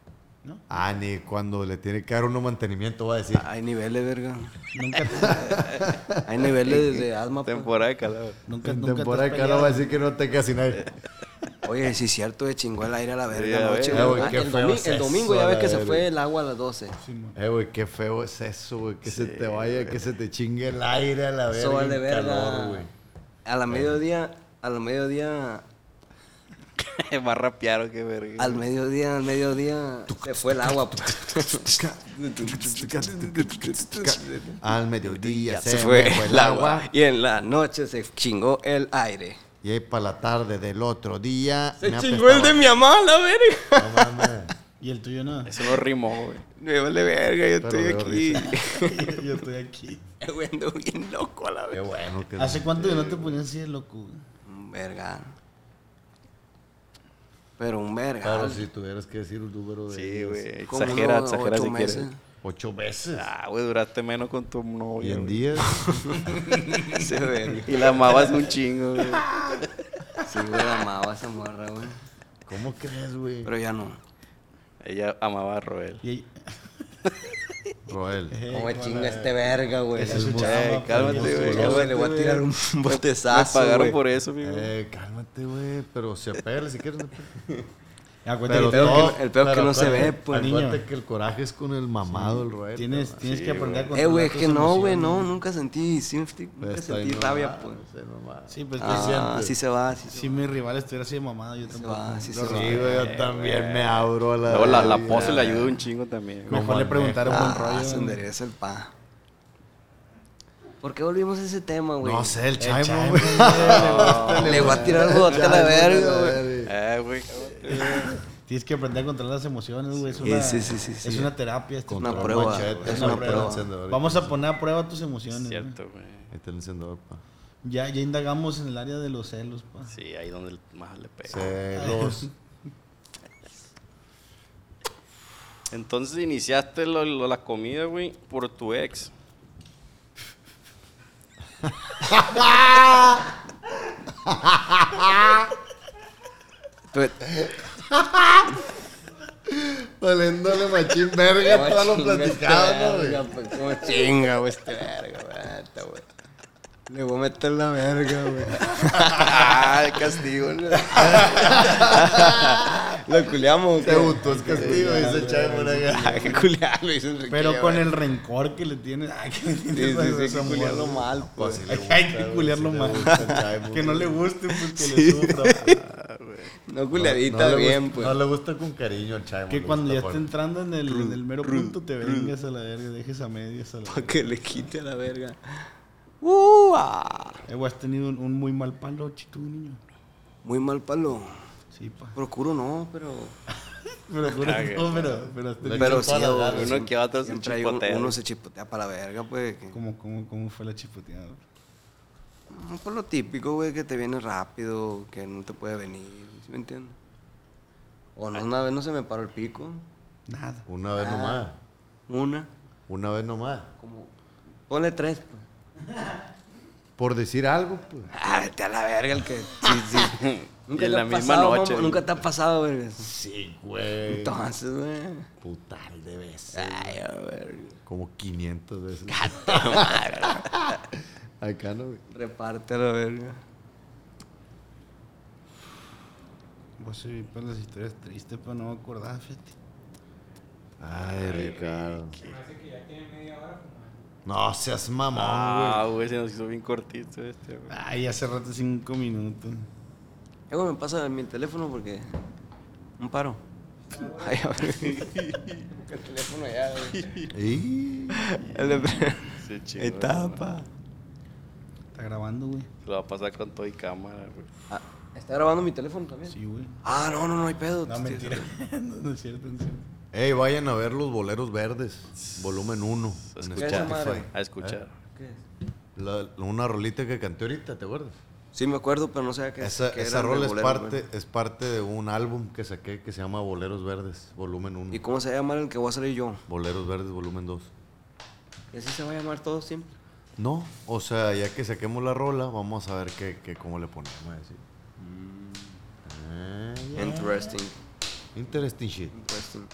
Speaker 2: Ah, ni cuando le tiene que dar uno mantenimiento va a decir.
Speaker 4: hay niveles, verga.
Speaker 6: Nunca, te-
Speaker 4: Hay niveles de asma. pues.
Speaker 3: Temporada de calor.
Speaker 6: nunca,
Speaker 2: En
Speaker 6: nunca te has
Speaker 2: temporada de calor
Speaker 6: peleado.
Speaker 2: va a decir que no te quedas sin aire.
Speaker 4: Oye, sí es cierto, de chingó el aire a la verga
Speaker 3: ya
Speaker 4: anoche,
Speaker 3: ves.
Speaker 4: güey.
Speaker 2: Eh, güey,
Speaker 4: Ah,
Speaker 2: qué
Speaker 4: el,
Speaker 2: feo
Speaker 4: domi-
Speaker 2: es
Speaker 4: el domingo
Speaker 2: eso,
Speaker 4: ya
Speaker 2: a
Speaker 4: ves
Speaker 2: la
Speaker 4: que se
Speaker 2: verga.
Speaker 4: fue el agua a las 12.
Speaker 2: Eh, güey, qué feo es eso, güey. Que se te vaya, que se te chingue el aire a la verga.
Speaker 4: Eso vale
Speaker 2: el calor,
Speaker 4: verga.
Speaker 2: güey.
Speaker 4: A la mediodía, a la mediodía,
Speaker 3: Va a rapear o qué verga.
Speaker 4: al mediodía, al mediodía, se fue el agua.
Speaker 2: Al mediodía
Speaker 4: Se fue el agua y en la noche se chingó el aire.
Speaker 2: Y ahí para la tarde del otro día.
Speaker 4: Se
Speaker 2: me
Speaker 4: chingó el de
Speaker 2: apestaba.
Speaker 4: mi mamá, la verga.
Speaker 2: No mames.
Speaker 6: Y el tuyo nada.
Speaker 3: Eso no rimó, güey.
Speaker 4: Me vale verga, yo
Speaker 2: Pero veo
Speaker 4: estoy aquí.
Speaker 6: Yo estoy aquí.
Speaker 4: Güey, ando bien loco a la
Speaker 2: Qué
Speaker 4: verga.
Speaker 2: bueno que.
Speaker 6: ¿Hace cuánto que no te ponías así de loco? güey?
Speaker 4: Un verga. Pero un verga.
Speaker 2: Claro, si tuvieras que decir un número de.
Speaker 3: Sí,
Speaker 2: ellos.
Speaker 3: güey.
Speaker 4: Como
Speaker 3: Exagera,
Speaker 4: unos
Speaker 3: exagera
Speaker 4: ocho
Speaker 3: si
Speaker 4: meses.
Speaker 3: quieres.
Speaker 2: Ocho veces.
Speaker 3: Ah, güey, duraste menos con tu
Speaker 2: Y
Speaker 3: novia.
Speaker 2: en
Speaker 3: güey.
Speaker 2: días.
Speaker 4: Ese verga.
Speaker 3: Y la amabas un chingo, güey.
Speaker 4: Sí, güey, la amaba esa morra, güey.
Speaker 2: ¿Cómo crees, güey?
Speaker 4: Pero ya no.
Speaker 3: Ella amaba a Roel.
Speaker 6: Y ahí-
Speaker 2: Roel.
Speaker 4: Cómo chinga este verga, güey.
Speaker 6: Ese es
Speaker 4: Eh,
Speaker 6: su chamba,
Speaker 3: cálmate,
Speaker 6: pues,
Speaker 3: güey.
Speaker 6: güey.
Speaker 4: Le voy a tirar un
Speaker 3: Me
Speaker 4: botezazo,
Speaker 3: pagaron
Speaker 4: güey.
Speaker 3: por eso, amigo.
Speaker 2: Eh, cálmate, güey. Pero se apégale si quieres.
Speaker 6: Acuérdate
Speaker 2: Pero
Speaker 6: que
Speaker 4: peor
Speaker 2: no,
Speaker 4: que- el peor que
Speaker 2: pero
Speaker 4: no se
Speaker 2: acuérdate-
Speaker 4: ve, pues.
Speaker 2: Acuérdate
Speaker 6: Niño.
Speaker 2: que el coraje es con el mamado, el Roel.
Speaker 6: tienes, tienes que aprender a
Speaker 4: Eh,
Speaker 6: controlar
Speaker 4: güey, es que
Speaker 6: tus
Speaker 4: no, güey, no.
Speaker 6: emociones.
Speaker 4: Nunca sentí, sí, nunca sentí rabia, pues.
Speaker 6: Sí, pues
Speaker 4: Ah,
Speaker 6: que
Speaker 4: sí se va, sí se
Speaker 6: si mi rival estuviera así de mamada, yo tampoco.
Speaker 4: va, sí se
Speaker 2: Sí,
Speaker 4: va.
Speaker 2: güey, yo también me abro a la.
Speaker 3: Luego la, la
Speaker 2: vida.
Speaker 3: pose le ayudó un chingo también. güey.
Speaker 6: Mejor le preguntaron buen
Speaker 4: Ah, se
Speaker 6: rollo. güey.
Speaker 4: endereza el pa. ¿Por qué volvimos a ese tema, güey?
Speaker 2: No sé, el chaimo,
Speaker 6: Chaimo,
Speaker 2: güey.
Speaker 4: Le voy a tirar el bote a la verga, güey.
Speaker 3: Eh, güey.
Speaker 6: Tienes que aprender a controlar las emociones, güey. Es
Speaker 4: Sí,
Speaker 6: una,
Speaker 4: sí, sí, sí,
Speaker 6: es
Speaker 4: sí.
Speaker 6: una terapia. este
Speaker 4: Una
Speaker 6: pedo.
Speaker 4: prueba,
Speaker 2: machete,
Speaker 4: es una prueba.
Speaker 6: Vamos a poner a prueba tus emociones. güey.
Speaker 3: Cierto, güey.
Speaker 2: Ahí está el encendedor, pa.
Speaker 6: Ya, ya indagamos en el área de los celos, pues. pa.
Speaker 3: Sí, ahí donde más le pega.
Speaker 2: Celos.
Speaker 3: Entonces iniciaste lo, lo- la comida, güey, por tu ex.
Speaker 4: Tú-
Speaker 2: Valiéndole machín verga, todo lo
Speaker 4: Chinga este
Speaker 2: platicado, ¿no,
Speaker 4: verga,
Speaker 2: güey?
Speaker 4: pues, ¿Cómo chinga, güey, este verga, güey? Esta, güey? Le voy a meter la verga, güey. ah, el castigo, ¿no? Lo culeamos,
Speaker 2: Te
Speaker 4: güey.
Speaker 2: gustó el castigo, dice Chaimo. acá.
Speaker 4: Ah, que culearlo, hizo Enrique.
Speaker 6: Pero con
Speaker 4: güey.
Speaker 6: el rencor que le tienes. Ay, que le tienes
Speaker 4: Sí,
Speaker 6: a
Speaker 4: sí, sí,
Speaker 6: esa
Speaker 4: que
Speaker 6: morra.
Speaker 4: culearlo mal, pues.
Speaker 6: Hay que culearlo mal. Que no le guste, pues que le sufra.
Speaker 4: No
Speaker 2: No
Speaker 4: culeadita
Speaker 2: le
Speaker 4: bien,
Speaker 2: gusta-
Speaker 4: pues.
Speaker 2: No le gusta con cariño al Chaimo.
Speaker 6: Que
Speaker 2: le
Speaker 6: cuando
Speaker 2: gusta
Speaker 6: ya
Speaker 2: con-
Speaker 6: esté entrando en el, en el mero punto, te vengas a la verga, dejes a medias a la verga.
Speaker 4: Para que le quite a la verga. Uh, ah.
Speaker 6: Eh, güey, has tenido un, un muy mal palo, chitú, niño.
Speaker 4: Muy mal palo.
Speaker 6: Sí, pa.
Speaker 4: Procuro no, pero.
Speaker 6: Pero, pero, no, pero, pero has tenido-
Speaker 4: Pero sí,
Speaker 2: chupada,
Speaker 4: güey,
Speaker 3: Ah, uno que otro se
Speaker 4: siempre hay un-
Speaker 3: chipotea.
Speaker 4: Uno se chipotea para la verga, pues. que-
Speaker 6: ¿Cómo, cómo, cómo fue la chipoteada? güey?
Speaker 4: No, Por lo típico, güey, que te viene rápido, que no te puede venir, ¿sí me entiendes? O no, una vez no se me paró el pico,
Speaker 6: Nada.
Speaker 2: Una vez nomás.
Speaker 4: una,
Speaker 2: Una vez nomás.
Speaker 4: como, ponle tres. pues.
Speaker 2: Por decir algo, pues.
Speaker 4: Ah, vete a la verga el que... sí, sí.
Speaker 3: Y en
Speaker 4: te
Speaker 3: la
Speaker 4: ha
Speaker 3: misma
Speaker 4: pasado, mamá,
Speaker 3: noche,
Speaker 4: Nunca te ha pasado, güey.
Speaker 2: Sí, güey.
Speaker 4: Entonces, güey.
Speaker 2: Putal de veces.
Speaker 4: Ay, a ver.
Speaker 2: Como 500 veces. Acá no, güey.
Speaker 4: Reparte a la verga.
Speaker 6: Pues sí, pues las historias tristes, pero no me acordaba, fíjate.
Speaker 2: Ay, Ricardo. No seas mamón,
Speaker 3: Ah, güey, se nos hizo bien cortito este, güey.
Speaker 4: Ah.
Speaker 6: Ay, hace rato cinco minutos.
Speaker 4: Eh, güey, me pasa mi teléfono porque... Un paro. Ay, a ver. el teléfono ya, güey.
Speaker 2: güey. Y-
Speaker 4: El de...
Speaker 3: Se chingó.
Speaker 4: Etapa.
Speaker 6: Está grabando, güey.
Speaker 3: Se Lo va a pasar con todo y cámara, güey.
Speaker 4: Ah, ¿Está grabando mi teléfono también?
Speaker 6: Sí, güey.
Speaker 4: Ah, no, no, no hay pedo.
Speaker 6: No,
Speaker 4: tío.
Speaker 6: mentira. no, no es cierto, no es cierto.
Speaker 2: Ey, vayan a ver los boleros verdes. Volumen 1.
Speaker 3: A
Speaker 2: En
Speaker 4: ¿Qué es esa
Speaker 3: escuchar.
Speaker 4: madre?
Speaker 2: Spotify. ¿Eh?
Speaker 3: A escuchar.
Speaker 4: ¿Qué es?
Speaker 2: La- una rolita que canté ahorita, ¿te acuerdas?
Speaker 4: Sí, me acuerdo, pero no sé qué
Speaker 2: Esa,
Speaker 4: qué
Speaker 2: esa
Speaker 4: eran de
Speaker 2: rola es
Speaker 4: boleros,
Speaker 2: parte,
Speaker 4: güey.
Speaker 2: es parte de un álbum que saqué que se llama Boleros Verdes, volumen 1.
Speaker 4: ¿Y cómo se va a llamar el que voy a salir yo?
Speaker 2: Boleros Verdes, volumen 2.
Speaker 4: ¿Y así se va a llamar todo siempre?
Speaker 2: No, o sea, ya que saquemos la rola, vamos a ver qué, qué- cómo le ponemos. así. Ah, ya.
Speaker 4: Mm. Interesting.
Speaker 2: Interesting shit.
Speaker 4: Interesting.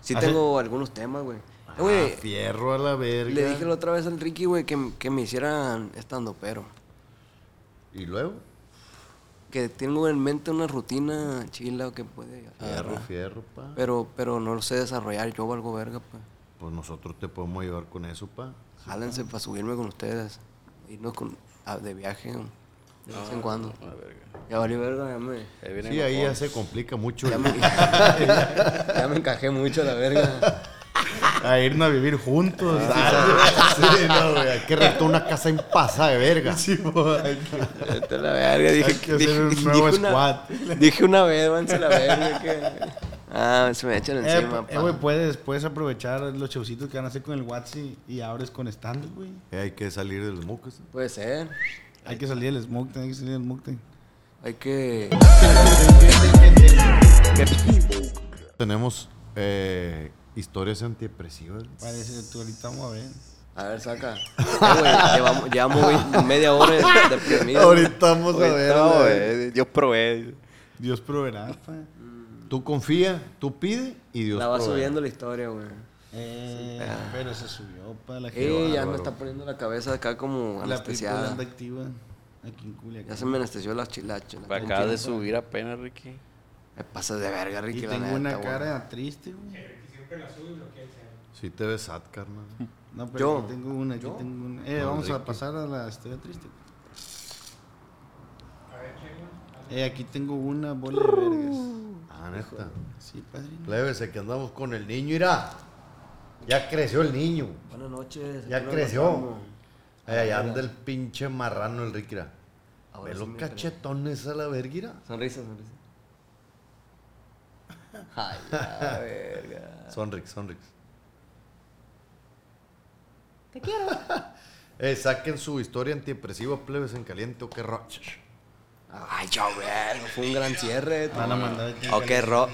Speaker 4: Sí tengo algunos temas, güey. Eh, güey,
Speaker 2: Ah, fierro a la verga.
Speaker 4: le dije la otra vez al Ricky, güey, que, que me hicieran estando pero.
Speaker 2: ¿Y luego?
Speaker 4: que tengo en mente una rutina chila que puede.
Speaker 2: Fierro, fierro, pa.
Speaker 4: Pero, pero no lo sé desarrollar yo algo verga, pues.
Speaker 2: Pues nosotros te podemos ayudar con eso, pa.
Speaker 4: Jálense para subirme con ustedes. Irnos con, a- de viaje ¿no? de vez
Speaker 2: Ah,
Speaker 4: en cuando.
Speaker 3: A verga.
Speaker 4: Ya valió verga, ya me,
Speaker 3: Ahí vienen
Speaker 2: Sí,
Speaker 3: los
Speaker 2: ahí ya
Speaker 3: bonos.
Speaker 2: se complica mucho.
Speaker 4: ya me, ya me encajé mucho la verga.
Speaker 2: A irnos a vivir juntos.
Speaker 4: Ah,
Speaker 6: Ah,
Speaker 2: Ah, sí, no, güey. Hay que rentar una casa en pasa de verga. Sí,
Speaker 4: Vete a la verga, dije
Speaker 2: Hay que hacer un nuevo squad.
Speaker 4: Una, dije una vez, váyanse a la verga. Que, ah, se me echan
Speaker 6: Eh,
Speaker 4: encima,
Speaker 6: eh,
Speaker 4: pa.
Speaker 6: güey, puedes, puedes aprovechar los showcitos que van a hacer con el Watsi y abres con stand güey.
Speaker 2: Hay que salir de los mocos.
Speaker 4: Puede ser.
Speaker 6: Hay que salir del smoke tank, hay que salir del smoke tank.
Speaker 4: Hay que.
Speaker 2: Tenemos eh, historias antidepresivas.
Speaker 4: Eh,
Speaker 6: Parece, tú ahorita vamos a ver.
Speaker 4: A ver, saca. Ya, güey, llevamos, llevamos ve- media hora de- deprimido.
Speaker 2: Ahorita vamos a ver.
Speaker 3: Ahorita,
Speaker 2: la verga.
Speaker 3: güey, Dios provee.
Speaker 6: Dios proveerá, pa.
Speaker 2: Tú confía, tú pide y Dios
Speaker 4: La va
Speaker 2: provee.
Speaker 4: subiendo la historia, güey.
Speaker 6: Eh, pero se subió, pa. La
Speaker 4: Eh, ya
Speaker 6: bárbaro.
Speaker 4: me está poniendo la cabeza acá como
Speaker 6: La película
Speaker 4: anestesiada.
Speaker 6: anda activa. Aquí en Culiacán.
Speaker 4: Ya se me anestesió la chilacha.
Speaker 3: Me acabas de subir apenas, Ricky.
Speaker 4: Me pasas de verga,
Speaker 6: Y
Speaker 4: Ricky. la
Speaker 6: tengo una
Speaker 4: neta, güey.
Speaker 6: cara triste, güey.
Speaker 2: Sí te ves sad, carnal.
Speaker 6: No, pero
Speaker 4: Yo.
Speaker 6: aquí tengo una, aquí tengo una. Eh,
Speaker 2: No,
Speaker 6: vamos a
Speaker 2: Ricky.
Speaker 6: pasar a la historia triste. Eh, aquí tengo una bola de vergas.
Speaker 2: Ah, neta.
Speaker 6: Sí, padrino.
Speaker 2: Plébese que andamos con el niño, irá. Ya creció el niño.
Speaker 4: Buenas noches.
Speaker 2: Ya
Speaker 4: aquí nos
Speaker 2: creció.
Speaker 4: encontramos.
Speaker 2: Ay, Allá anda el pinche marrano el Ricky. irá.
Speaker 4: Ahora
Speaker 2: Ve
Speaker 4: sí
Speaker 2: los
Speaker 4: me
Speaker 2: cachetones a la verga. irá.
Speaker 4: Sonrisa, sonrisa. Ay, la Ah, verga.
Speaker 2: Sonrix, Sonrix. Te quiero. eh, saquen su historia antidepresiva, plebes en caliente o qué roche.
Speaker 4: Ay, yo, verga. Fue un gran
Speaker 2: Ah,
Speaker 4: cierre.
Speaker 6: Van a mandar aquí.
Speaker 4: Ok, rock.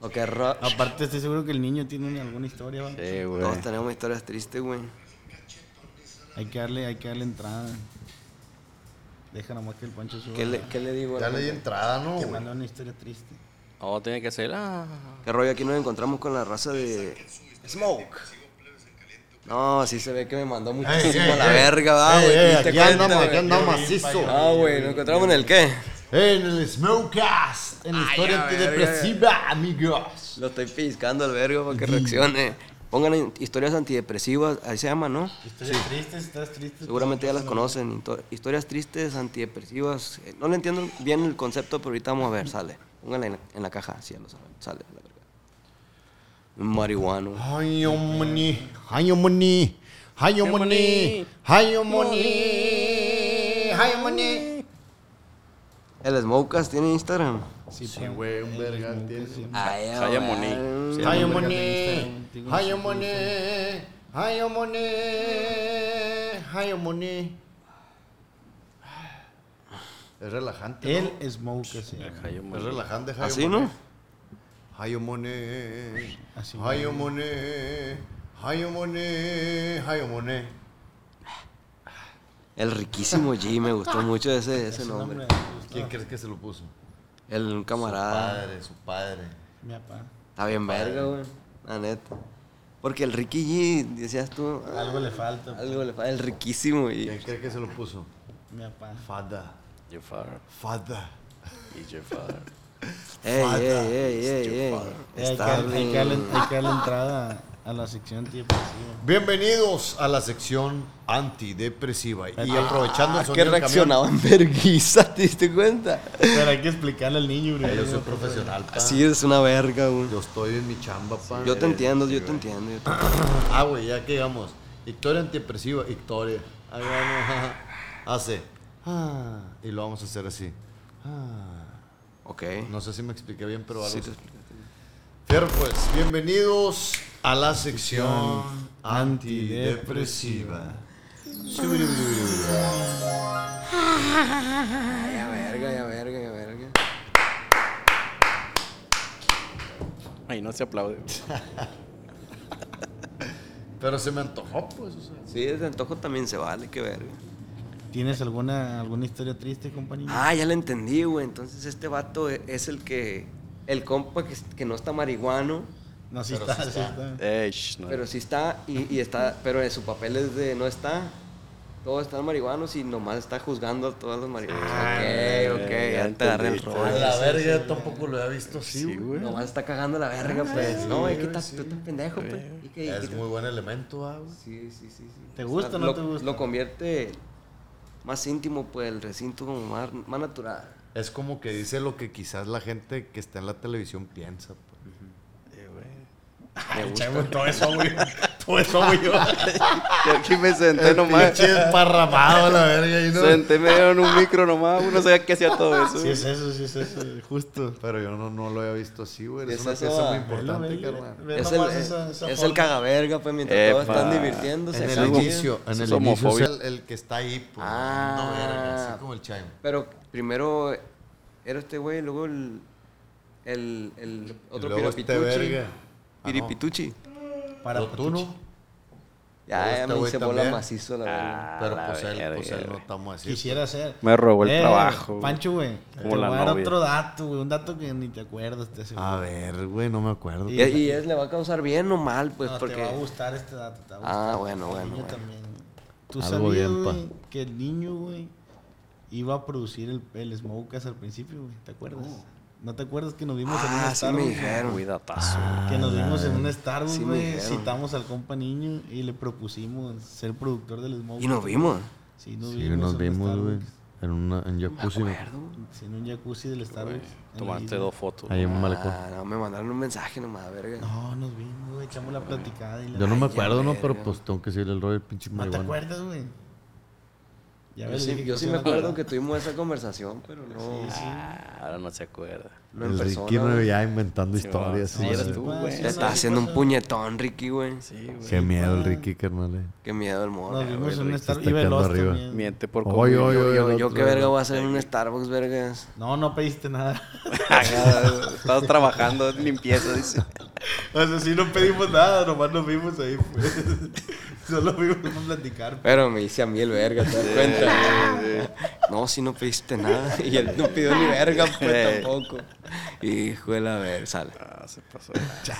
Speaker 4: Ok, rock.
Speaker 6: Aparte, estoy seguro que el niño tiene alguna historia, ¿va?
Speaker 3: Sí, güey.
Speaker 4: Todos tenemos historias tristes, güey.
Speaker 6: Hay que darle, hay que darle entrada. Deja nomás que el Pancho suba.
Speaker 4: ¿Qué le, qué le digo? a la
Speaker 2: Ya le di
Speaker 4: gente?
Speaker 2: entrada, ¿no?
Speaker 6: Que
Speaker 2: güey?
Speaker 6: mandó una historia triste.
Speaker 3: No, tiene que ser la...
Speaker 4: ¿Qué rollo? Aquí nos encontramos con la raza de Smoke. No, sí se ve que me mandó muchísimo
Speaker 2: ey,
Speaker 4: a la
Speaker 2: ey.
Speaker 4: verga, va,
Speaker 2: Ey,
Speaker 4: güey.
Speaker 2: ey,
Speaker 4: ¿Te diste
Speaker 2: aquí
Speaker 4: cuenta,
Speaker 2: andamos, aquí
Speaker 4: güey?
Speaker 2: andamos macizo.
Speaker 4: Ah, güey, nos encontramos en el qué?
Speaker 2: En el Smokecast, en la historia
Speaker 4: a ver,
Speaker 2: antidepresiva, amigos.
Speaker 4: Lo estoy piscando al verga para que reaccione. Pongan en- historias antidepresivas, ahí se llama, ¿no?
Speaker 6: Historias tristes, estás triste.
Speaker 4: Seguramente ya las conocen. hito- Historias tristes, antidepresivas. Eh, No le entiendo bien el concepto, pero ahorita vamos a ver, sale. Pónganla en, la- en la caja, sí, ya lo saben. Sale, la verga. Un marihuano.
Speaker 2: Ay, homoni, ay, homoni, ay, homoni, ay, homoni, ay, homoni.
Speaker 4: El Smokecast tiene Instagram.
Speaker 6: Sí,
Speaker 2: Sí, pues, güey, un verga tiene.
Speaker 4: Ay,
Speaker 3: Saya
Speaker 4: güey.
Speaker 3: Moni.
Speaker 2: Ay,
Speaker 3: Sí,
Speaker 2: homoni, ay, homoni, ay, homoni, ay, homoni. Es relajante, ¿no?
Speaker 6: El Smoke, sí.
Speaker 3: Ay, hombre.
Speaker 2: Es relajante, Jayo
Speaker 4: ¿Así,
Speaker 2: Monet.
Speaker 4: no?
Speaker 2: Jayo Monet.
Speaker 6: Así,
Speaker 2: Jayo Monet. Jayo Monet. Jayo Monet.
Speaker 4: El riquísimo G, me gustó mucho ese, ese nombre.
Speaker 2: ¿Quién crees que se lo puso?
Speaker 4: El camarada.
Speaker 2: Padre, su padre.
Speaker 6: Mi papá.
Speaker 4: Está bien verga, güey. La neta. Porque el Ricky G, decías tú, ah,
Speaker 6: Algo le falta.
Speaker 4: algo le falta. El riquísimo G.
Speaker 2: ¿Quién crees pues. que se lo puso?
Speaker 6: Mi papá.
Speaker 2: Fada.
Speaker 3: Your father
Speaker 2: Fada.
Speaker 3: is your father.
Speaker 4: Ey, ey, ey, ey, ey.
Speaker 6: Eh, Hay que,
Speaker 4: Está
Speaker 6: hay que darle,
Speaker 4: bien.
Speaker 6: hay que darle entrada a la sección pues, antidepresiva.
Speaker 2: Bienvenidos a la sección antidepresiva. Y
Speaker 4: Ah,
Speaker 2: aprovechando el
Speaker 4: que
Speaker 2: sonido del camión.
Speaker 4: reaccionaban verguiza, ¿te diste cuenta?
Speaker 6: Pero hay que explicarle al niño, bro.
Speaker 2: Eh, Yo soy profesional, pa.
Speaker 4: Así es una verga, güey.
Speaker 2: Yo estoy en mi chamba, pa.
Speaker 4: Yo te entiendo, yo te entiendo. yo te entiendo.
Speaker 2: Ah, güey, ya que digamos. Victoria antidepresiva, Victoria. Ah, bueno, Hace. Ah, y lo vamos a hacer así. Ah.
Speaker 4: Ok.
Speaker 2: No sé si me expliqué bien, pero algo.
Speaker 4: Sí, te
Speaker 2: así.
Speaker 4: explico.
Speaker 2: Fierro, pues, bienvenidos a la sección antidepresiva.
Speaker 4: Ya verga, ya verga, ya verga.
Speaker 3: Ay, no se aplaude.
Speaker 2: Pero se me antojó, pues. o sea.
Speaker 4: Sí, desde antojo también se vale, qué verga.
Speaker 6: ¿Tienes alguna, alguna historia triste, compañero?
Speaker 4: Ah, ya la entendí, güey. Entonces este vato e- es el que. El compa que, que no está marihuano,
Speaker 6: No, sí está, sí está.
Speaker 3: Ey, sh, no.
Speaker 4: pero sí está, y, y está, pero en su papel es de no está. Todos están marihuanos y nomás está juzgando a todos los marihuanos. ok, ok, ya,
Speaker 3: Ah, ya te agarré el rollo.
Speaker 2: A la verga, yo tampoco lo había visto así,
Speaker 3: Sí,
Speaker 2: güey.
Speaker 3: güey.
Speaker 4: Nomás está cagando la
Speaker 7: Ah,
Speaker 4: verga, pues. No, es que estás tú estás pendejo, pues. ¿Y qué- y qué
Speaker 2: Es
Speaker 4: te-
Speaker 2: muy buen elemento, ah, güey.
Speaker 4: Sí, sí, sí, sí.
Speaker 6: ¿Te gusta o no
Speaker 4: lo-
Speaker 6: te gusta?
Speaker 4: Lo convierte más íntimo, pues, el recinto como más, más natural.
Speaker 2: Es como que dice lo que quizás la gente que está en la televisión piensa, pues.
Speaker 4: Me gusta.
Speaker 7: Todo eso, güey. Todo eso, güey.
Speaker 3: Yo aquí me senté nomás.
Speaker 2: Pinche desparramado a la verga y no.
Speaker 3: Senté, me dieron un micro nomás. Uno sabía que hacía todo eso.
Speaker 6: Sí, es eso, sí, es eso. Justo.
Speaker 2: Pero yo no, no lo había visto así, güey.
Speaker 4: Es
Speaker 2: Es una
Speaker 4: eso,
Speaker 2: pieza muy
Speaker 4: ah,
Speaker 2: importante,
Speaker 6: velo, velo.
Speaker 2: carnal.
Speaker 6: Ve
Speaker 4: Es el,
Speaker 6: nomás esa- esa
Speaker 4: es el
Speaker 6: forma.
Speaker 4: cagaverga, pues, mientras todos
Speaker 3: Epa.
Speaker 4: están divirtiéndose.
Speaker 2: En
Speaker 4: acá,
Speaker 2: el
Speaker 4: chido.
Speaker 2: inicio,
Speaker 3: Eso
Speaker 2: en el
Speaker 3: es
Speaker 2: inicio es
Speaker 3: homofobia.
Speaker 2: el, el que está ahí, pues.
Speaker 4: Ah.
Speaker 2: No, verga, así como el chaimo.
Speaker 4: Pero primero era este güey, luego el, el, el otro
Speaker 2: Luego este
Speaker 4: pirapituchi.
Speaker 2: verga. Ah, no.
Speaker 3: Piripituchi.
Speaker 6: Para
Speaker 2: Pero tú no.
Speaker 4: Ya,
Speaker 6: Ah,
Speaker 2: Luego
Speaker 4: ya
Speaker 2: este
Speaker 4: me
Speaker 2: güey
Speaker 4: hice bola
Speaker 2: también.
Speaker 4: macizo, la verga.
Speaker 3: Ah,
Speaker 2: Pero
Speaker 3: la
Speaker 2: pues él, pues
Speaker 3: verga,
Speaker 2: él no
Speaker 3: güey.
Speaker 2: estamos así.
Speaker 6: Quisiera hacer.
Speaker 3: Me robó el
Speaker 6: Eh,
Speaker 3: trabajo.
Speaker 6: Pancho, güey. Te
Speaker 3: Como
Speaker 6: voy
Speaker 3: la
Speaker 6: a dar
Speaker 3: novia.
Speaker 6: otro dato, güey. Un dato que ni te acuerdas. Te aseguro.
Speaker 2: A ver, güey, no me acuerdo.
Speaker 4: Y, y es, le va a causar bien o mal, pues,
Speaker 6: No,
Speaker 4: porque...
Speaker 6: te va a gustar este dato. Te va a gustar.
Speaker 4: Ah, bueno,
Speaker 6: El
Speaker 4: bueno,
Speaker 6: niño
Speaker 4: bueno.
Speaker 6: también. Tú
Speaker 2: Algo
Speaker 6: sabías,
Speaker 2: bien, pa.
Speaker 6: güey, que el niño, güey, iba a producir el, el Smokas al principio, güey. ¿Te acuerdas? ¿No te acuerdas que nos vimos en
Speaker 4: Ah,
Speaker 6: un
Speaker 4: sí me
Speaker 6: Starbucks?
Speaker 4: dijeron.
Speaker 3: Cuidatazo.
Speaker 6: Que
Speaker 2: Ah.
Speaker 6: nos vimos en un Starbucks,
Speaker 4: Sí me
Speaker 6: güey.
Speaker 4: dijeron.
Speaker 6: citamos al compa niño y le propusimos ser productor del Smokas.
Speaker 4: Y nos vimos.
Speaker 6: Sí, nos
Speaker 2: Sí,
Speaker 6: vimos. en
Speaker 2: nos
Speaker 6: un
Speaker 2: vimos, güey.
Speaker 6: Starbucks.
Speaker 2: En una, en jacuzzi. güey.
Speaker 6: Sí, en un jacuzzi del Starbucks. en la
Speaker 3: Tomaste
Speaker 6: isla.
Speaker 3: dos fotos.
Speaker 2: Ahí en un malecón.
Speaker 4: Ah, no, me mandaron un mensaje nomás, verga.
Speaker 6: No, nos vimos, güey. Echamos la platicada y la.
Speaker 2: Yo no me
Speaker 4: Ay, ya
Speaker 2: acuerdo, ¿no? Pero
Speaker 4: verga.
Speaker 2: pues tengo que decirle el rollo del pinche
Speaker 6: ¿No te
Speaker 2: marihuana.
Speaker 6: acuerdas, güey? Ya
Speaker 4: Yo
Speaker 6: ves,
Speaker 4: sí,
Speaker 6: dije
Speaker 4: yo
Speaker 6: que
Speaker 4: sí
Speaker 6: no
Speaker 4: me
Speaker 6: se
Speaker 4: acuerdo que tuvimos esa conversación, pero no,
Speaker 3: Ah, ahora no se acuerda.
Speaker 4: no en
Speaker 2: El
Speaker 4: persona.
Speaker 2: Ricky no,
Speaker 4: güey.
Speaker 2: ya inventando
Speaker 3: Sí,
Speaker 2: historias.
Speaker 3: Sí,
Speaker 2: sí,
Speaker 3: eras
Speaker 2: güey.
Speaker 3: tú,
Speaker 6: güey.
Speaker 3: güey.
Speaker 4: Te estás haciendo un puñetón, Ricky, güey.
Speaker 3: Sí, güey.
Speaker 2: Qué miedo el Ricky, carnal. eh.
Speaker 4: Qué miedo el
Speaker 6: Nos
Speaker 4: morro.
Speaker 6: vimos en un
Speaker 2: Ricky se
Speaker 6: Starbucks.
Speaker 2: está
Speaker 6: Iba el
Speaker 2: quedando
Speaker 6: Oz
Speaker 2: arriba.
Speaker 6: también.
Speaker 3: Miente por
Speaker 2: Oy,
Speaker 3: convivir.
Speaker 2: oy, oy,
Speaker 4: Yo,
Speaker 2: el
Speaker 4: yo
Speaker 2: otro,
Speaker 4: qué verga voy a hacer en un Starbucks, vergas.
Speaker 6: No, no pediste nada.
Speaker 3: Estabas trabajando en limpieza, dice.
Speaker 6: o sea, sí, no pedimos nada. Nomás nos vimos ahí, pues. Solo vimos a platicar.
Speaker 4: Pero me hice a mí el verga, ¿te das cuenta? No, si no pediste nada. Y él no pidió ni verga, pues
Speaker 3: Eh.
Speaker 4: tampoco. Hijo de la ver, sale.
Speaker 3: Ah, se pasó.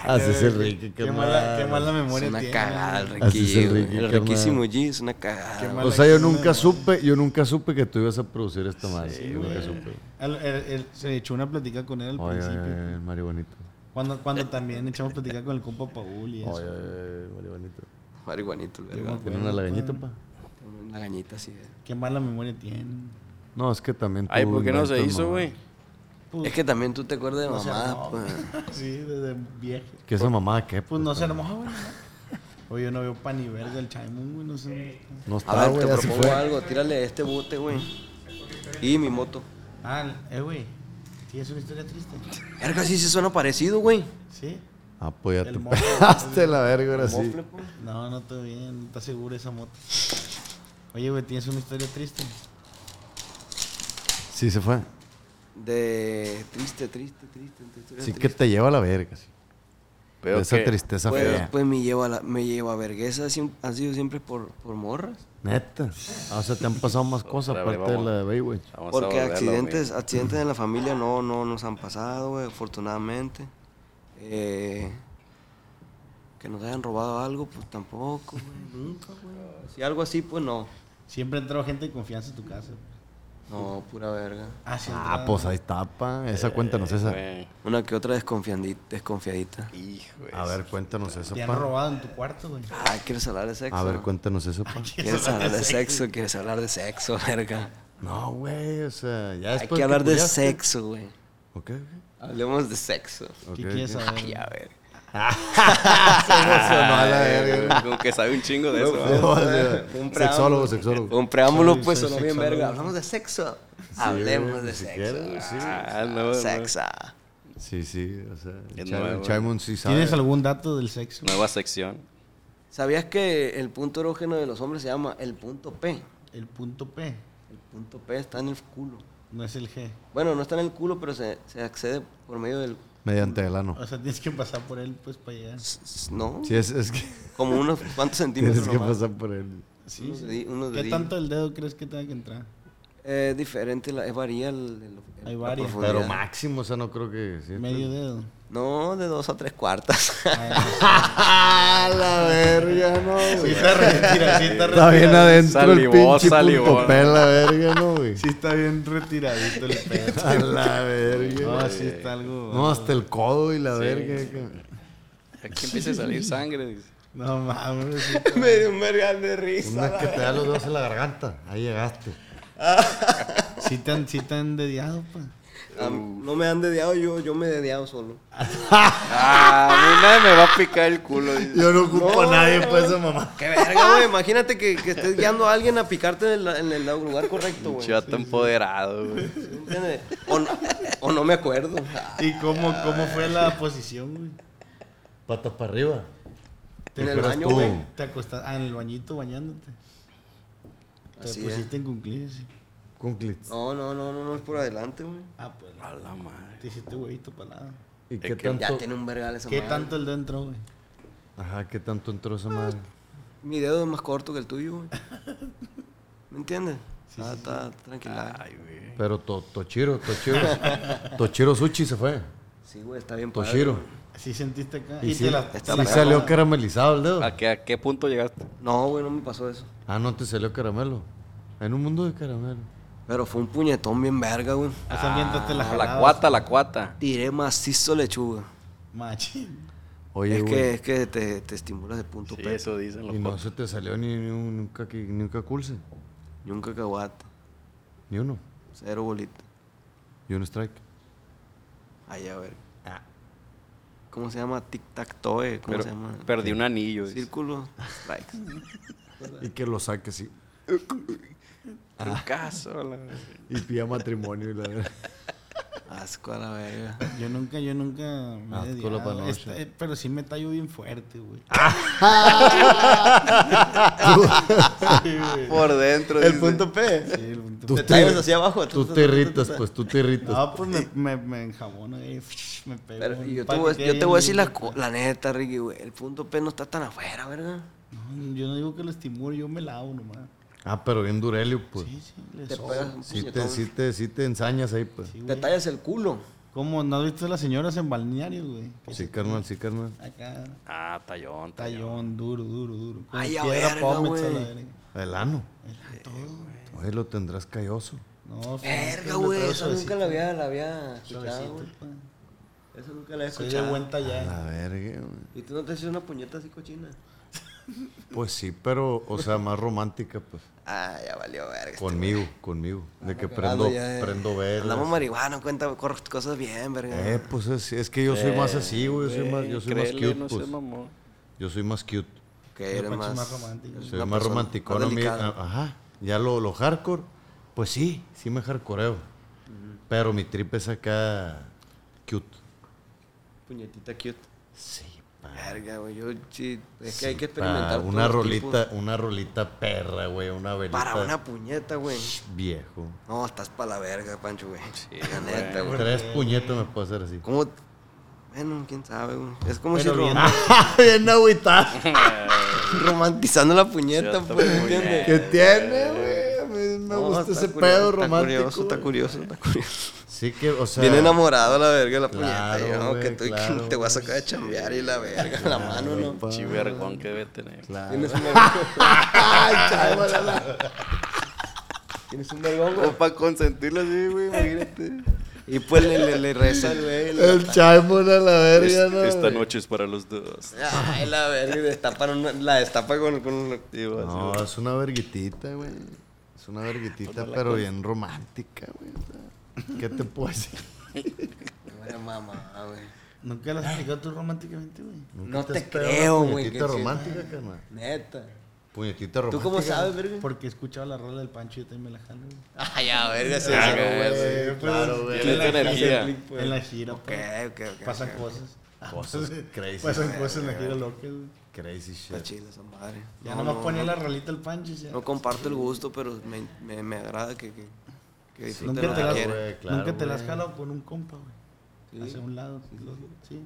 Speaker 2: Así es el Ah, Ricky,
Speaker 6: Qué, mala, qué
Speaker 2: carnal.
Speaker 6: mala
Speaker 4: Es
Speaker 6: memoria
Speaker 4: una
Speaker 6: tiene.
Speaker 4: cagada el
Speaker 2: Así es
Speaker 4: Ricky.
Speaker 2: el
Speaker 4: güey.
Speaker 2: Ricky,
Speaker 4: El
Speaker 2: carnal.
Speaker 4: riquísimo G es una cagada. güey.
Speaker 2: O sea, yo nunca supe, yo nunca supe que tú ibas a producir esta madre. yo nunca supe.
Speaker 6: Él- él- él- se echó una plática con él al
Speaker 2: Oye,
Speaker 6: principio.
Speaker 2: el marihuanito.
Speaker 6: Cuando, cuando también echamos plática con el compa Paul y eso.
Speaker 2: Oye, el marihuanito.
Speaker 4: Marihuanito, el
Speaker 6: Yo me
Speaker 4: verga.
Speaker 2: Tiene una
Speaker 6: acuerdo,
Speaker 2: lagañita,
Speaker 6: pa.
Speaker 2: pa.
Speaker 4: Una gañita así. güey.
Speaker 6: Qué mala memoria tiene.
Speaker 2: No, es que también.
Speaker 3: Ay,
Speaker 2: tú
Speaker 3: ¿por qué no se
Speaker 2: inventas,
Speaker 3: hizo,
Speaker 2: mamá.
Speaker 3: güey?
Speaker 6: Pues,
Speaker 4: Es que también tú te acuerdas de
Speaker 6: no se
Speaker 4: mamá,
Speaker 6: armó.
Speaker 4: pues.
Speaker 6: Sí, desde viejo.
Speaker 2: ¿Qué esa mamada qué?
Speaker 6: Pues no se armó, güey. ¿no? Oye, yo no veo pan ni verga el Chaimón, güey. No sé. dónde está.
Speaker 2: No
Speaker 4: A ver,
Speaker 2: está, Ah, güey,
Speaker 4: te
Speaker 2: ya se
Speaker 4: propongo
Speaker 2: fue.
Speaker 4: algo. Tírale este bote, güey. Y mi moto.
Speaker 6: Ah, eh, güey. Sí, es una historia triste.
Speaker 4: Verga, sí se suena parecido, güey.
Speaker 6: ¿Sí?
Speaker 2: Ah, pues ya
Speaker 6: El
Speaker 2: te
Speaker 6: mofle.
Speaker 2: pegaste la verga, ahora sí.
Speaker 4: Mofle, pues.
Speaker 6: No, no estoy bien. No está segura esa moto. Oye, güey, tienes una historia triste.
Speaker 2: Sí, se fue.
Speaker 4: De triste, triste, triste. triste,
Speaker 2: Sí
Speaker 4: triste.
Speaker 2: que te lleva a la verga, sí.
Speaker 3: Veo
Speaker 2: Esa
Speaker 3: que-
Speaker 2: tristeza
Speaker 4: Pues,
Speaker 2: fea.
Speaker 4: pues me lleva a la, me lleva a verguesa, siem- ha sido siempre por, por morras.
Speaker 2: Neta. Ah, o sea, te han pasado más cosas
Speaker 3: Otra vez,
Speaker 2: aparte de
Speaker 3: vamos.
Speaker 2: la de Baywatch.
Speaker 3: Vamos a
Speaker 4: Porque
Speaker 3: volver a lo
Speaker 4: accidentes,
Speaker 3: mismo.
Speaker 4: accidentes en la familia no, no nos han pasado, güey, afortunadamente. Eh, que nos hayan robado algo, pues tampoco, güey, nunca, güey. Si algo así, pues no.
Speaker 6: Siempre entró gente de confianza en tu casa.
Speaker 4: No, pura verga.
Speaker 6: Ah, sí.
Speaker 2: Ah,
Speaker 6: entraba.
Speaker 2: pues ahí está, pa. Esa cuéntanos esa.
Speaker 3: Eh, Güey,
Speaker 4: Una que otra desconfiandi- desconfiadita.
Speaker 3: Hijo,
Speaker 2: A ver, cuéntanos eso,
Speaker 6: Te han
Speaker 2: pa.
Speaker 6: robado en tu cuarto, güey.
Speaker 4: Ah, ¿quieres hablar de sexo?
Speaker 2: A ver, cuéntanos eso, pa.
Speaker 4: ¿Quieres hablar de sexo? ¿Quieres hablar de sexo, verga?
Speaker 2: No, güey, o sea, ya después
Speaker 4: Hay que hablar de
Speaker 2: culiaste.
Speaker 4: sexo, güey.
Speaker 2: Ok, ok.
Speaker 4: Hablemos de sexo.
Speaker 2: ok,
Speaker 6: ¿Qué quieres
Speaker 2: ok.
Speaker 6: saber?
Speaker 4: Ya, ver.
Speaker 2: emocionó a la verga.
Speaker 3: Como que sabe un chingo de eso. ¿eh?
Speaker 2: No, o sea, Sexólogo, sexólogo.
Speaker 4: Un preámbulo,
Speaker 6: Soy-
Speaker 4: pues,
Speaker 6: soy
Speaker 4: sonó bien
Speaker 6: sexólogo.
Speaker 4: verga. Hablamos de sexo. Hablemos de
Speaker 2: si
Speaker 4: sexo.
Speaker 2: quieres, sí.
Speaker 3: Ah, no, no.
Speaker 4: Sexa.
Speaker 2: Sí, sí, o sea,
Speaker 3: Es
Speaker 2: el
Speaker 3: nuevo.
Speaker 2: Chaimon sí sabe.
Speaker 6: ¿Tienes algún dato del sexo?
Speaker 3: Nueva sección.
Speaker 4: ¿Sabías que el punto erógeno de los hombres se llama el punto P?
Speaker 6: El punto P
Speaker 4: El punto P está en el culo.
Speaker 6: no es el G.
Speaker 4: Bueno, no está en el culo, pero se, se accede por medio del...
Speaker 2: Mediante el ano.
Speaker 6: O sea, tienes que pasar por él, pues, para llegar.
Speaker 4: s- s- ¿No?
Speaker 2: Sí, es, es que
Speaker 4: Como unos cuantos
Speaker 2: tienes
Speaker 4: centímetros
Speaker 2: que
Speaker 4: nomás.
Speaker 2: pasar por él.
Speaker 6: Sí,
Speaker 4: Unos
Speaker 6: sí.
Speaker 4: dedi- unos
Speaker 6: ¿Qué
Speaker 4: dedillos.
Speaker 6: tanto el dedo crees que tenga que entrar?
Speaker 4: Es Eh, diferente, la, es varía el, el- el-
Speaker 6: Hay
Speaker 4: la
Speaker 6: varias.
Speaker 4: profundidad.
Speaker 2: Pero máximo, o sea, no creo que... sí.
Speaker 6: Medio dedo.
Speaker 4: No, de dos a tres cuartas.
Speaker 2: ¡Ah, la verga, no,
Speaker 6: Mira, sí
Speaker 2: güey!
Speaker 6: está, re-
Speaker 2: Está bien adentro el
Speaker 3: Salivó,
Speaker 2: pinche
Speaker 3: salivó.
Speaker 2: punto P, la verga, no, güey.
Speaker 6: sí está bien retiradito el pedo.
Speaker 2: A la verga.
Speaker 6: No, sí está algo.
Speaker 2: No, hasta el codo y la verga.
Speaker 3: Aquí empieza a salir sangre. dice.
Speaker 6: No mames. sí.
Speaker 4: Me dio un vergal de risa.
Speaker 2: Una que te da los dedos en la garganta. Ahí llegaste.
Speaker 6: Sí te han, sí te han dediado, pues. pa.
Speaker 4: A mí- No me han dediado yo, yo me he dediado solo.
Speaker 3: Ah, a mí nadie me va a picar el culo. dice.
Speaker 2: Yo no ocupo a nadie para esa mamá.
Speaker 4: Qué verga, güey. Imagínate que, que estés guiando a alguien a picarte en el, en el lugar correcto, güey.
Speaker 3: Chivato empoderado, güey.
Speaker 4: ¿Entiendes? O, no- o no me acuerdo.
Speaker 6: ¿Y cómo, cómo fue la posición, güey?
Speaker 2: Patas para arriba.
Speaker 4: En el
Speaker 2: Pero
Speaker 4: baño,
Speaker 2: tú,
Speaker 4: güey.
Speaker 6: Te acostaste. Ah, en el bañito bañándote. Te
Speaker 4: Así es.
Speaker 6: pusiste en cunclillas. sí.
Speaker 2: Con clits.
Speaker 4: No, no, no, no, no es por adelante, güey.
Speaker 6: Ah, pues.
Speaker 3: A la madre.
Speaker 6: Te hiciste huevito para nada.
Speaker 2: ¿Y qué
Speaker 3: que-
Speaker 2: tanto?
Speaker 4: Ya tiene un vergal esa
Speaker 6: ¿Qué
Speaker 4: madre.
Speaker 6: tanto el dentro, güey?
Speaker 2: Ajá, ¿qué tanto entró
Speaker 4: Ah,
Speaker 2: esa madre?
Speaker 4: Mi dedo es más corto que el tuyo, güey. ¿Me entiendes? está, está tranquila.
Speaker 3: Ay, güey.
Speaker 2: Pero to, Tochiro, Tochiro. Tochiro Sushi se fue.
Speaker 4: Sí, güey, está bien padre. Ah,
Speaker 2: Tochiro.
Speaker 6: Sí sentiste acá.
Speaker 2: Y
Speaker 6: Y,
Speaker 2: sí,
Speaker 6: te la.
Speaker 2: sí salió caramelizado el dedo.
Speaker 3: ¿A qué, a qué punto llegaste?
Speaker 4: No, güey, no me pasó eso.
Speaker 2: Ah, no, te salió caramelo. En un mundo de caramelo. Ah,
Speaker 4: Pero fue un puñetón bien verga, güey.
Speaker 6: O sea, mientras te la
Speaker 3: A
Speaker 6: jalabas.
Speaker 3: Ah, la cuata, a la cuata.
Speaker 4: Tiré macizo lechuga.
Speaker 6: Machín.
Speaker 2: Oye,
Speaker 4: es,
Speaker 2: güey.
Speaker 4: que, es que te, te estimula de punto
Speaker 3: Sí,
Speaker 4: P.
Speaker 3: eso dicen los
Speaker 2: Y no
Speaker 3: cotos.
Speaker 2: se te salió ni, ni un, nunca, que- ni un caculce.
Speaker 4: Y un cacahuate.
Speaker 2: Ni uno.
Speaker 4: Cero bolita.
Speaker 2: Y un strike.
Speaker 4: Ay, a ver. Ah. ¿Cómo se llama? Tic-tac-toe. ¿Cómo
Speaker 3: Pero
Speaker 4: se llama?
Speaker 3: perdí un anillo. dice.
Speaker 4: Círculo. Strikes.
Speaker 2: Y que lo saque, sí.
Speaker 4: Ah.
Speaker 3: Trucazo, a la madre.
Speaker 2: Y pida matrimonio y la verdad.
Speaker 4: Asco a la verga.
Speaker 6: Yo nunca, yo nunca me
Speaker 2: Ah,
Speaker 6: he
Speaker 2: tú lo
Speaker 6: dediado.
Speaker 2: panoche.
Speaker 6: Este- eh, pero sí me tallo bien fuerte, güey.
Speaker 3: Por dentro. dice.
Speaker 2: P.
Speaker 6: Sí, el punto-
Speaker 2: Tú te,
Speaker 4: Detalles hacia abajo.
Speaker 2: tú te irritas, pues tú te irritas.
Speaker 6: No, pues me, me, me enjabono, güey. Me pego.
Speaker 4: Pero
Speaker 6: un
Speaker 4: yo
Speaker 6: pa'
Speaker 4: te, voy,
Speaker 6: que
Speaker 4: a-
Speaker 6: quede
Speaker 4: yo te voy a decir
Speaker 6: bien
Speaker 4: la,
Speaker 6: limpio.
Speaker 4: co- la neta, Ricky, güey. El punto P no está tan afuera, ¿verdad?
Speaker 6: No, yo no digo que lo estimule, yo me lavo nomás.
Speaker 2: Ah, pero bien durelio, pues.
Speaker 6: Sí, sí, le
Speaker 4: Te
Speaker 6: sobra.
Speaker 4: pegas un
Speaker 2: Sí, te,
Speaker 4: puñetón.
Speaker 2: sí, te, sí te ensañas ahí, pues. Sí,
Speaker 4: Te tallas el culo.
Speaker 6: ¿Cómo? ¿No has visto a las señoras en balnearios, güey? Que se-
Speaker 2: carnal, sí, carnal.
Speaker 6: Acá,
Speaker 3: Ah, tallón, tallón.
Speaker 6: tallón, duro, duro, duro. Como
Speaker 4: Ay, a
Speaker 6: piedra
Speaker 4: verga,
Speaker 6: pómez,
Speaker 4: güey.
Speaker 6: a la verga.
Speaker 2: El ano. Oye, lo tendrás calloso.
Speaker 6: No,
Speaker 4: Verga, güey. Esa nunca la había, la había escuchado, güey. Esa nunca
Speaker 6: pues.
Speaker 4: la había
Speaker 6: Soy de
Speaker 4: escuchado.
Speaker 6: buen tallar.
Speaker 2: La verga, güey.
Speaker 4: Y tú no te haces una puñeta así cochina.
Speaker 2: Pues sí, pero, o sea, más romántica, pues.
Speaker 4: Ah, ya valió verga.
Speaker 2: Conmigo, conmigo. De que
Speaker 4: Ando
Speaker 2: prendo,
Speaker 4: ya, eh.
Speaker 2: prendo
Speaker 4: Andamos
Speaker 2: velas.
Speaker 4: marihuana, cuenta cor- cosas bien, verga.
Speaker 2: Eh, pues es, es que yo soy más así, güey. Yo soy más, yo soy más
Speaker 3: Créele,
Speaker 2: cute,
Speaker 3: no seas
Speaker 2: pues.
Speaker 3: mamón.
Speaker 2: Yo soy más cute.
Speaker 4: que eres más.
Speaker 6: más romántico.
Speaker 2: Soy
Speaker 4: una
Speaker 2: más
Speaker 4: persona
Speaker 2: romántico.
Speaker 4: más
Speaker 2: ¿no? A mí-
Speaker 4: delicada.
Speaker 2: a- ajá. Ya lo, lo hardcore, pues sí, sí me hardcoreo. Pero mi trip es acá cute. ah,
Speaker 4: Puñetita cute.
Speaker 2: Sí,
Speaker 4: Verga, güey. Yo sí. Es que hay que
Speaker 2: pa,
Speaker 4: experimentar.
Speaker 2: una
Speaker 4: todos los tipos.
Speaker 2: rolita, una rolita perra, güey, una velita.
Speaker 4: Para una puñeta, güey.
Speaker 2: viejo.
Speaker 4: No, estás para la verga, Pancho, güey.
Speaker 3: Sí,
Speaker 4: la neta, güey.
Speaker 2: Tres puñetas me puedo hacer así.
Speaker 4: ¿Cómo? Bueno, quién sabe, güey. Es como si
Speaker 6: Pero
Speaker 4: rom-
Speaker 6: bien.
Speaker 2: Bien agüitado.
Speaker 4: romantizando la puñeta,
Speaker 3: Cierto,
Speaker 4: pues,
Speaker 3: muy
Speaker 4: ¿entiendes?
Speaker 2: ¿Qué tiene, güey? A mí Me
Speaker 4: No,
Speaker 2: gusta
Speaker 4: está
Speaker 2: ese
Speaker 4: curioso,
Speaker 2: pedo
Speaker 4: está
Speaker 2: romántico.
Speaker 4: Curioso, está
Speaker 2: güey.
Speaker 4: curioso, está curioso.
Speaker 2: Sí que, o sea.
Speaker 4: Bien enamorado la verga la puñeta.
Speaker 2: claro,
Speaker 4: yo, no, que
Speaker 2: güey,
Speaker 4: tú y que
Speaker 2: claro,
Speaker 4: te vas a
Speaker 2: güey.
Speaker 4: sacar de chambear y la verga, la mano, ¿no?
Speaker 3: Chivergón que debe tener.
Speaker 2: Claro.
Speaker 4: Tienes un vergón. Tienes un vergón, güey.
Speaker 3: O para consentirlo así, güey, imagínate.
Speaker 4: Y pues le, le, le reza al güey. le-
Speaker 2: El chaimón a la verga, ¿no?
Speaker 3: Esta
Speaker 2: güey?
Speaker 3: noche es para los dos.
Speaker 4: Ay, la verga. Y destapan una- la destapa con. con
Speaker 2: No, es una verguitita, güey. Es una verguitita, pero bien romántica, güey. o sea, ¿Qué te puedo decir?
Speaker 4: Ay, mamá, güey.
Speaker 6: Nunca la has explicado tú románticamente, güey.
Speaker 4: No
Speaker 2: ¿Nunca
Speaker 4: te
Speaker 2: has pegado
Speaker 4: creo,
Speaker 2: una
Speaker 4: güey,
Speaker 2: Puñetita
Speaker 4: que sí.
Speaker 2: romántica, carnal.
Speaker 4: Neta.
Speaker 2: Puñetita
Speaker 4: ¿Tú
Speaker 2: romántica.
Speaker 4: cómo sabes, verga?
Speaker 6: Porque he escuchado la rola del Pancho y yo también me la jalo, güey.
Speaker 4: Ay, ya, verga, sí.
Speaker 3: Ah,
Speaker 4: sí, güey.
Speaker 3: güey,
Speaker 6: pues,
Speaker 2: güey, claro, güey.
Speaker 3: Tiene esta energía.
Speaker 6: En la gira,
Speaker 4: Ok,
Speaker 6: pues,
Speaker 4: ok, ok.
Speaker 6: pasan
Speaker 4: ok.
Speaker 6: cosas. Ah, pues,
Speaker 2: Cosas crazy.
Speaker 6: Pasan cosas en la gira loca, güey.
Speaker 2: Crazy
Speaker 4: Está
Speaker 2: shit.
Speaker 4: chila esa madre.
Speaker 6: Ya
Speaker 4: No,
Speaker 6: nomás
Speaker 4: no,
Speaker 6: ponía
Speaker 4: no.
Speaker 6: la rolita del Pancho y ya.
Speaker 4: No comparto el gusto, pero me, me, me agrada que, que, que disfruten
Speaker 6: Nunca
Speaker 4: lo
Speaker 6: te,
Speaker 4: que
Speaker 6: la,
Speaker 2: quiere.
Speaker 4: quieren.
Speaker 2: güey, claro,
Speaker 6: nunca te la has
Speaker 2: güey.
Speaker 6: jalado con un compa, güey. Hacia un lado. lo- Sí.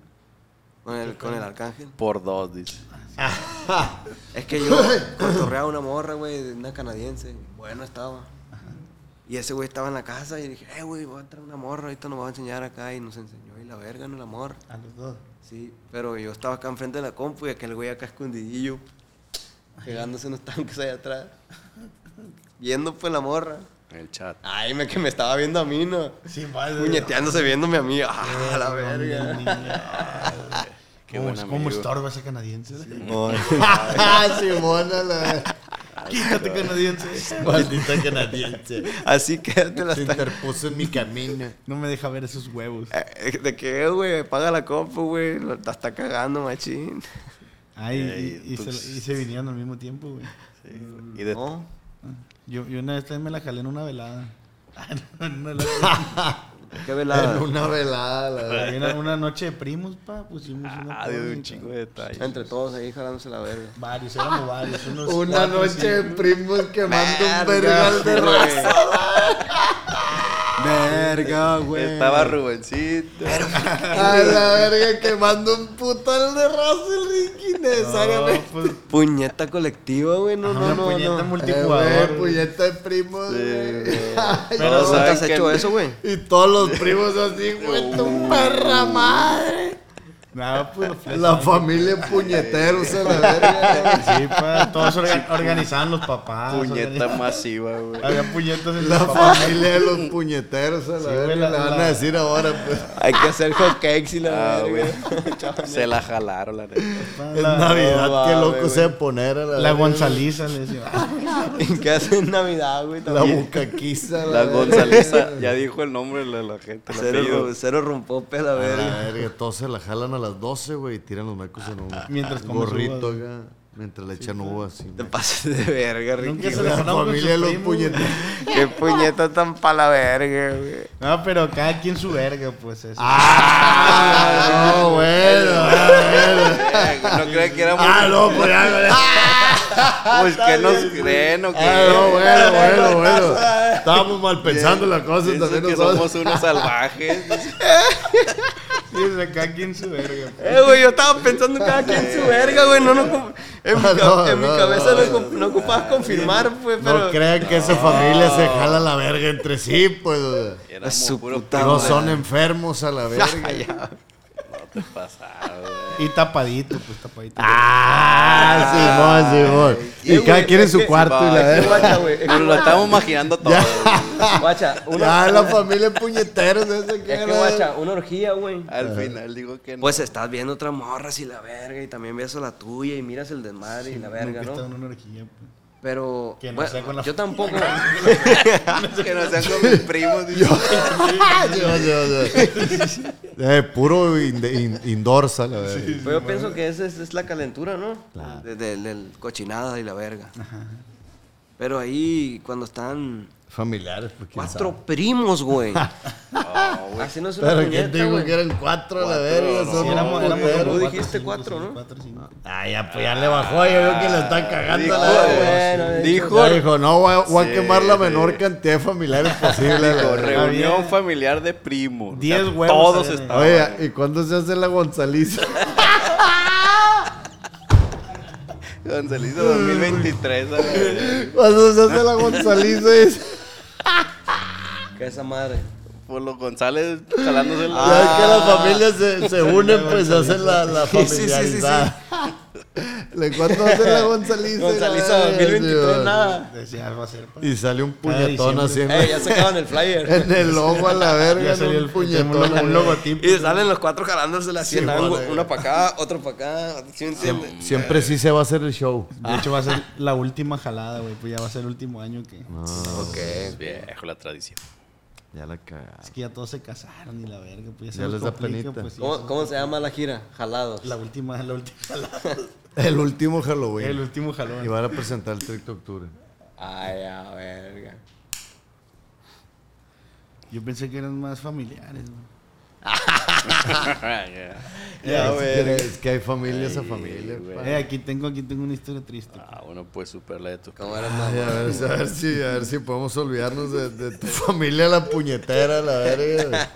Speaker 4: Con el, con el arcángel.
Speaker 3: Por dos, dice.
Speaker 4: Es que yo cotorreaba una morra, güey, de una canadiense. Bueno estaba. Y ese güey estaba en la casa y dije, eh, güey, voy a traer una morra, ahorita nos va a enseñar acá. Y nos enseñó, y la verga, no el amor.
Speaker 6: A los dos.
Speaker 4: Sí, pero yo estaba acá enfrente de la compu y aquel güey acá escondidillo, pegándose unos tanques allá atrás, viendo pues la morra.
Speaker 3: El chat.
Speaker 4: Ay, me que me estaba viendo a mí, ¿no?
Speaker 6: Sí, padre.
Speaker 4: Puñeteándose viéndome a mí. ¡Ah, la verga!
Speaker 3: Qué
Speaker 6: ¿Cómo,
Speaker 3: buen
Speaker 6: ¿Cómo
Speaker 3: amigo.
Speaker 6: estorba ese canadiense?
Speaker 2: Simona, la
Speaker 6: Quítate, canadiense.
Speaker 2: maldita canadiense.
Speaker 4: Así que te la
Speaker 2: Se
Speaker 4: está-
Speaker 2: interpuso en mi camino.
Speaker 6: No me deja ver esos huevos.
Speaker 4: Eh, ¿De qué, güey? Paga la compu, güey. La la está cagando, machín.
Speaker 6: Ay,
Speaker 3: Ey,
Speaker 6: y, y se,
Speaker 3: entonces-
Speaker 6: y se vinieron al mismo tiempo, güey.
Speaker 3: Y de
Speaker 4: ¿No?
Speaker 6: Yo, yo una vez también me la jalé en una velada. Ah, no, no la-
Speaker 4: ¿Qué velada?
Speaker 2: En una velada, la verdad.
Speaker 6: Ahí una, una noche de primos, pa, pusimos una.
Speaker 3: Ah, de
Speaker 6: porra y
Speaker 3: un chingo
Speaker 6: tal.
Speaker 3: de detalles.
Speaker 4: Entre todos ahí jalándose la verga.
Speaker 6: Varios, éramos varios. Unos
Speaker 2: Una
Speaker 6: cuatro,
Speaker 2: noche de
Speaker 6: cinco.
Speaker 2: primos quemando un vergal de
Speaker 4: güey.
Speaker 2: raza. Verga, güey.
Speaker 3: Estaba Rubencito.
Speaker 2: A la verga quemando un putal de raza el Ricky
Speaker 6: No,
Speaker 2: innecesariamente.
Speaker 6: pues,
Speaker 4: Puñeta colectiva, güey. No,
Speaker 6: una
Speaker 4: no, no.
Speaker 6: puñeta
Speaker 4: no.
Speaker 2: Eh,
Speaker 6: multijugador.
Speaker 2: güey, puñeta de primos, güey. Ay,
Speaker 3: Pero
Speaker 4: ¿Pero
Speaker 2: no.
Speaker 4: ¿Nunca
Speaker 3: ¿saben
Speaker 4: has
Speaker 3: qué?
Speaker 4: hecho eso, güey?
Speaker 2: Y todos los primos así, güey, tu perra madre.
Speaker 6: No, pues, los flash-
Speaker 2: La familia puñeteros a la verga.
Speaker 6: Sí, pa, todos orga- organizaban los papás.
Speaker 3: Puñeta
Speaker 6: organizaban-
Speaker 3: masiva, güey.
Speaker 6: Había puñetas en
Speaker 2: La
Speaker 6: los papás.
Speaker 2: familia de los puñeteros a la
Speaker 6: güey,
Speaker 2: verga.
Speaker 6: la-
Speaker 2: Le van a
Speaker 6: la-
Speaker 2: decir ahora, pues.
Speaker 4: Hay que hacer hotcakes y
Speaker 3: Ah,
Speaker 4: la verga.
Speaker 3: güey. Se la jalaron, la neta.
Speaker 6: pa,
Speaker 2: Es
Speaker 6: la-
Speaker 2: Navidad,
Speaker 3: no,
Speaker 2: qué
Speaker 3: va,
Speaker 2: loco
Speaker 3: güey,
Speaker 2: se va a poner a la
Speaker 6: La
Speaker 2: verga.
Speaker 6: Gonzaliza le decía.
Speaker 4: ¿Y qué hacen en Navidad, güey?
Speaker 2: La
Speaker 4: También.
Speaker 2: bucaquiza.
Speaker 3: La
Speaker 2: verga.
Speaker 3: Gonzaliza ya dijo el nombre de la gente. el
Speaker 4: Cero,
Speaker 3: apellido.
Speaker 4: ru- cero rumpope, la
Speaker 2: A
Speaker 4: verga.
Speaker 2: la verga, todos se la jalan a las 12, güey, y tiran los nacos en un
Speaker 6: Mientras comes
Speaker 2: gorrito
Speaker 6: uvas.
Speaker 2: acá, mientras le echan uvas. sí,
Speaker 4: Te
Speaker 2: güey.
Speaker 4: pases de verga,
Speaker 6: Nunca
Speaker 4: Ricky.
Speaker 6: se
Speaker 4: güey.
Speaker 6: la
Speaker 2: La
Speaker 6: jalaron con
Speaker 2: familia de
Speaker 6: sus
Speaker 2: los
Speaker 6: primos, güey.
Speaker 2: puñeteros.
Speaker 4: Qué puñeta tan pa' la verga, güey.
Speaker 6: No, pero cada quien su verga, pues eso.
Speaker 2: ¡Ah! No, bueno, ah, bueno.
Speaker 3: Eh, güey, No creen que éramos.
Speaker 2: ¡Ah, no, pues ya, güey.
Speaker 3: Pues que nos creen o
Speaker 2: ¡Ah, no,
Speaker 3: qué.
Speaker 2: bueno, bueno, bueno! Estábamos mal pensando las cosas
Speaker 3: Piensan
Speaker 2: también
Speaker 3: que
Speaker 2: nosotros.
Speaker 3: somos unos salvajes.
Speaker 6: Sí, o sea, cada quien su verga. pues.
Speaker 4: Eh, güey, yo estaba pensando cada quien su verga, güey. Eh. No, no, com- en mi,
Speaker 2: Ah,
Speaker 4: ca-
Speaker 2: no,
Speaker 4: en mi
Speaker 2: no,
Speaker 4: cabeza
Speaker 2: no,
Speaker 4: no, com- no ocupabas confirmar, pues,
Speaker 2: No
Speaker 4: pero.
Speaker 2: crean que esa familia se jala la verga entre sí, pues. güey.
Speaker 3: Éramos
Speaker 4: Su
Speaker 3: puro
Speaker 4: puta
Speaker 2: No
Speaker 4: madre.
Speaker 2: son enfermos a la verga.
Speaker 3: pasado.
Speaker 6: Y tapadito, pues tapadito.
Speaker 2: Ah, Simón, Simón.
Speaker 4: Eh,
Speaker 2: Y
Speaker 4: güey,
Speaker 2: cada quien en
Speaker 4: es
Speaker 2: su
Speaker 4: que-
Speaker 2: cuarto y la
Speaker 3: va,
Speaker 4: Es que
Speaker 2: verga.
Speaker 4: guacha, güey. Es
Speaker 3: Nos
Speaker 4: que
Speaker 3: lo
Speaker 4: guacha,
Speaker 3: estamos imaginando todo. güey.
Speaker 4: guacha, una,
Speaker 2: Ya, la familia puñetera, no sé qué.
Speaker 4: es que guacha, una orgía, güey.
Speaker 3: Al final digo que no.
Speaker 4: Pues estás viendo otras morras y la verga, y también ves a la tuya, y miras el desmadre y la verga,
Speaker 6: Nunca estaba
Speaker 4: ¿no?
Speaker 6: en una orgía, pues.
Speaker 4: Pero.
Speaker 6: Que no
Speaker 4: bueno,
Speaker 6: sea con la
Speaker 4: yo tampoco.
Speaker 3: que no sean con mis primos. dice.
Speaker 2: Eh, puro inde- in- indorsa, la verga.
Speaker 4: Pues yo pienso que esa es, es la calentura, ¿no? De- del- del cochinada y la verga. Pero ahí, cuando están
Speaker 2: Familiares, pues quién
Speaker 4: cuatro
Speaker 2: sabe.
Speaker 4: primos, güey. Ah, Así no es una
Speaker 2: Pero ¿quién
Speaker 4: puñeta,
Speaker 2: te dijo
Speaker 4: güey.
Speaker 2: que eran cuatro, la verga? Son
Speaker 6: Sí, éramos, éramos
Speaker 2: culeros.
Speaker 6: como
Speaker 4: Tú
Speaker 6: cuatro,
Speaker 4: dijiste
Speaker 6: cinco,
Speaker 4: cuatro,
Speaker 6: sí,
Speaker 4: ¿no?
Speaker 6: Cuatro, cinco.
Speaker 2: Ah, ya, pues ya le bajó. Ya veo que le
Speaker 6: Ah,
Speaker 2: están cagando
Speaker 3: Dijo,
Speaker 2: a la verga.
Speaker 6: eh,
Speaker 4: bueno, de
Speaker 3: dijo,
Speaker 2: Ya dijo, no, voy a, voy a
Speaker 3: Sí,
Speaker 2: quemar la
Speaker 3: sí.
Speaker 2: menor cantidad de familiares posible. la
Speaker 3: Dijo,
Speaker 2: verga.
Speaker 3: reunión familiar de primos.
Speaker 6: Diez huevos
Speaker 3: Todos
Speaker 6: habían ahí.
Speaker 3: estaban.
Speaker 2: Oye, ¿y cuándo se hace la Gonzaliza?
Speaker 3: Gonzalito 2023. a la verga.
Speaker 2: ¿Cuándo se hace la Gonzaliza? Es...
Speaker 4: Que esa madre.
Speaker 3: Polo Pues González jalándose el.
Speaker 2: Ya que la familia se, se une, pues hacen la, la
Speaker 4: Ah. Sí, sí, sí, sí,
Speaker 2: familiaridad. ¿Le cuánto hace la Gonzaliza?
Speaker 4: Gonzaliza
Speaker 2: Ay,
Speaker 4: 2023,
Speaker 2: Dios.
Speaker 4: nada.
Speaker 6: Decía, algo hacer, pa.
Speaker 2: Y sale un puñetón
Speaker 6: diciembre.
Speaker 2: así en,
Speaker 4: Ey, ya sacaban el flyer.
Speaker 2: en el ojo a la verga.
Speaker 6: Ya
Speaker 2: en
Speaker 6: salió
Speaker 2: un
Speaker 6: el
Speaker 2: puñetón.
Speaker 6: puñetón, un logotipo.
Speaker 4: Y salen los cuatro jalándose la sien
Speaker 2: vale.
Speaker 4: Una para acá, otro para acá. ¿Sí me entiendes?
Speaker 2: Siempre sí se va a hacer el show.
Speaker 6: De hecho, va a ser la última jalada, güey. Pues ya va a ser el último año que.
Speaker 3: Es viejo la tradición.
Speaker 2: Ya la cagaste.
Speaker 6: Es que ya todos se casaron y la verga, pues ya se
Speaker 2: Ya
Speaker 6: nos
Speaker 2: les da
Speaker 6: complica,
Speaker 2: penita.
Speaker 6: pues, sí,
Speaker 4: ¿Cómo,
Speaker 6: eso.
Speaker 4: cómo se llama la gira? Jalados.
Speaker 6: La última, la última jalada.
Speaker 2: El último Halloween.
Speaker 6: El último
Speaker 2: Y
Speaker 6: jalón.
Speaker 2: van a presentar el 3 de octubre.
Speaker 4: Ay, a verga.
Speaker 6: Yo pensé que eran más familiares, güey.
Speaker 2: Ya, güey. Es que hay familias a familia. pues. pa.
Speaker 6: Eh, aquí tengo, aquí tengo una historia triste.
Speaker 3: Ah, bueno, pues super la de tu
Speaker 4: ¿Cómo era
Speaker 2: Ay, a, ver, a, ver si, a ver si podemos olvidarnos de, de tu familia la puñetera, la verga.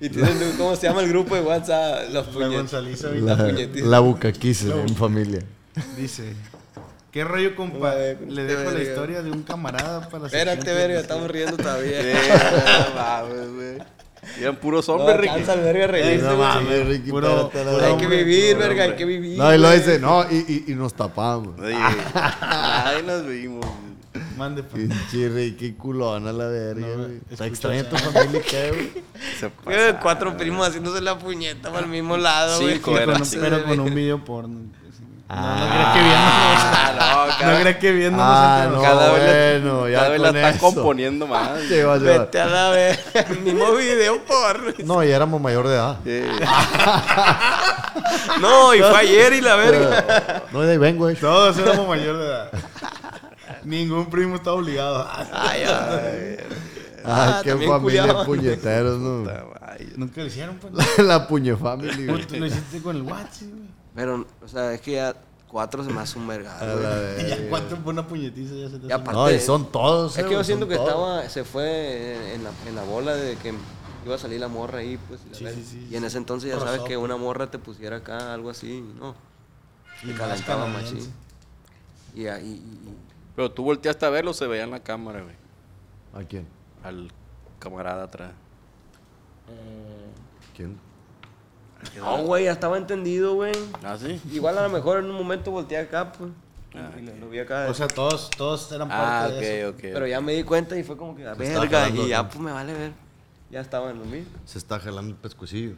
Speaker 4: ¿Y tienen un- cómo se llama el grupo de WhatsApp? Los
Speaker 6: La
Speaker 4: puñetes.
Speaker 6: Gonzaliza
Speaker 2: La,
Speaker 6: ahorita
Speaker 2: la bucaquiza en familia.
Speaker 6: dice ¿Qué rollo, compa?
Speaker 4: Vale,
Speaker 6: Le
Speaker 4: te
Speaker 6: dejo la
Speaker 4: verga.
Speaker 6: historia de un camarada para la
Speaker 4: Espérate,
Speaker 6: sección
Speaker 4: verga,
Speaker 6: que-
Speaker 4: estamos riendo todavía.
Speaker 3: no mames, güey. Eran puros hombres, Ricky.
Speaker 4: Cansa el verga reírse,
Speaker 2: No
Speaker 4: güey.
Speaker 2: mames, Ricky,
Speaker 6: Puro-
Speaker 2: espérate a la
Speaker 6: puro
Speaker 2: verga.
Speaker 4: Hay que vivir, verga, hay que vivir.
Speaker 2: No, y lo
Speaker 4: güey.
Speaker 2: dice, no, y, y, y nos tapamos.
Speaker 3: Oye, Ahí nos vimos. güey.
Speaker 6: Mande, pues. pa.
Speaker 2: Pinche Ricky culona la verga,
Speaker 6: No,
Speaker 2: güey. Está
Speaker 6: escucha,
Speaker 2: extraña tu
Speaker 6: o sea,
Speaker 2: familia, ¿qué, güey?
Speaker 3: Se
Speaker 4: Güey,
Speaker 3: pasa. Ah.
Speaker 4: Cuatro primos haciéndose la puñeta para el mismo lado, güey.
Speaker 3: Cinco
Speaker 6: Sí,
Speaker 3: era
Speaker 6: con un-
Speaker 3: así.
Speaker 6: pero con un video porno.
Speaker 3: Ah, no,
Speaker 6: No, no
Speaker 3: cada,
Speaker 6: creas que viéndonos.
Speaker 2: Ah, no,
Speaker 3: cada vez la-
Speaker 2: bueno,
Speaker 3: cada
Speaker 2: ya
Speaker 3: vez la
Speaker 2: con
Speaker 3: están
Speaker 2: eso.
Speaker 3: componiendo más.
Speaker 2: Sí, va, sí, va.
Speaker 4: Vete a la verga. El mismo video por.
Speaker 2: No, ya éramos mayor de edad.
Speaker 3: Sí.
Speaker 4: No, y fue ayer y la verga.
Speaker 2: No, de ahí vengo, eh.
Speaker 6: Todos éramos mayor de edad. Ningún primo está obligado.
Speaker 4: Ay, ay.
Speaker 2: Ah,
Speaker 4: Ah,
Speaker 2: qué
Speaker 4: también
Speaker 2: familia de
Speaker 4: culiaban.
Speaker 2: puñeteros, ¿no?
Speaker 6: Nunca lo hicieron, pues.
Speaker 2: la puñe family, güey.
Speaker 6: Tú Lo hiciste con el WhatsApp, güey.
Speaker 4: Pero, o sea, es que ya cuatro se me hace un
Speaker 2: A
Speaker 4: vergado,
Speaker 2: la
Speaker 4: güey.
Speaker 2: verga.
Speaker 6: Ya cuatro por una puñetiza ya se te
Speaker 4: Ya
Speaker 6: hace
Speaker 4: pa-
Speaker 2: No, y son todos. eh,
Speaker 4: Es que
Speaker 2: güey,
Speaker 4: yo siento
Speaker 2: son
Speaker 4: que
Speaker 2: todos.
Speaker 4: estaba, se fue en, en la, en la bola de que iba a salir la morra ahí, pues. Y, la verga. Y en ese entonces ya sabes que una morra te pusiera acá, algo así, ¿no?
Speaker 6: Y
Speaker 4: Te
Speaker 6: más
Speaker 4: calentaba
Speaker 6: canadiense.
Speaker 4: machín. Y ahí. y- y-
Speaker 3: Pero tú volteaste a verlo, se veía en la cámara, güey.
Speaker 2: ¿A quién?
Speaker 3: Al camarada atrás.
Speaker 5: Eh,
Speaker 2: ¿Quién?
Speaker 4: No, güey, ya estaba entendido, güey.
Speaker 3: ¿Ah, sí?
Speaker 4: Igual a lo mejor en un momento volteé acá, pues. y- y lo, lo vi acá.
Speaker 6: O sea, todos, todos eran
Speaker 3: Ah,
Speaker 6: parte
Speaker 3: ok,
Speaker 6: de eso.
Speaker 3: ok.
Speaker 4: pero ya me di cuenta y fue como que, a
Speaker 2: está
Speaker 4: verga,
Speaker 2: jalando,
Speaker 4: y ya
Speaker 2: ¿no?
Speaker 4: pues me vale ver. Ya estaba en lo mismo.
Speaker 2: Se está jalando el pescuecillo.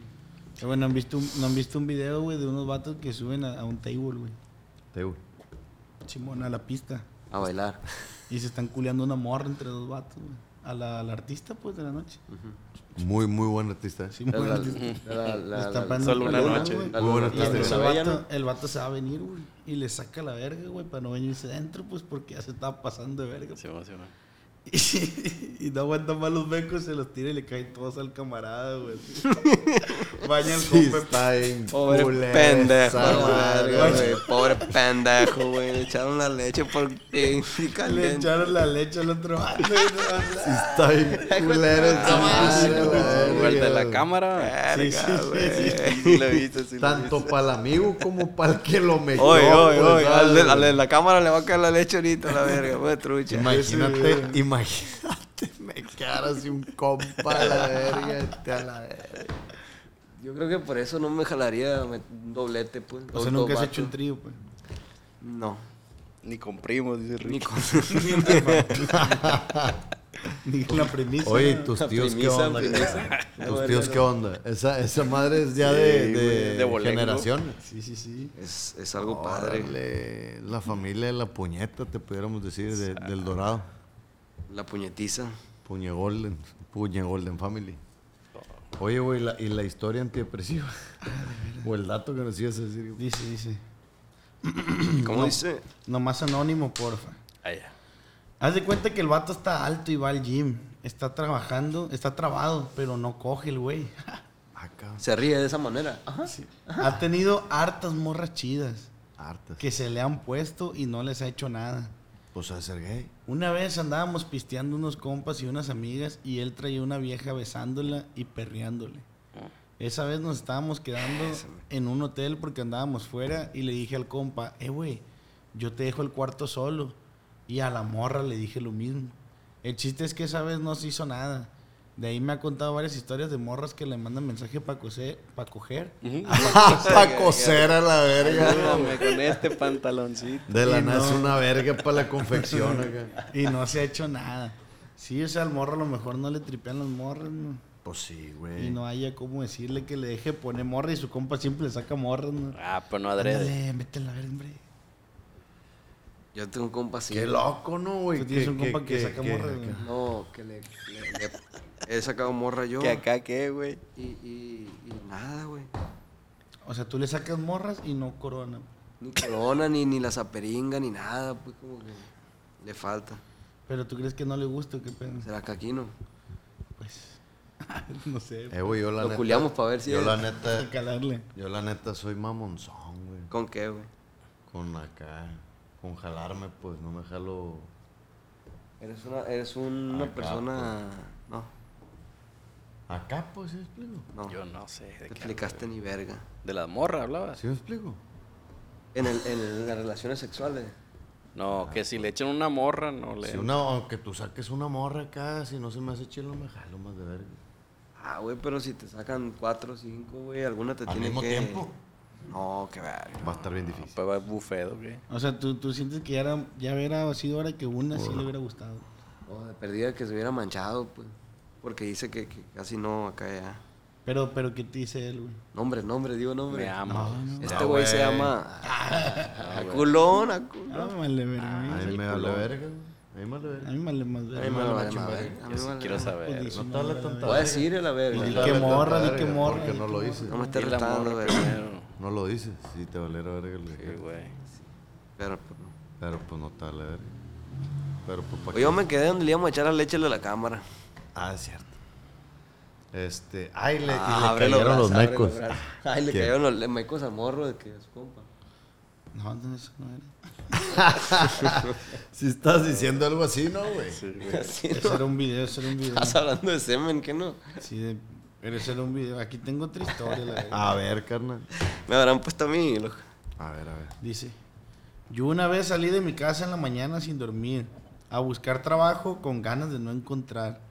Speaker 6: Eh, Bueno, ¿han visto, un, ¿no han visto un video, güey, de unos vatos que suben a, a un table, güey?
Speaker 2: Te digo.
Speaker 6: Chimón, a la pista.
Speaker 4: A bailar.
Speaker 6: Y se están culeando una morra entre dos vatos, güey. A la, a la artista, pues, de la noche.
Speaker 2: Muy, muy buen artista. eh.
Speaker 6: Sí,
Speaker 4: La- la-
Speaker 6: artista.
Speaker 4: la- la-
Speaker 6: Está
Speaker 4: la-
Speaker 6: parando
Speaker 3: Solo una
Speaker 6: pelona,
Speaker 3: noche.
Speaker 6: güey.
Speaker 4: la-
Speaker 2: Muy buena
Speaker 6: Y
Speaker 2: Hasta
Speaker 4: la-
Speaker 2: artista.
Speaker 6: entonces
Speaker 4: la
Speaker 6: el
Speaker 4: bella,
Speaker 6: vato,
Speaker 4: ¿no?
Speaker 6: el vato se va a venir, güey. Y le saca la verga, güey, para no venirse adentro, pues porque ya se estaba pasando de verga. pues.
Speaker 3: Sí, sí, sí.
Speaker 6: Y, no aguanta más los becos, se los tira y le caen todos al camarada, güey. Baña el
Speaker 2: Sí,
Speaker 6: compa.
Speaker 2: está en
Speaker 4: Pobre
Speaker 2: culera
Speaker 4: pendejo,
Speaker 2: esa madre,
Speaker 4: güey, güey, Pobre pendejo, güey. Le echaron la leche por ti. y
Speaker 6: Le
Speaker 4: caliente.
Speaker 6: echaron la leche al otro vato. güey.
Speaker 2: Sí, está en culera esa madre,
Speaker 3: O el de la
Speaker 2: verga.
Speaker 4: Eh,
Speaker 3: cámara.
Speaker 6: Sí, sí, sí, sí.
Speaker 3: Sí, sí lo viste, sí lo viste.
Speaker 2: Tanto para el amigo como para el que lo metió.
Speaker 4: Oye, oye,
Speaker 2: pues,
Speaker 4: oye.
Speaker 2: ¿sabes?
Speaker 4: Al de, al de la cámara le va a caer la leche ahorita, la verga, güey, trucha.
Speaker 2: Imagínate, imagínate, me quedara así un compa a la verga, este a la verga.
Speaker 4: Yo creo que por eso no me jalaría me- un doblete, pues.
Speaker 6: O
Speaker 4: dos-
Speaker 6: sea,
Speaker 4: dos
Speaker 6: nunca has
Speaker 4: vatos.
Speaker 6: hecho un trío, pues.
Speaker 4: No.
Speaker 3: Ni con primos, dice Ricky.
Speaker 4: Ni con...
Speaker 6: Ni la premisa.
Speaker 2: Oye,
Speaker 6: ¿no?
Speaker 2: tus
Speaker 4: La
Speaker 2: tíos qué
Speaker 4: premisa,
Speaker 2: onda,
Speaker 4: premisa.
Speaker 2: güey? tus tíos qué onda. Esa, esa madre es ya
Speaker 3: Sí,
Speaker 2: de,
Speaker 3: güey,
Speaker 2: de,
Speaker 3: de bolengo.
Speaker 2: generaciones.
Speaker 6: Sí, sí, sí.
Speaker 4: Es, es algo padre.
Speaker 2: Órale, La familia de la puñeta, te pudiéramos decir, de- del dorado.
Speaker 4: La puñetiza.
Speaker 2: Puñe Golden, Puñe Golden Family. Oye, güey, la- y la historia antidepresiva. o el dato que nos ibas a decir. güey.
Speaker 6: Dice, dice.
Speaker 4: ¿Cómo dice?
Speaker 6: Nomás anónimo, porfa.
Speaker 3: Ah, ya.
Speaker 6: Haz de cuenta que el vato está alto y va al gym. Está trabajando, está trabado, pero no coge el güey.
Speaker 2: Ah, cabrón.
Speaker 4: Se ríe de esa manera. Ajá.
Speaker 6: Ha tenido hartas morras chidas
Speaker 2: Hartas.
Speaker 6: que se le han puesto y no les ha hecho nada.
Speaker 2: Pues a ser gay.
Speaker 6: Una vez andábamos pisteando unos compas y unas amigas y él traía una vieja besándola y perreándole. Esa vez nos estábamos quedando en un hotel porque andábamos fuera y le dije al compa, eh, güey, yo te dejo el cuarto solo. Y a la morra le dije lo mismo. El chiste es que esa vez no se hizo nada. De ahí me ha contado varias historias de morras que le mandan mensaje para coger. Ah,
Speaker 2: Para coser a la verga.
Speaker 3: Ayúdame con este pantaloncito.
Speaker 2: De la
Speaker 6: Y
Speaker 2: nada es
Speaker 6: no.
Speaker 2: una verga para la confección acá.
Speaker 6: Y no se ha hecho nada. Sí, o sea, al morro a lo mejor no le tripean las morras, ¿no?
Speaker 2: Pues sí,
Speaker 6: Y
Speaker 2: güey.
Speaker 6: no haya cómo decirle que le deje poner morra y su compa siempre le saca morra, ¿no?
Speaker 3: Ah, pero no adrede.
Speaker 6: Ándale, vete a la verga, hombre.
Speaker 4: Yo tengo un compa así.
Speaker 2: Qué loco, ¿no, güey?
Speaker 6: Tú tienes
Speaker 2: Que-
Speaker 6: un compa que, saca morra,
Speaker 2: que-
Speaker 6: güey.
Speaker 4: No, que le, le- le- he sacado morra yo.
Speaker 3: ¿Que acá qué, güey?
Speaker 4: Y, y, y nada, güey.
Speaker 6: O sea, tú le sacas morras y no corona.
Speaker 4: Ni corona, ni, ni la zaperinga, ni nada, pues como que le falta.
Speaker 6: Pero tú crees que no le gusta, o qué pedo.
Speaker 4: Será que aquí no.
Speaker 6: Pues. no sé.
Speaker 2: Eh, güey, yo la
Speaker 4: Lo
Speaker 2: neta.
Speaker 4: culiamos pa' ver si
Speaker 2: Yo
Speaker 4: es.
Speaker 2: la neta.
Speaker 6: Calarle.
Speaker 2: Yo la neta soy mamonzón, güey.
Speaker 4: ¿Con qué, güey?
Speaker 2: Con acá. Con jalarme, pues no me jalo.
Speaker 4: Eres una, eres un- una
Speaker 2: Acá, pues.
Speaker 4: persona. No,
Speaker 2: Acá, pues, ¿sí me explico?
Speaker 4: no.
Speaker 3: Yo no sé. ¿De,
Speaker 4: te
Speaker 3: qué
Speaker 4: explicaste ni verga.
Speaker 3: hablas. ¿De la morra hablabas?
Speaker 2: ¿Sí me explico?
Speaker 4: En, el, en el- en las relaciones sexuales.
Speaker 3: No, que si le echan una morra, no le.
Speaker 2: Si una, aunque tú saques una morra acá, si no se me hace chilo, me jalo más de verga.
Speaker 4: Ah, güey, pero si te sacan cuatro o cinco, güey, alguna te
Speaker 2: Al
Speaker 4: tiene
Speaker 2: mismo
Speaker 4: que...
Speaker 2: tiempo.
Speaker 4: No, qué verga.
Speaker 2: Va a estar bien difícil.
Speaker 3: Pues va a buffet, ¿o qué?
Speaker 6: O sea, tú, tú sientes que ya, era, ya hubiera sido hora que una sí le hubiera gustado.
Speaker 4: O de perdida que se hubiera manchado, pues. Porque dice que, que casi no acá ya.
Speaker 6: Pero, pero ¿qué te dice él, güey?
Speaker 4: Nombre, nombre, digo nombre.
Speaker 3: Me ama.
Speaker 4: Este güey se llama... Ah, culón, a culón.
Speaker 6: Ah, me vale verga,
Speaker 2: A
Speaker 6: güey.
Speaker 2: mí me vale verga. güey. A mí me vale
Speaker 6: A
Speaker 2: verga.
Speaker 6: mí me vale más
Speaker 4: A mí me
Speaker 6: verga. Pues,
Speaker 4: vale madre, a mí
Speaker 3: Yo
Speaker 4: me
Speaker 3: sí
Speaker 4: vale
Speaker 3: quiero
Speaker 4: madre.
Speaker 3: saber.
Speaker 6: Putísima,
Speaker 2: Pues, No te hable
Speaker 6: vale
Speaker 2: tanta
Speaker 6: verga.
Speaker 4: Voy a decirle la verga.
Speaker 6: Pues, Y
Speaker 2: Dile
Speaker 6: qué
Speaker 2: la verdad,
Speaker 6: morra, di
Speaker 2: verga,
Speaker 6: qué morra,
Speaker 2: Porque
Speaker 6: di
Speaker 2: no
Speaker 6: qué
Speaker 2: lo
Speaker 6: morra.
Speaker 2: hice.
Speaker 4: No me estés
Speaker 3: Dile la
Speaker 4: retando,
Speaker 3: morra
Speaker 4: güey.
Speaker 3: primero.
Speaker 2: No lo dices. Sí, te valiera verga. le
Speaker 3: Sí,
Speaker 2: dije.
Speaker 3: güey.
Speaker 4: Pero, pues, no.
Speaker 2: Pero pues no te vale verga. Pero pues para
Speaker 4: Pues yo me quedé donde le íbamos a echar la leche a la cámara.
Speaker 2: Ah, es cierto. Este. Ay, le,
Speaker 4: Ah,
Speaker 2: y
Speaker 4: abre
Speaker 2: le
Speaker 4: los
Speaker 2: cayeron los
Speaker 4: brazos, abre
Speaker 2: mecos.
Speaker 4: los brazos. Ay, le
Speaker 2: ¿Qué?
Speaker 4: cayeron los le- mecos a morro de que es compa.
Speaker 6: No, entonces eso no era.
Speaker 2: Si estás diciendo algo así, ¿no, güey?
Speaker 4: Así,
Speaker 6: Eso era un video, eso era un video.
Speaker 4: Estás hablando de semen, ¿qué no?
Speaker 6: Sí, de- pero eso era un video. Aquí tengo otra historia, la verga.
Speaker 2: A ver, carnal.
Speaker 4: Me habrán puesto a mí, loco.
Speaker 2: A ver, a ver.
Speaker 6: Dice, yo una vez salí de mi casa en la mañana sin dormir, a buscar trabajo con ganas de no encontrar.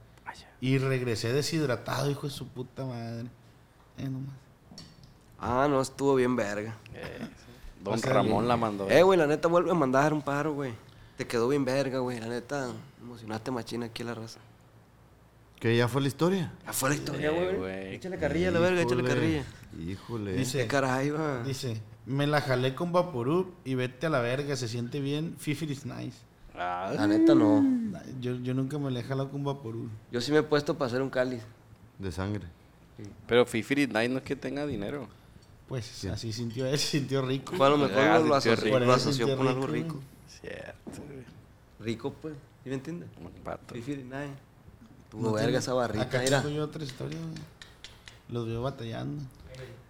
Speaker 6: Y regresé deshidratado, hijo de su puta madre. Eh, no más.
Speaker 4: Ah, no, estuvo bien verga.
Speaker 3: Eh, Don
Speaker 6: O sea,
Speaker 3: Ramón la mandó.
Speaker 4: Eh, güey, la neta vuelve a mandar un paro, güey. Te quedó bien verga, güey. La neta, emocionaste machina aquí a la raza.
Speaker 2: ¿Que ya fue la historia?
Speaker 4: Ya fue la historia,
Speaker 3: Eh,
Speaker 4: güey.
Speaker 3: güey.
Speaker 4: échale carrilla a la verga, échale carrilla.
Speaker 2: Híjole.
Speaker 6: Dice-
Speaker 4: Qué caray, va.
Speaker 6: Dice, me la jalé con Vaporub y vete a la verga, se siente bien. Fifi is nice.
Speaker 3: Ah,
Speaker 4: La neta, no.
Speaker 6: Nah, Yo, yo nunca me la he jalado con Vaporub.
Speaker 4: Yo sí me he puesto para hacer un cáliz.
Speaker 2: De sangre.
Speaker 3: pero Fifi Night no es que tenga dinero.
Speaker 6: Pues así sintió él, se sintió rico.
Speaker 4: Fue a lo mejor
Speaker 3: Ah,
Speaker 4: lo, lo
Speaker 3: sintió rico.
Speaker 4: asoció, lo asoció
Speaker 6: Sintió
Speaker 4: con algo
Speaker 6: rico,
Speaker 4: rico.
Speaker 3: Cierto, güey.
Speaker 4: Rico, pues. ¿Sí me entiendes?
Speaker 3: Un vato.
Speaker 4: Fifiri, nadie.
Speaker 6: No
Speaker 4: Tuvo verga
Speaker 6: tiene-
Speaker 4: esa barrita,
Speaker 6: Acá
Speaker 4: mira.
Speaker 6: tengo yo otra historia, güey. Los veo batallando.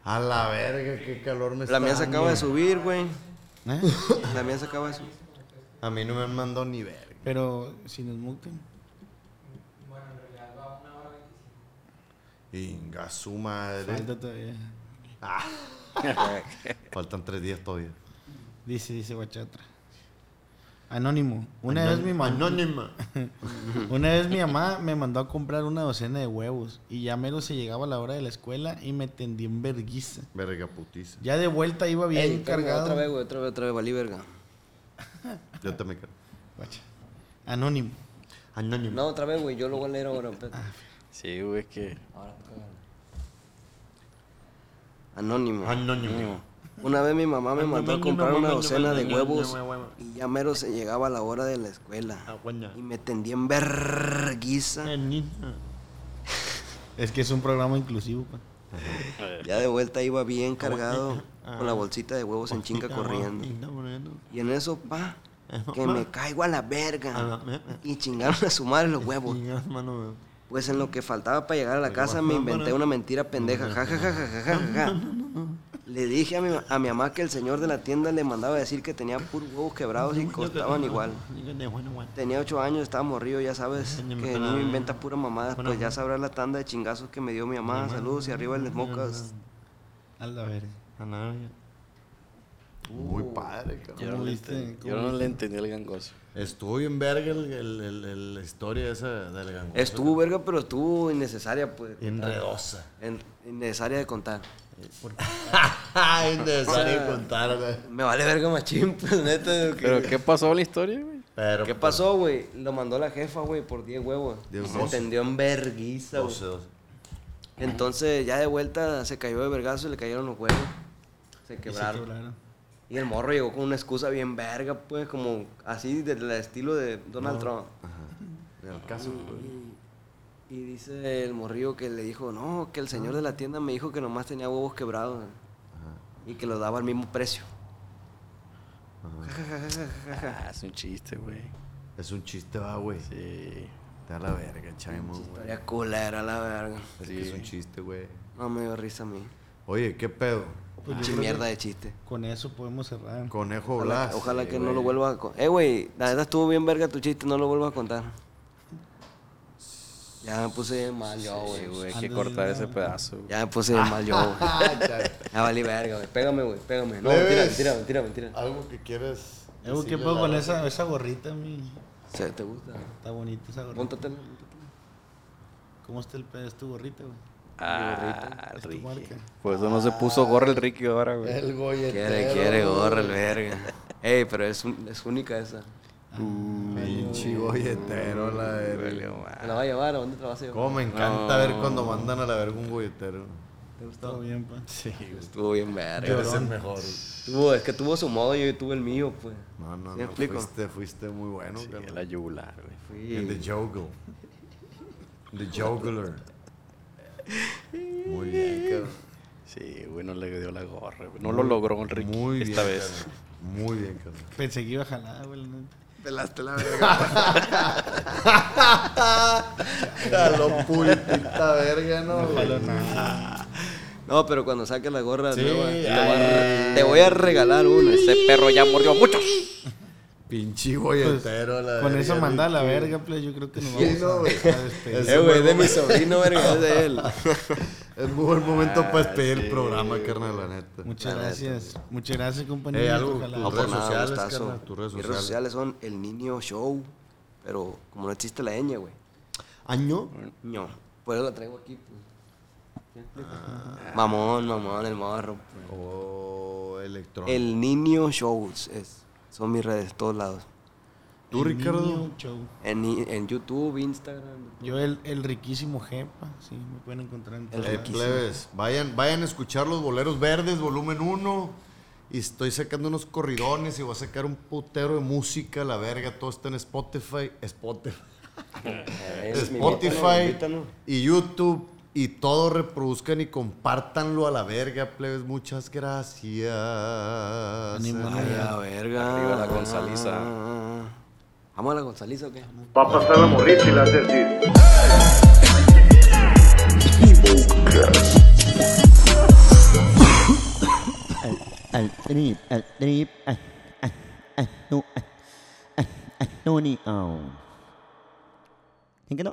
Speaker 2: A la verga, qué calor me
Speaker 4: La mía se acaba de subir, güey.
Speaker 6: ¿Eh?
Speaker 4: La mía se acaba de subir.
Speaker 2: A mí no me mandó ni verga.
Speaker 6: Pero si nos multan.
Speaker 2: Inga su madre.
Speaker 6: Falta
Speaker 2: Ah.
Speaker 6: todavía.
Speaker 2: Faltan tres días todavía.
Speaker 6: Dice, dice guachatra. Anónimo. Una vez mi mamá.
Speaker 2: Anónima.
Speaker 6: Una vez mi mamá me mandó a comprar una docena de huevos. Y ya mero se llegaba la hora de la escuela y me tendí en verguiza.
Speaker 2: Verga putiza.
Speaker 6: Ya de vuelta iba bien
Speaker 4: Ey, espérame,
Speaker 6: cargado.
Speaker 4: Otra vez, güey, otra vez, otra vez, valí verga.
Speaker 2: Yo te me quedo.
Speaker 6: Guacha. Anónimo.
Speaker 2: Anónima.
Speaker 4: No, otra vez, güey, yo lo voy a leer ahora. espérate.
Speaker 3: Sí, güey, es que.
Speaker 4: Anónimo.
Speaker 2: Anónimo.
Speaker 4: Una vez mi mamá me mandó a comprar una docena de huevos y ya mero se llegaba la hora de la escuela. Y me tendí en verguiza.
Speaker 6: Es que es un programa inclusivo, pa.
Speaker 4: Ya de vuelta iba bien cargado con la bolsita de huevos en chinga corriendo. Y en eso, pa, que me caigo a la verga. Y chingaron a su madre los huevos. Pues en lo que faltaba para llegar a la casa me inventé una mentira pendeja. Ja, ja, ja, ja, ja, ja, ja. Le dije a mi, a mi mamá que el señor de la tienda le mandaba decir que tenía puros huevos quebrados y costaban Pues igual. Tenía ocho años, estaba morrido, ya sabes, que no inventa pura mamada. Pues ya sabrá la tanda de chingazos que me dio mi mamá. Saludos y arriba el mocas.
Speaker 6: A la verga.
Speaker 4: Uh.
Speaker 2: Muy padre, cabrón.
Speaker 3: Yo no,
Speaker 6: ¿Cómo
Speaker 3: le
Speaker 6: viste?
Speaker 3: entendí, yo
Speaker 6: ¿Cómo
Speaker 3: no le entendí el gangoso.
Speaker 2: Estuvo bien verga el, el- el- el- la historia esa del gangoso.
Speaker 4: Estuvo verga, pero estuvo innecesaria, pues.
Speaker 2: Enredosa.
Speaker 4: en- innecesaria de contar.
Speaker 2: Ay, necesario contarla.
Speaker 4: Me vale verga machín, pues neta. que-
Speaker 3: ¿Pero qué pasó en la historia, güey?
Speaker 2: Pero, pues,
Speaker 4: ¿Qué pasó, güey? Lo mandó la jefa, güey, por 10 huevos.
Speaker 2: Diez
Speaker 4: Se
Speaker 2: huevos.
Speaker 4: tendió en verguiza, güey.
Speaker 2: 12, 12.
Speaker 4: Entonces, ya de vuelta se cayó de vergazo y le cayeron los huevos. Se
Speaker 6: Y se
Speaker 4: quebraron.
Speaker 6: quebraron.
Speaker 4: Y el morro llegó con una excusa bien verga, pues, como así del estilo de Donald Trump.
Speaker 2: El caso.
Speaker 4: Y dice el morrillo que le dijo, no, que el señor de la tienda me dijo que nomás tenía huevos quebrados y que los daba al mismo precio.
Speaker 3: Ah, es un chiste, güey.
Speaker 2: Es un chiste, va, güey.
Speaker 3: Sí.
Speaker 2: Da la verga, Chaimo, güey.
Speaker 4: Era culera la verga.
Speaker 2: Es que es un chiste, güey.
Speaker 4: No me dio risa a mí.
Speaker 2: Oye, ¿qué pedo?
Speaker 6: Pues yo
Speaker 4: Pinche
Speaker 6: creo que
Speaker 4: mierda de chiste.
Speaker 6: Con eso podemos cerrar.
Speaker 2: Conejo
Speaker 4: Ojalá,
Speaker 2: Blas.
Speaker 4: ojalá
Speaker 2: Sí,
Speaker 4: que no
Speaker 2: güey.
Speaker 4: lo vuelvas a contar. Eh, güey, la verdad estuvo bien verga tu chiste, no lo vuelvas a contar. Ya me puse bien mal yo,
Speaker 3: Sí,
Speaker 4: güey.
Speaker 3: güey, hay que
Speaker 6: Ándale,
Speaker 3: cortar
Speaker 6: ya,
Speaker 3: ese
Speaker 6: güey.
Speaker 3: pedazo. güey.
Speaker 4: ya me puse bien mal yo, güey. ya valí verga, güey. Pégame, güey, pégame. No, mentira,
Speaker 2: Leves.
Speaker 4: mentira, mentira, mentira.
Speaker 2: Algo que quieres
Speaker 6: Evo, ¿Qué puedo con esa, esa gorrita, mi?
Speaker 4: Se te gusta.
Speaker 6: Está bonita esa gorrita.
Speaker 4: Póntatela.
Speaker 6: ¿Cómo está el pedo? ¿Es tu gorrita, güey?
Speaker 3: Ah,
Speaker 6: Es tu
Speaker 3: Ricky.
Speaker 6: marca.
Speaker 3: Por eso no se puso gorra el Ricky ahora, güey.
Speaker 7: El goyetero.
Speaker 4: Quiere, quiere gorra el verga. Ey, pero es, un- es única esa.
Speaker 2: Ah. Pinche goyetero, la verga.
Speaker 3: Valió
Speaker 4: ¿Te
Speaker 3: madre.
Speaker 4: la va a llevar? ¿A dónde te la vas a llevar?
Speaker 2: Mm. Cómo me encanta ver cuando mandan a la verga un goyetero.
Speaker 6: Todo bien, pa. Sí.
Speaker 4: Estuvo bien verga.
Speaker 2: Eres el pues. mejor.
Speaker 4: Tuvo, es que tuvo su modo y yo tuve el mío, pues.
Speaker 2: No, no,
Speaker 4: ¿Sí me
Speaker 2: no.
Speaker 4: explico?
Speaker 2: Fuiste, fuiste muy bueno,
Speaker 3: Sí,
Speaker 2: carnal.
Speaker 3: la yugular, güey.
Speaker 2: En The
Speaker 4: Fui.
Speaker 2: Joggle. The Juggler. Muy bien, cabrón.
Speaker 3: Sí, güey, no le dio la gorra, güey. No lo logró el Ricky
Speaker 2: Muy bien.
Speaker 3: esta vez.
Speaker 2: carnal. Muy bien, cabrón.
Speaker 6: Pensé que iba a jalar, güey. la neta.
Speaker 2: Pelaste la verga. Jaló pulpita verga, no, güey.
Speaker 4: No, pero cuando saque la gorra
Speaker 2: Sí,
Speaker 4: nueva,
Speaker 2: ay.
Speaker 4: te, voy a, te voy a regalar una.
Speaker 3: Ese perro ya mordió a muchos.
Speaker 2: Pinche
Speaker 4: Pues,
Speaker 2: goyetero, la
Speaker 6: Con eso
Speaker 2: verga.
Speaker 6: manda a la verga, play. Yo creo que nos
Speaker 2: Sí,
Speaker 6: vamos
Speaker 2: no,
Speaker 6: a, este,
Speaker 2: güey.
Speaker 6: a despedir.
Speaker 2: Es
Speaker 4: Eh, güey, de
Speaker 2: buen
Speaker 4: mi
Speaker 2: momento-
Speaker 4: sobrino, verga, es de él.
Speaker 2: Es muy buen momento
Speaker 3: Ah,
Speaker 2: para despedir el
Speaker 3: sí,
Speaker 2: programa, carnal, la neta.
Speaker 6: Muchas gracias. Muchas gracias, compañero.
Speaker 2: Eh, algo,
Speaker 6: Ojalá.
Speaker 2: tus redes sociales, carnal, tus redes
Speaker 4: Mis redes sociales
Speaker 2: sociales.
Speaker 4: son El Niño Show, pero como no existe la ñ, güey.
Speaker 2: ¿Año?
Speaker 4: No. Por eso la traigo aquí, pues. Mamón, mamón, el morro. pues.
Speaker 2: Ah. O electrónico.
Speaker 4: El Niño Shows es- son mis redes, todos lados.
Speaker 2: ¿Tú,
Speaker 6: El niño
Speaker 2: Ricardo?
Speaker 6: show.
Speaker 4: En, i- en YouTube, Instagram.
Speaker 6: Yo, el, el riquísimo jefa. Sí, me pueden encontrar en
Speaker 4: El
Speaker 6: todas
Speaker 2: Eh,
Speaker 4: riquísimo.
Speaker 2: plebes, vayan, vayan a escuchar los boleros verdes, volumen 1. Y estoy sacando unos corridones y voy a sacar un putero de música, la verga. Todo está en Spotify. Spotify. Eh, Spotify y YouTube. Y todo reproduzcan y compártanlo a la verga, plebes. Muchas gracias.
Speaker 6: Ánimo,
Speaker 4: Ay, la verga.
Speaker 3: Arriba la Gonzaliza.
Speaker 4: Ah, ¿Vamos a la Gonzaliza o qué?
Speaker 9: Va a pasar la morrita y la hace así.
Speaker 5: al, al trip, al trip, al, al, al, no, al, al, al, no, ni, au. ¿En qué no?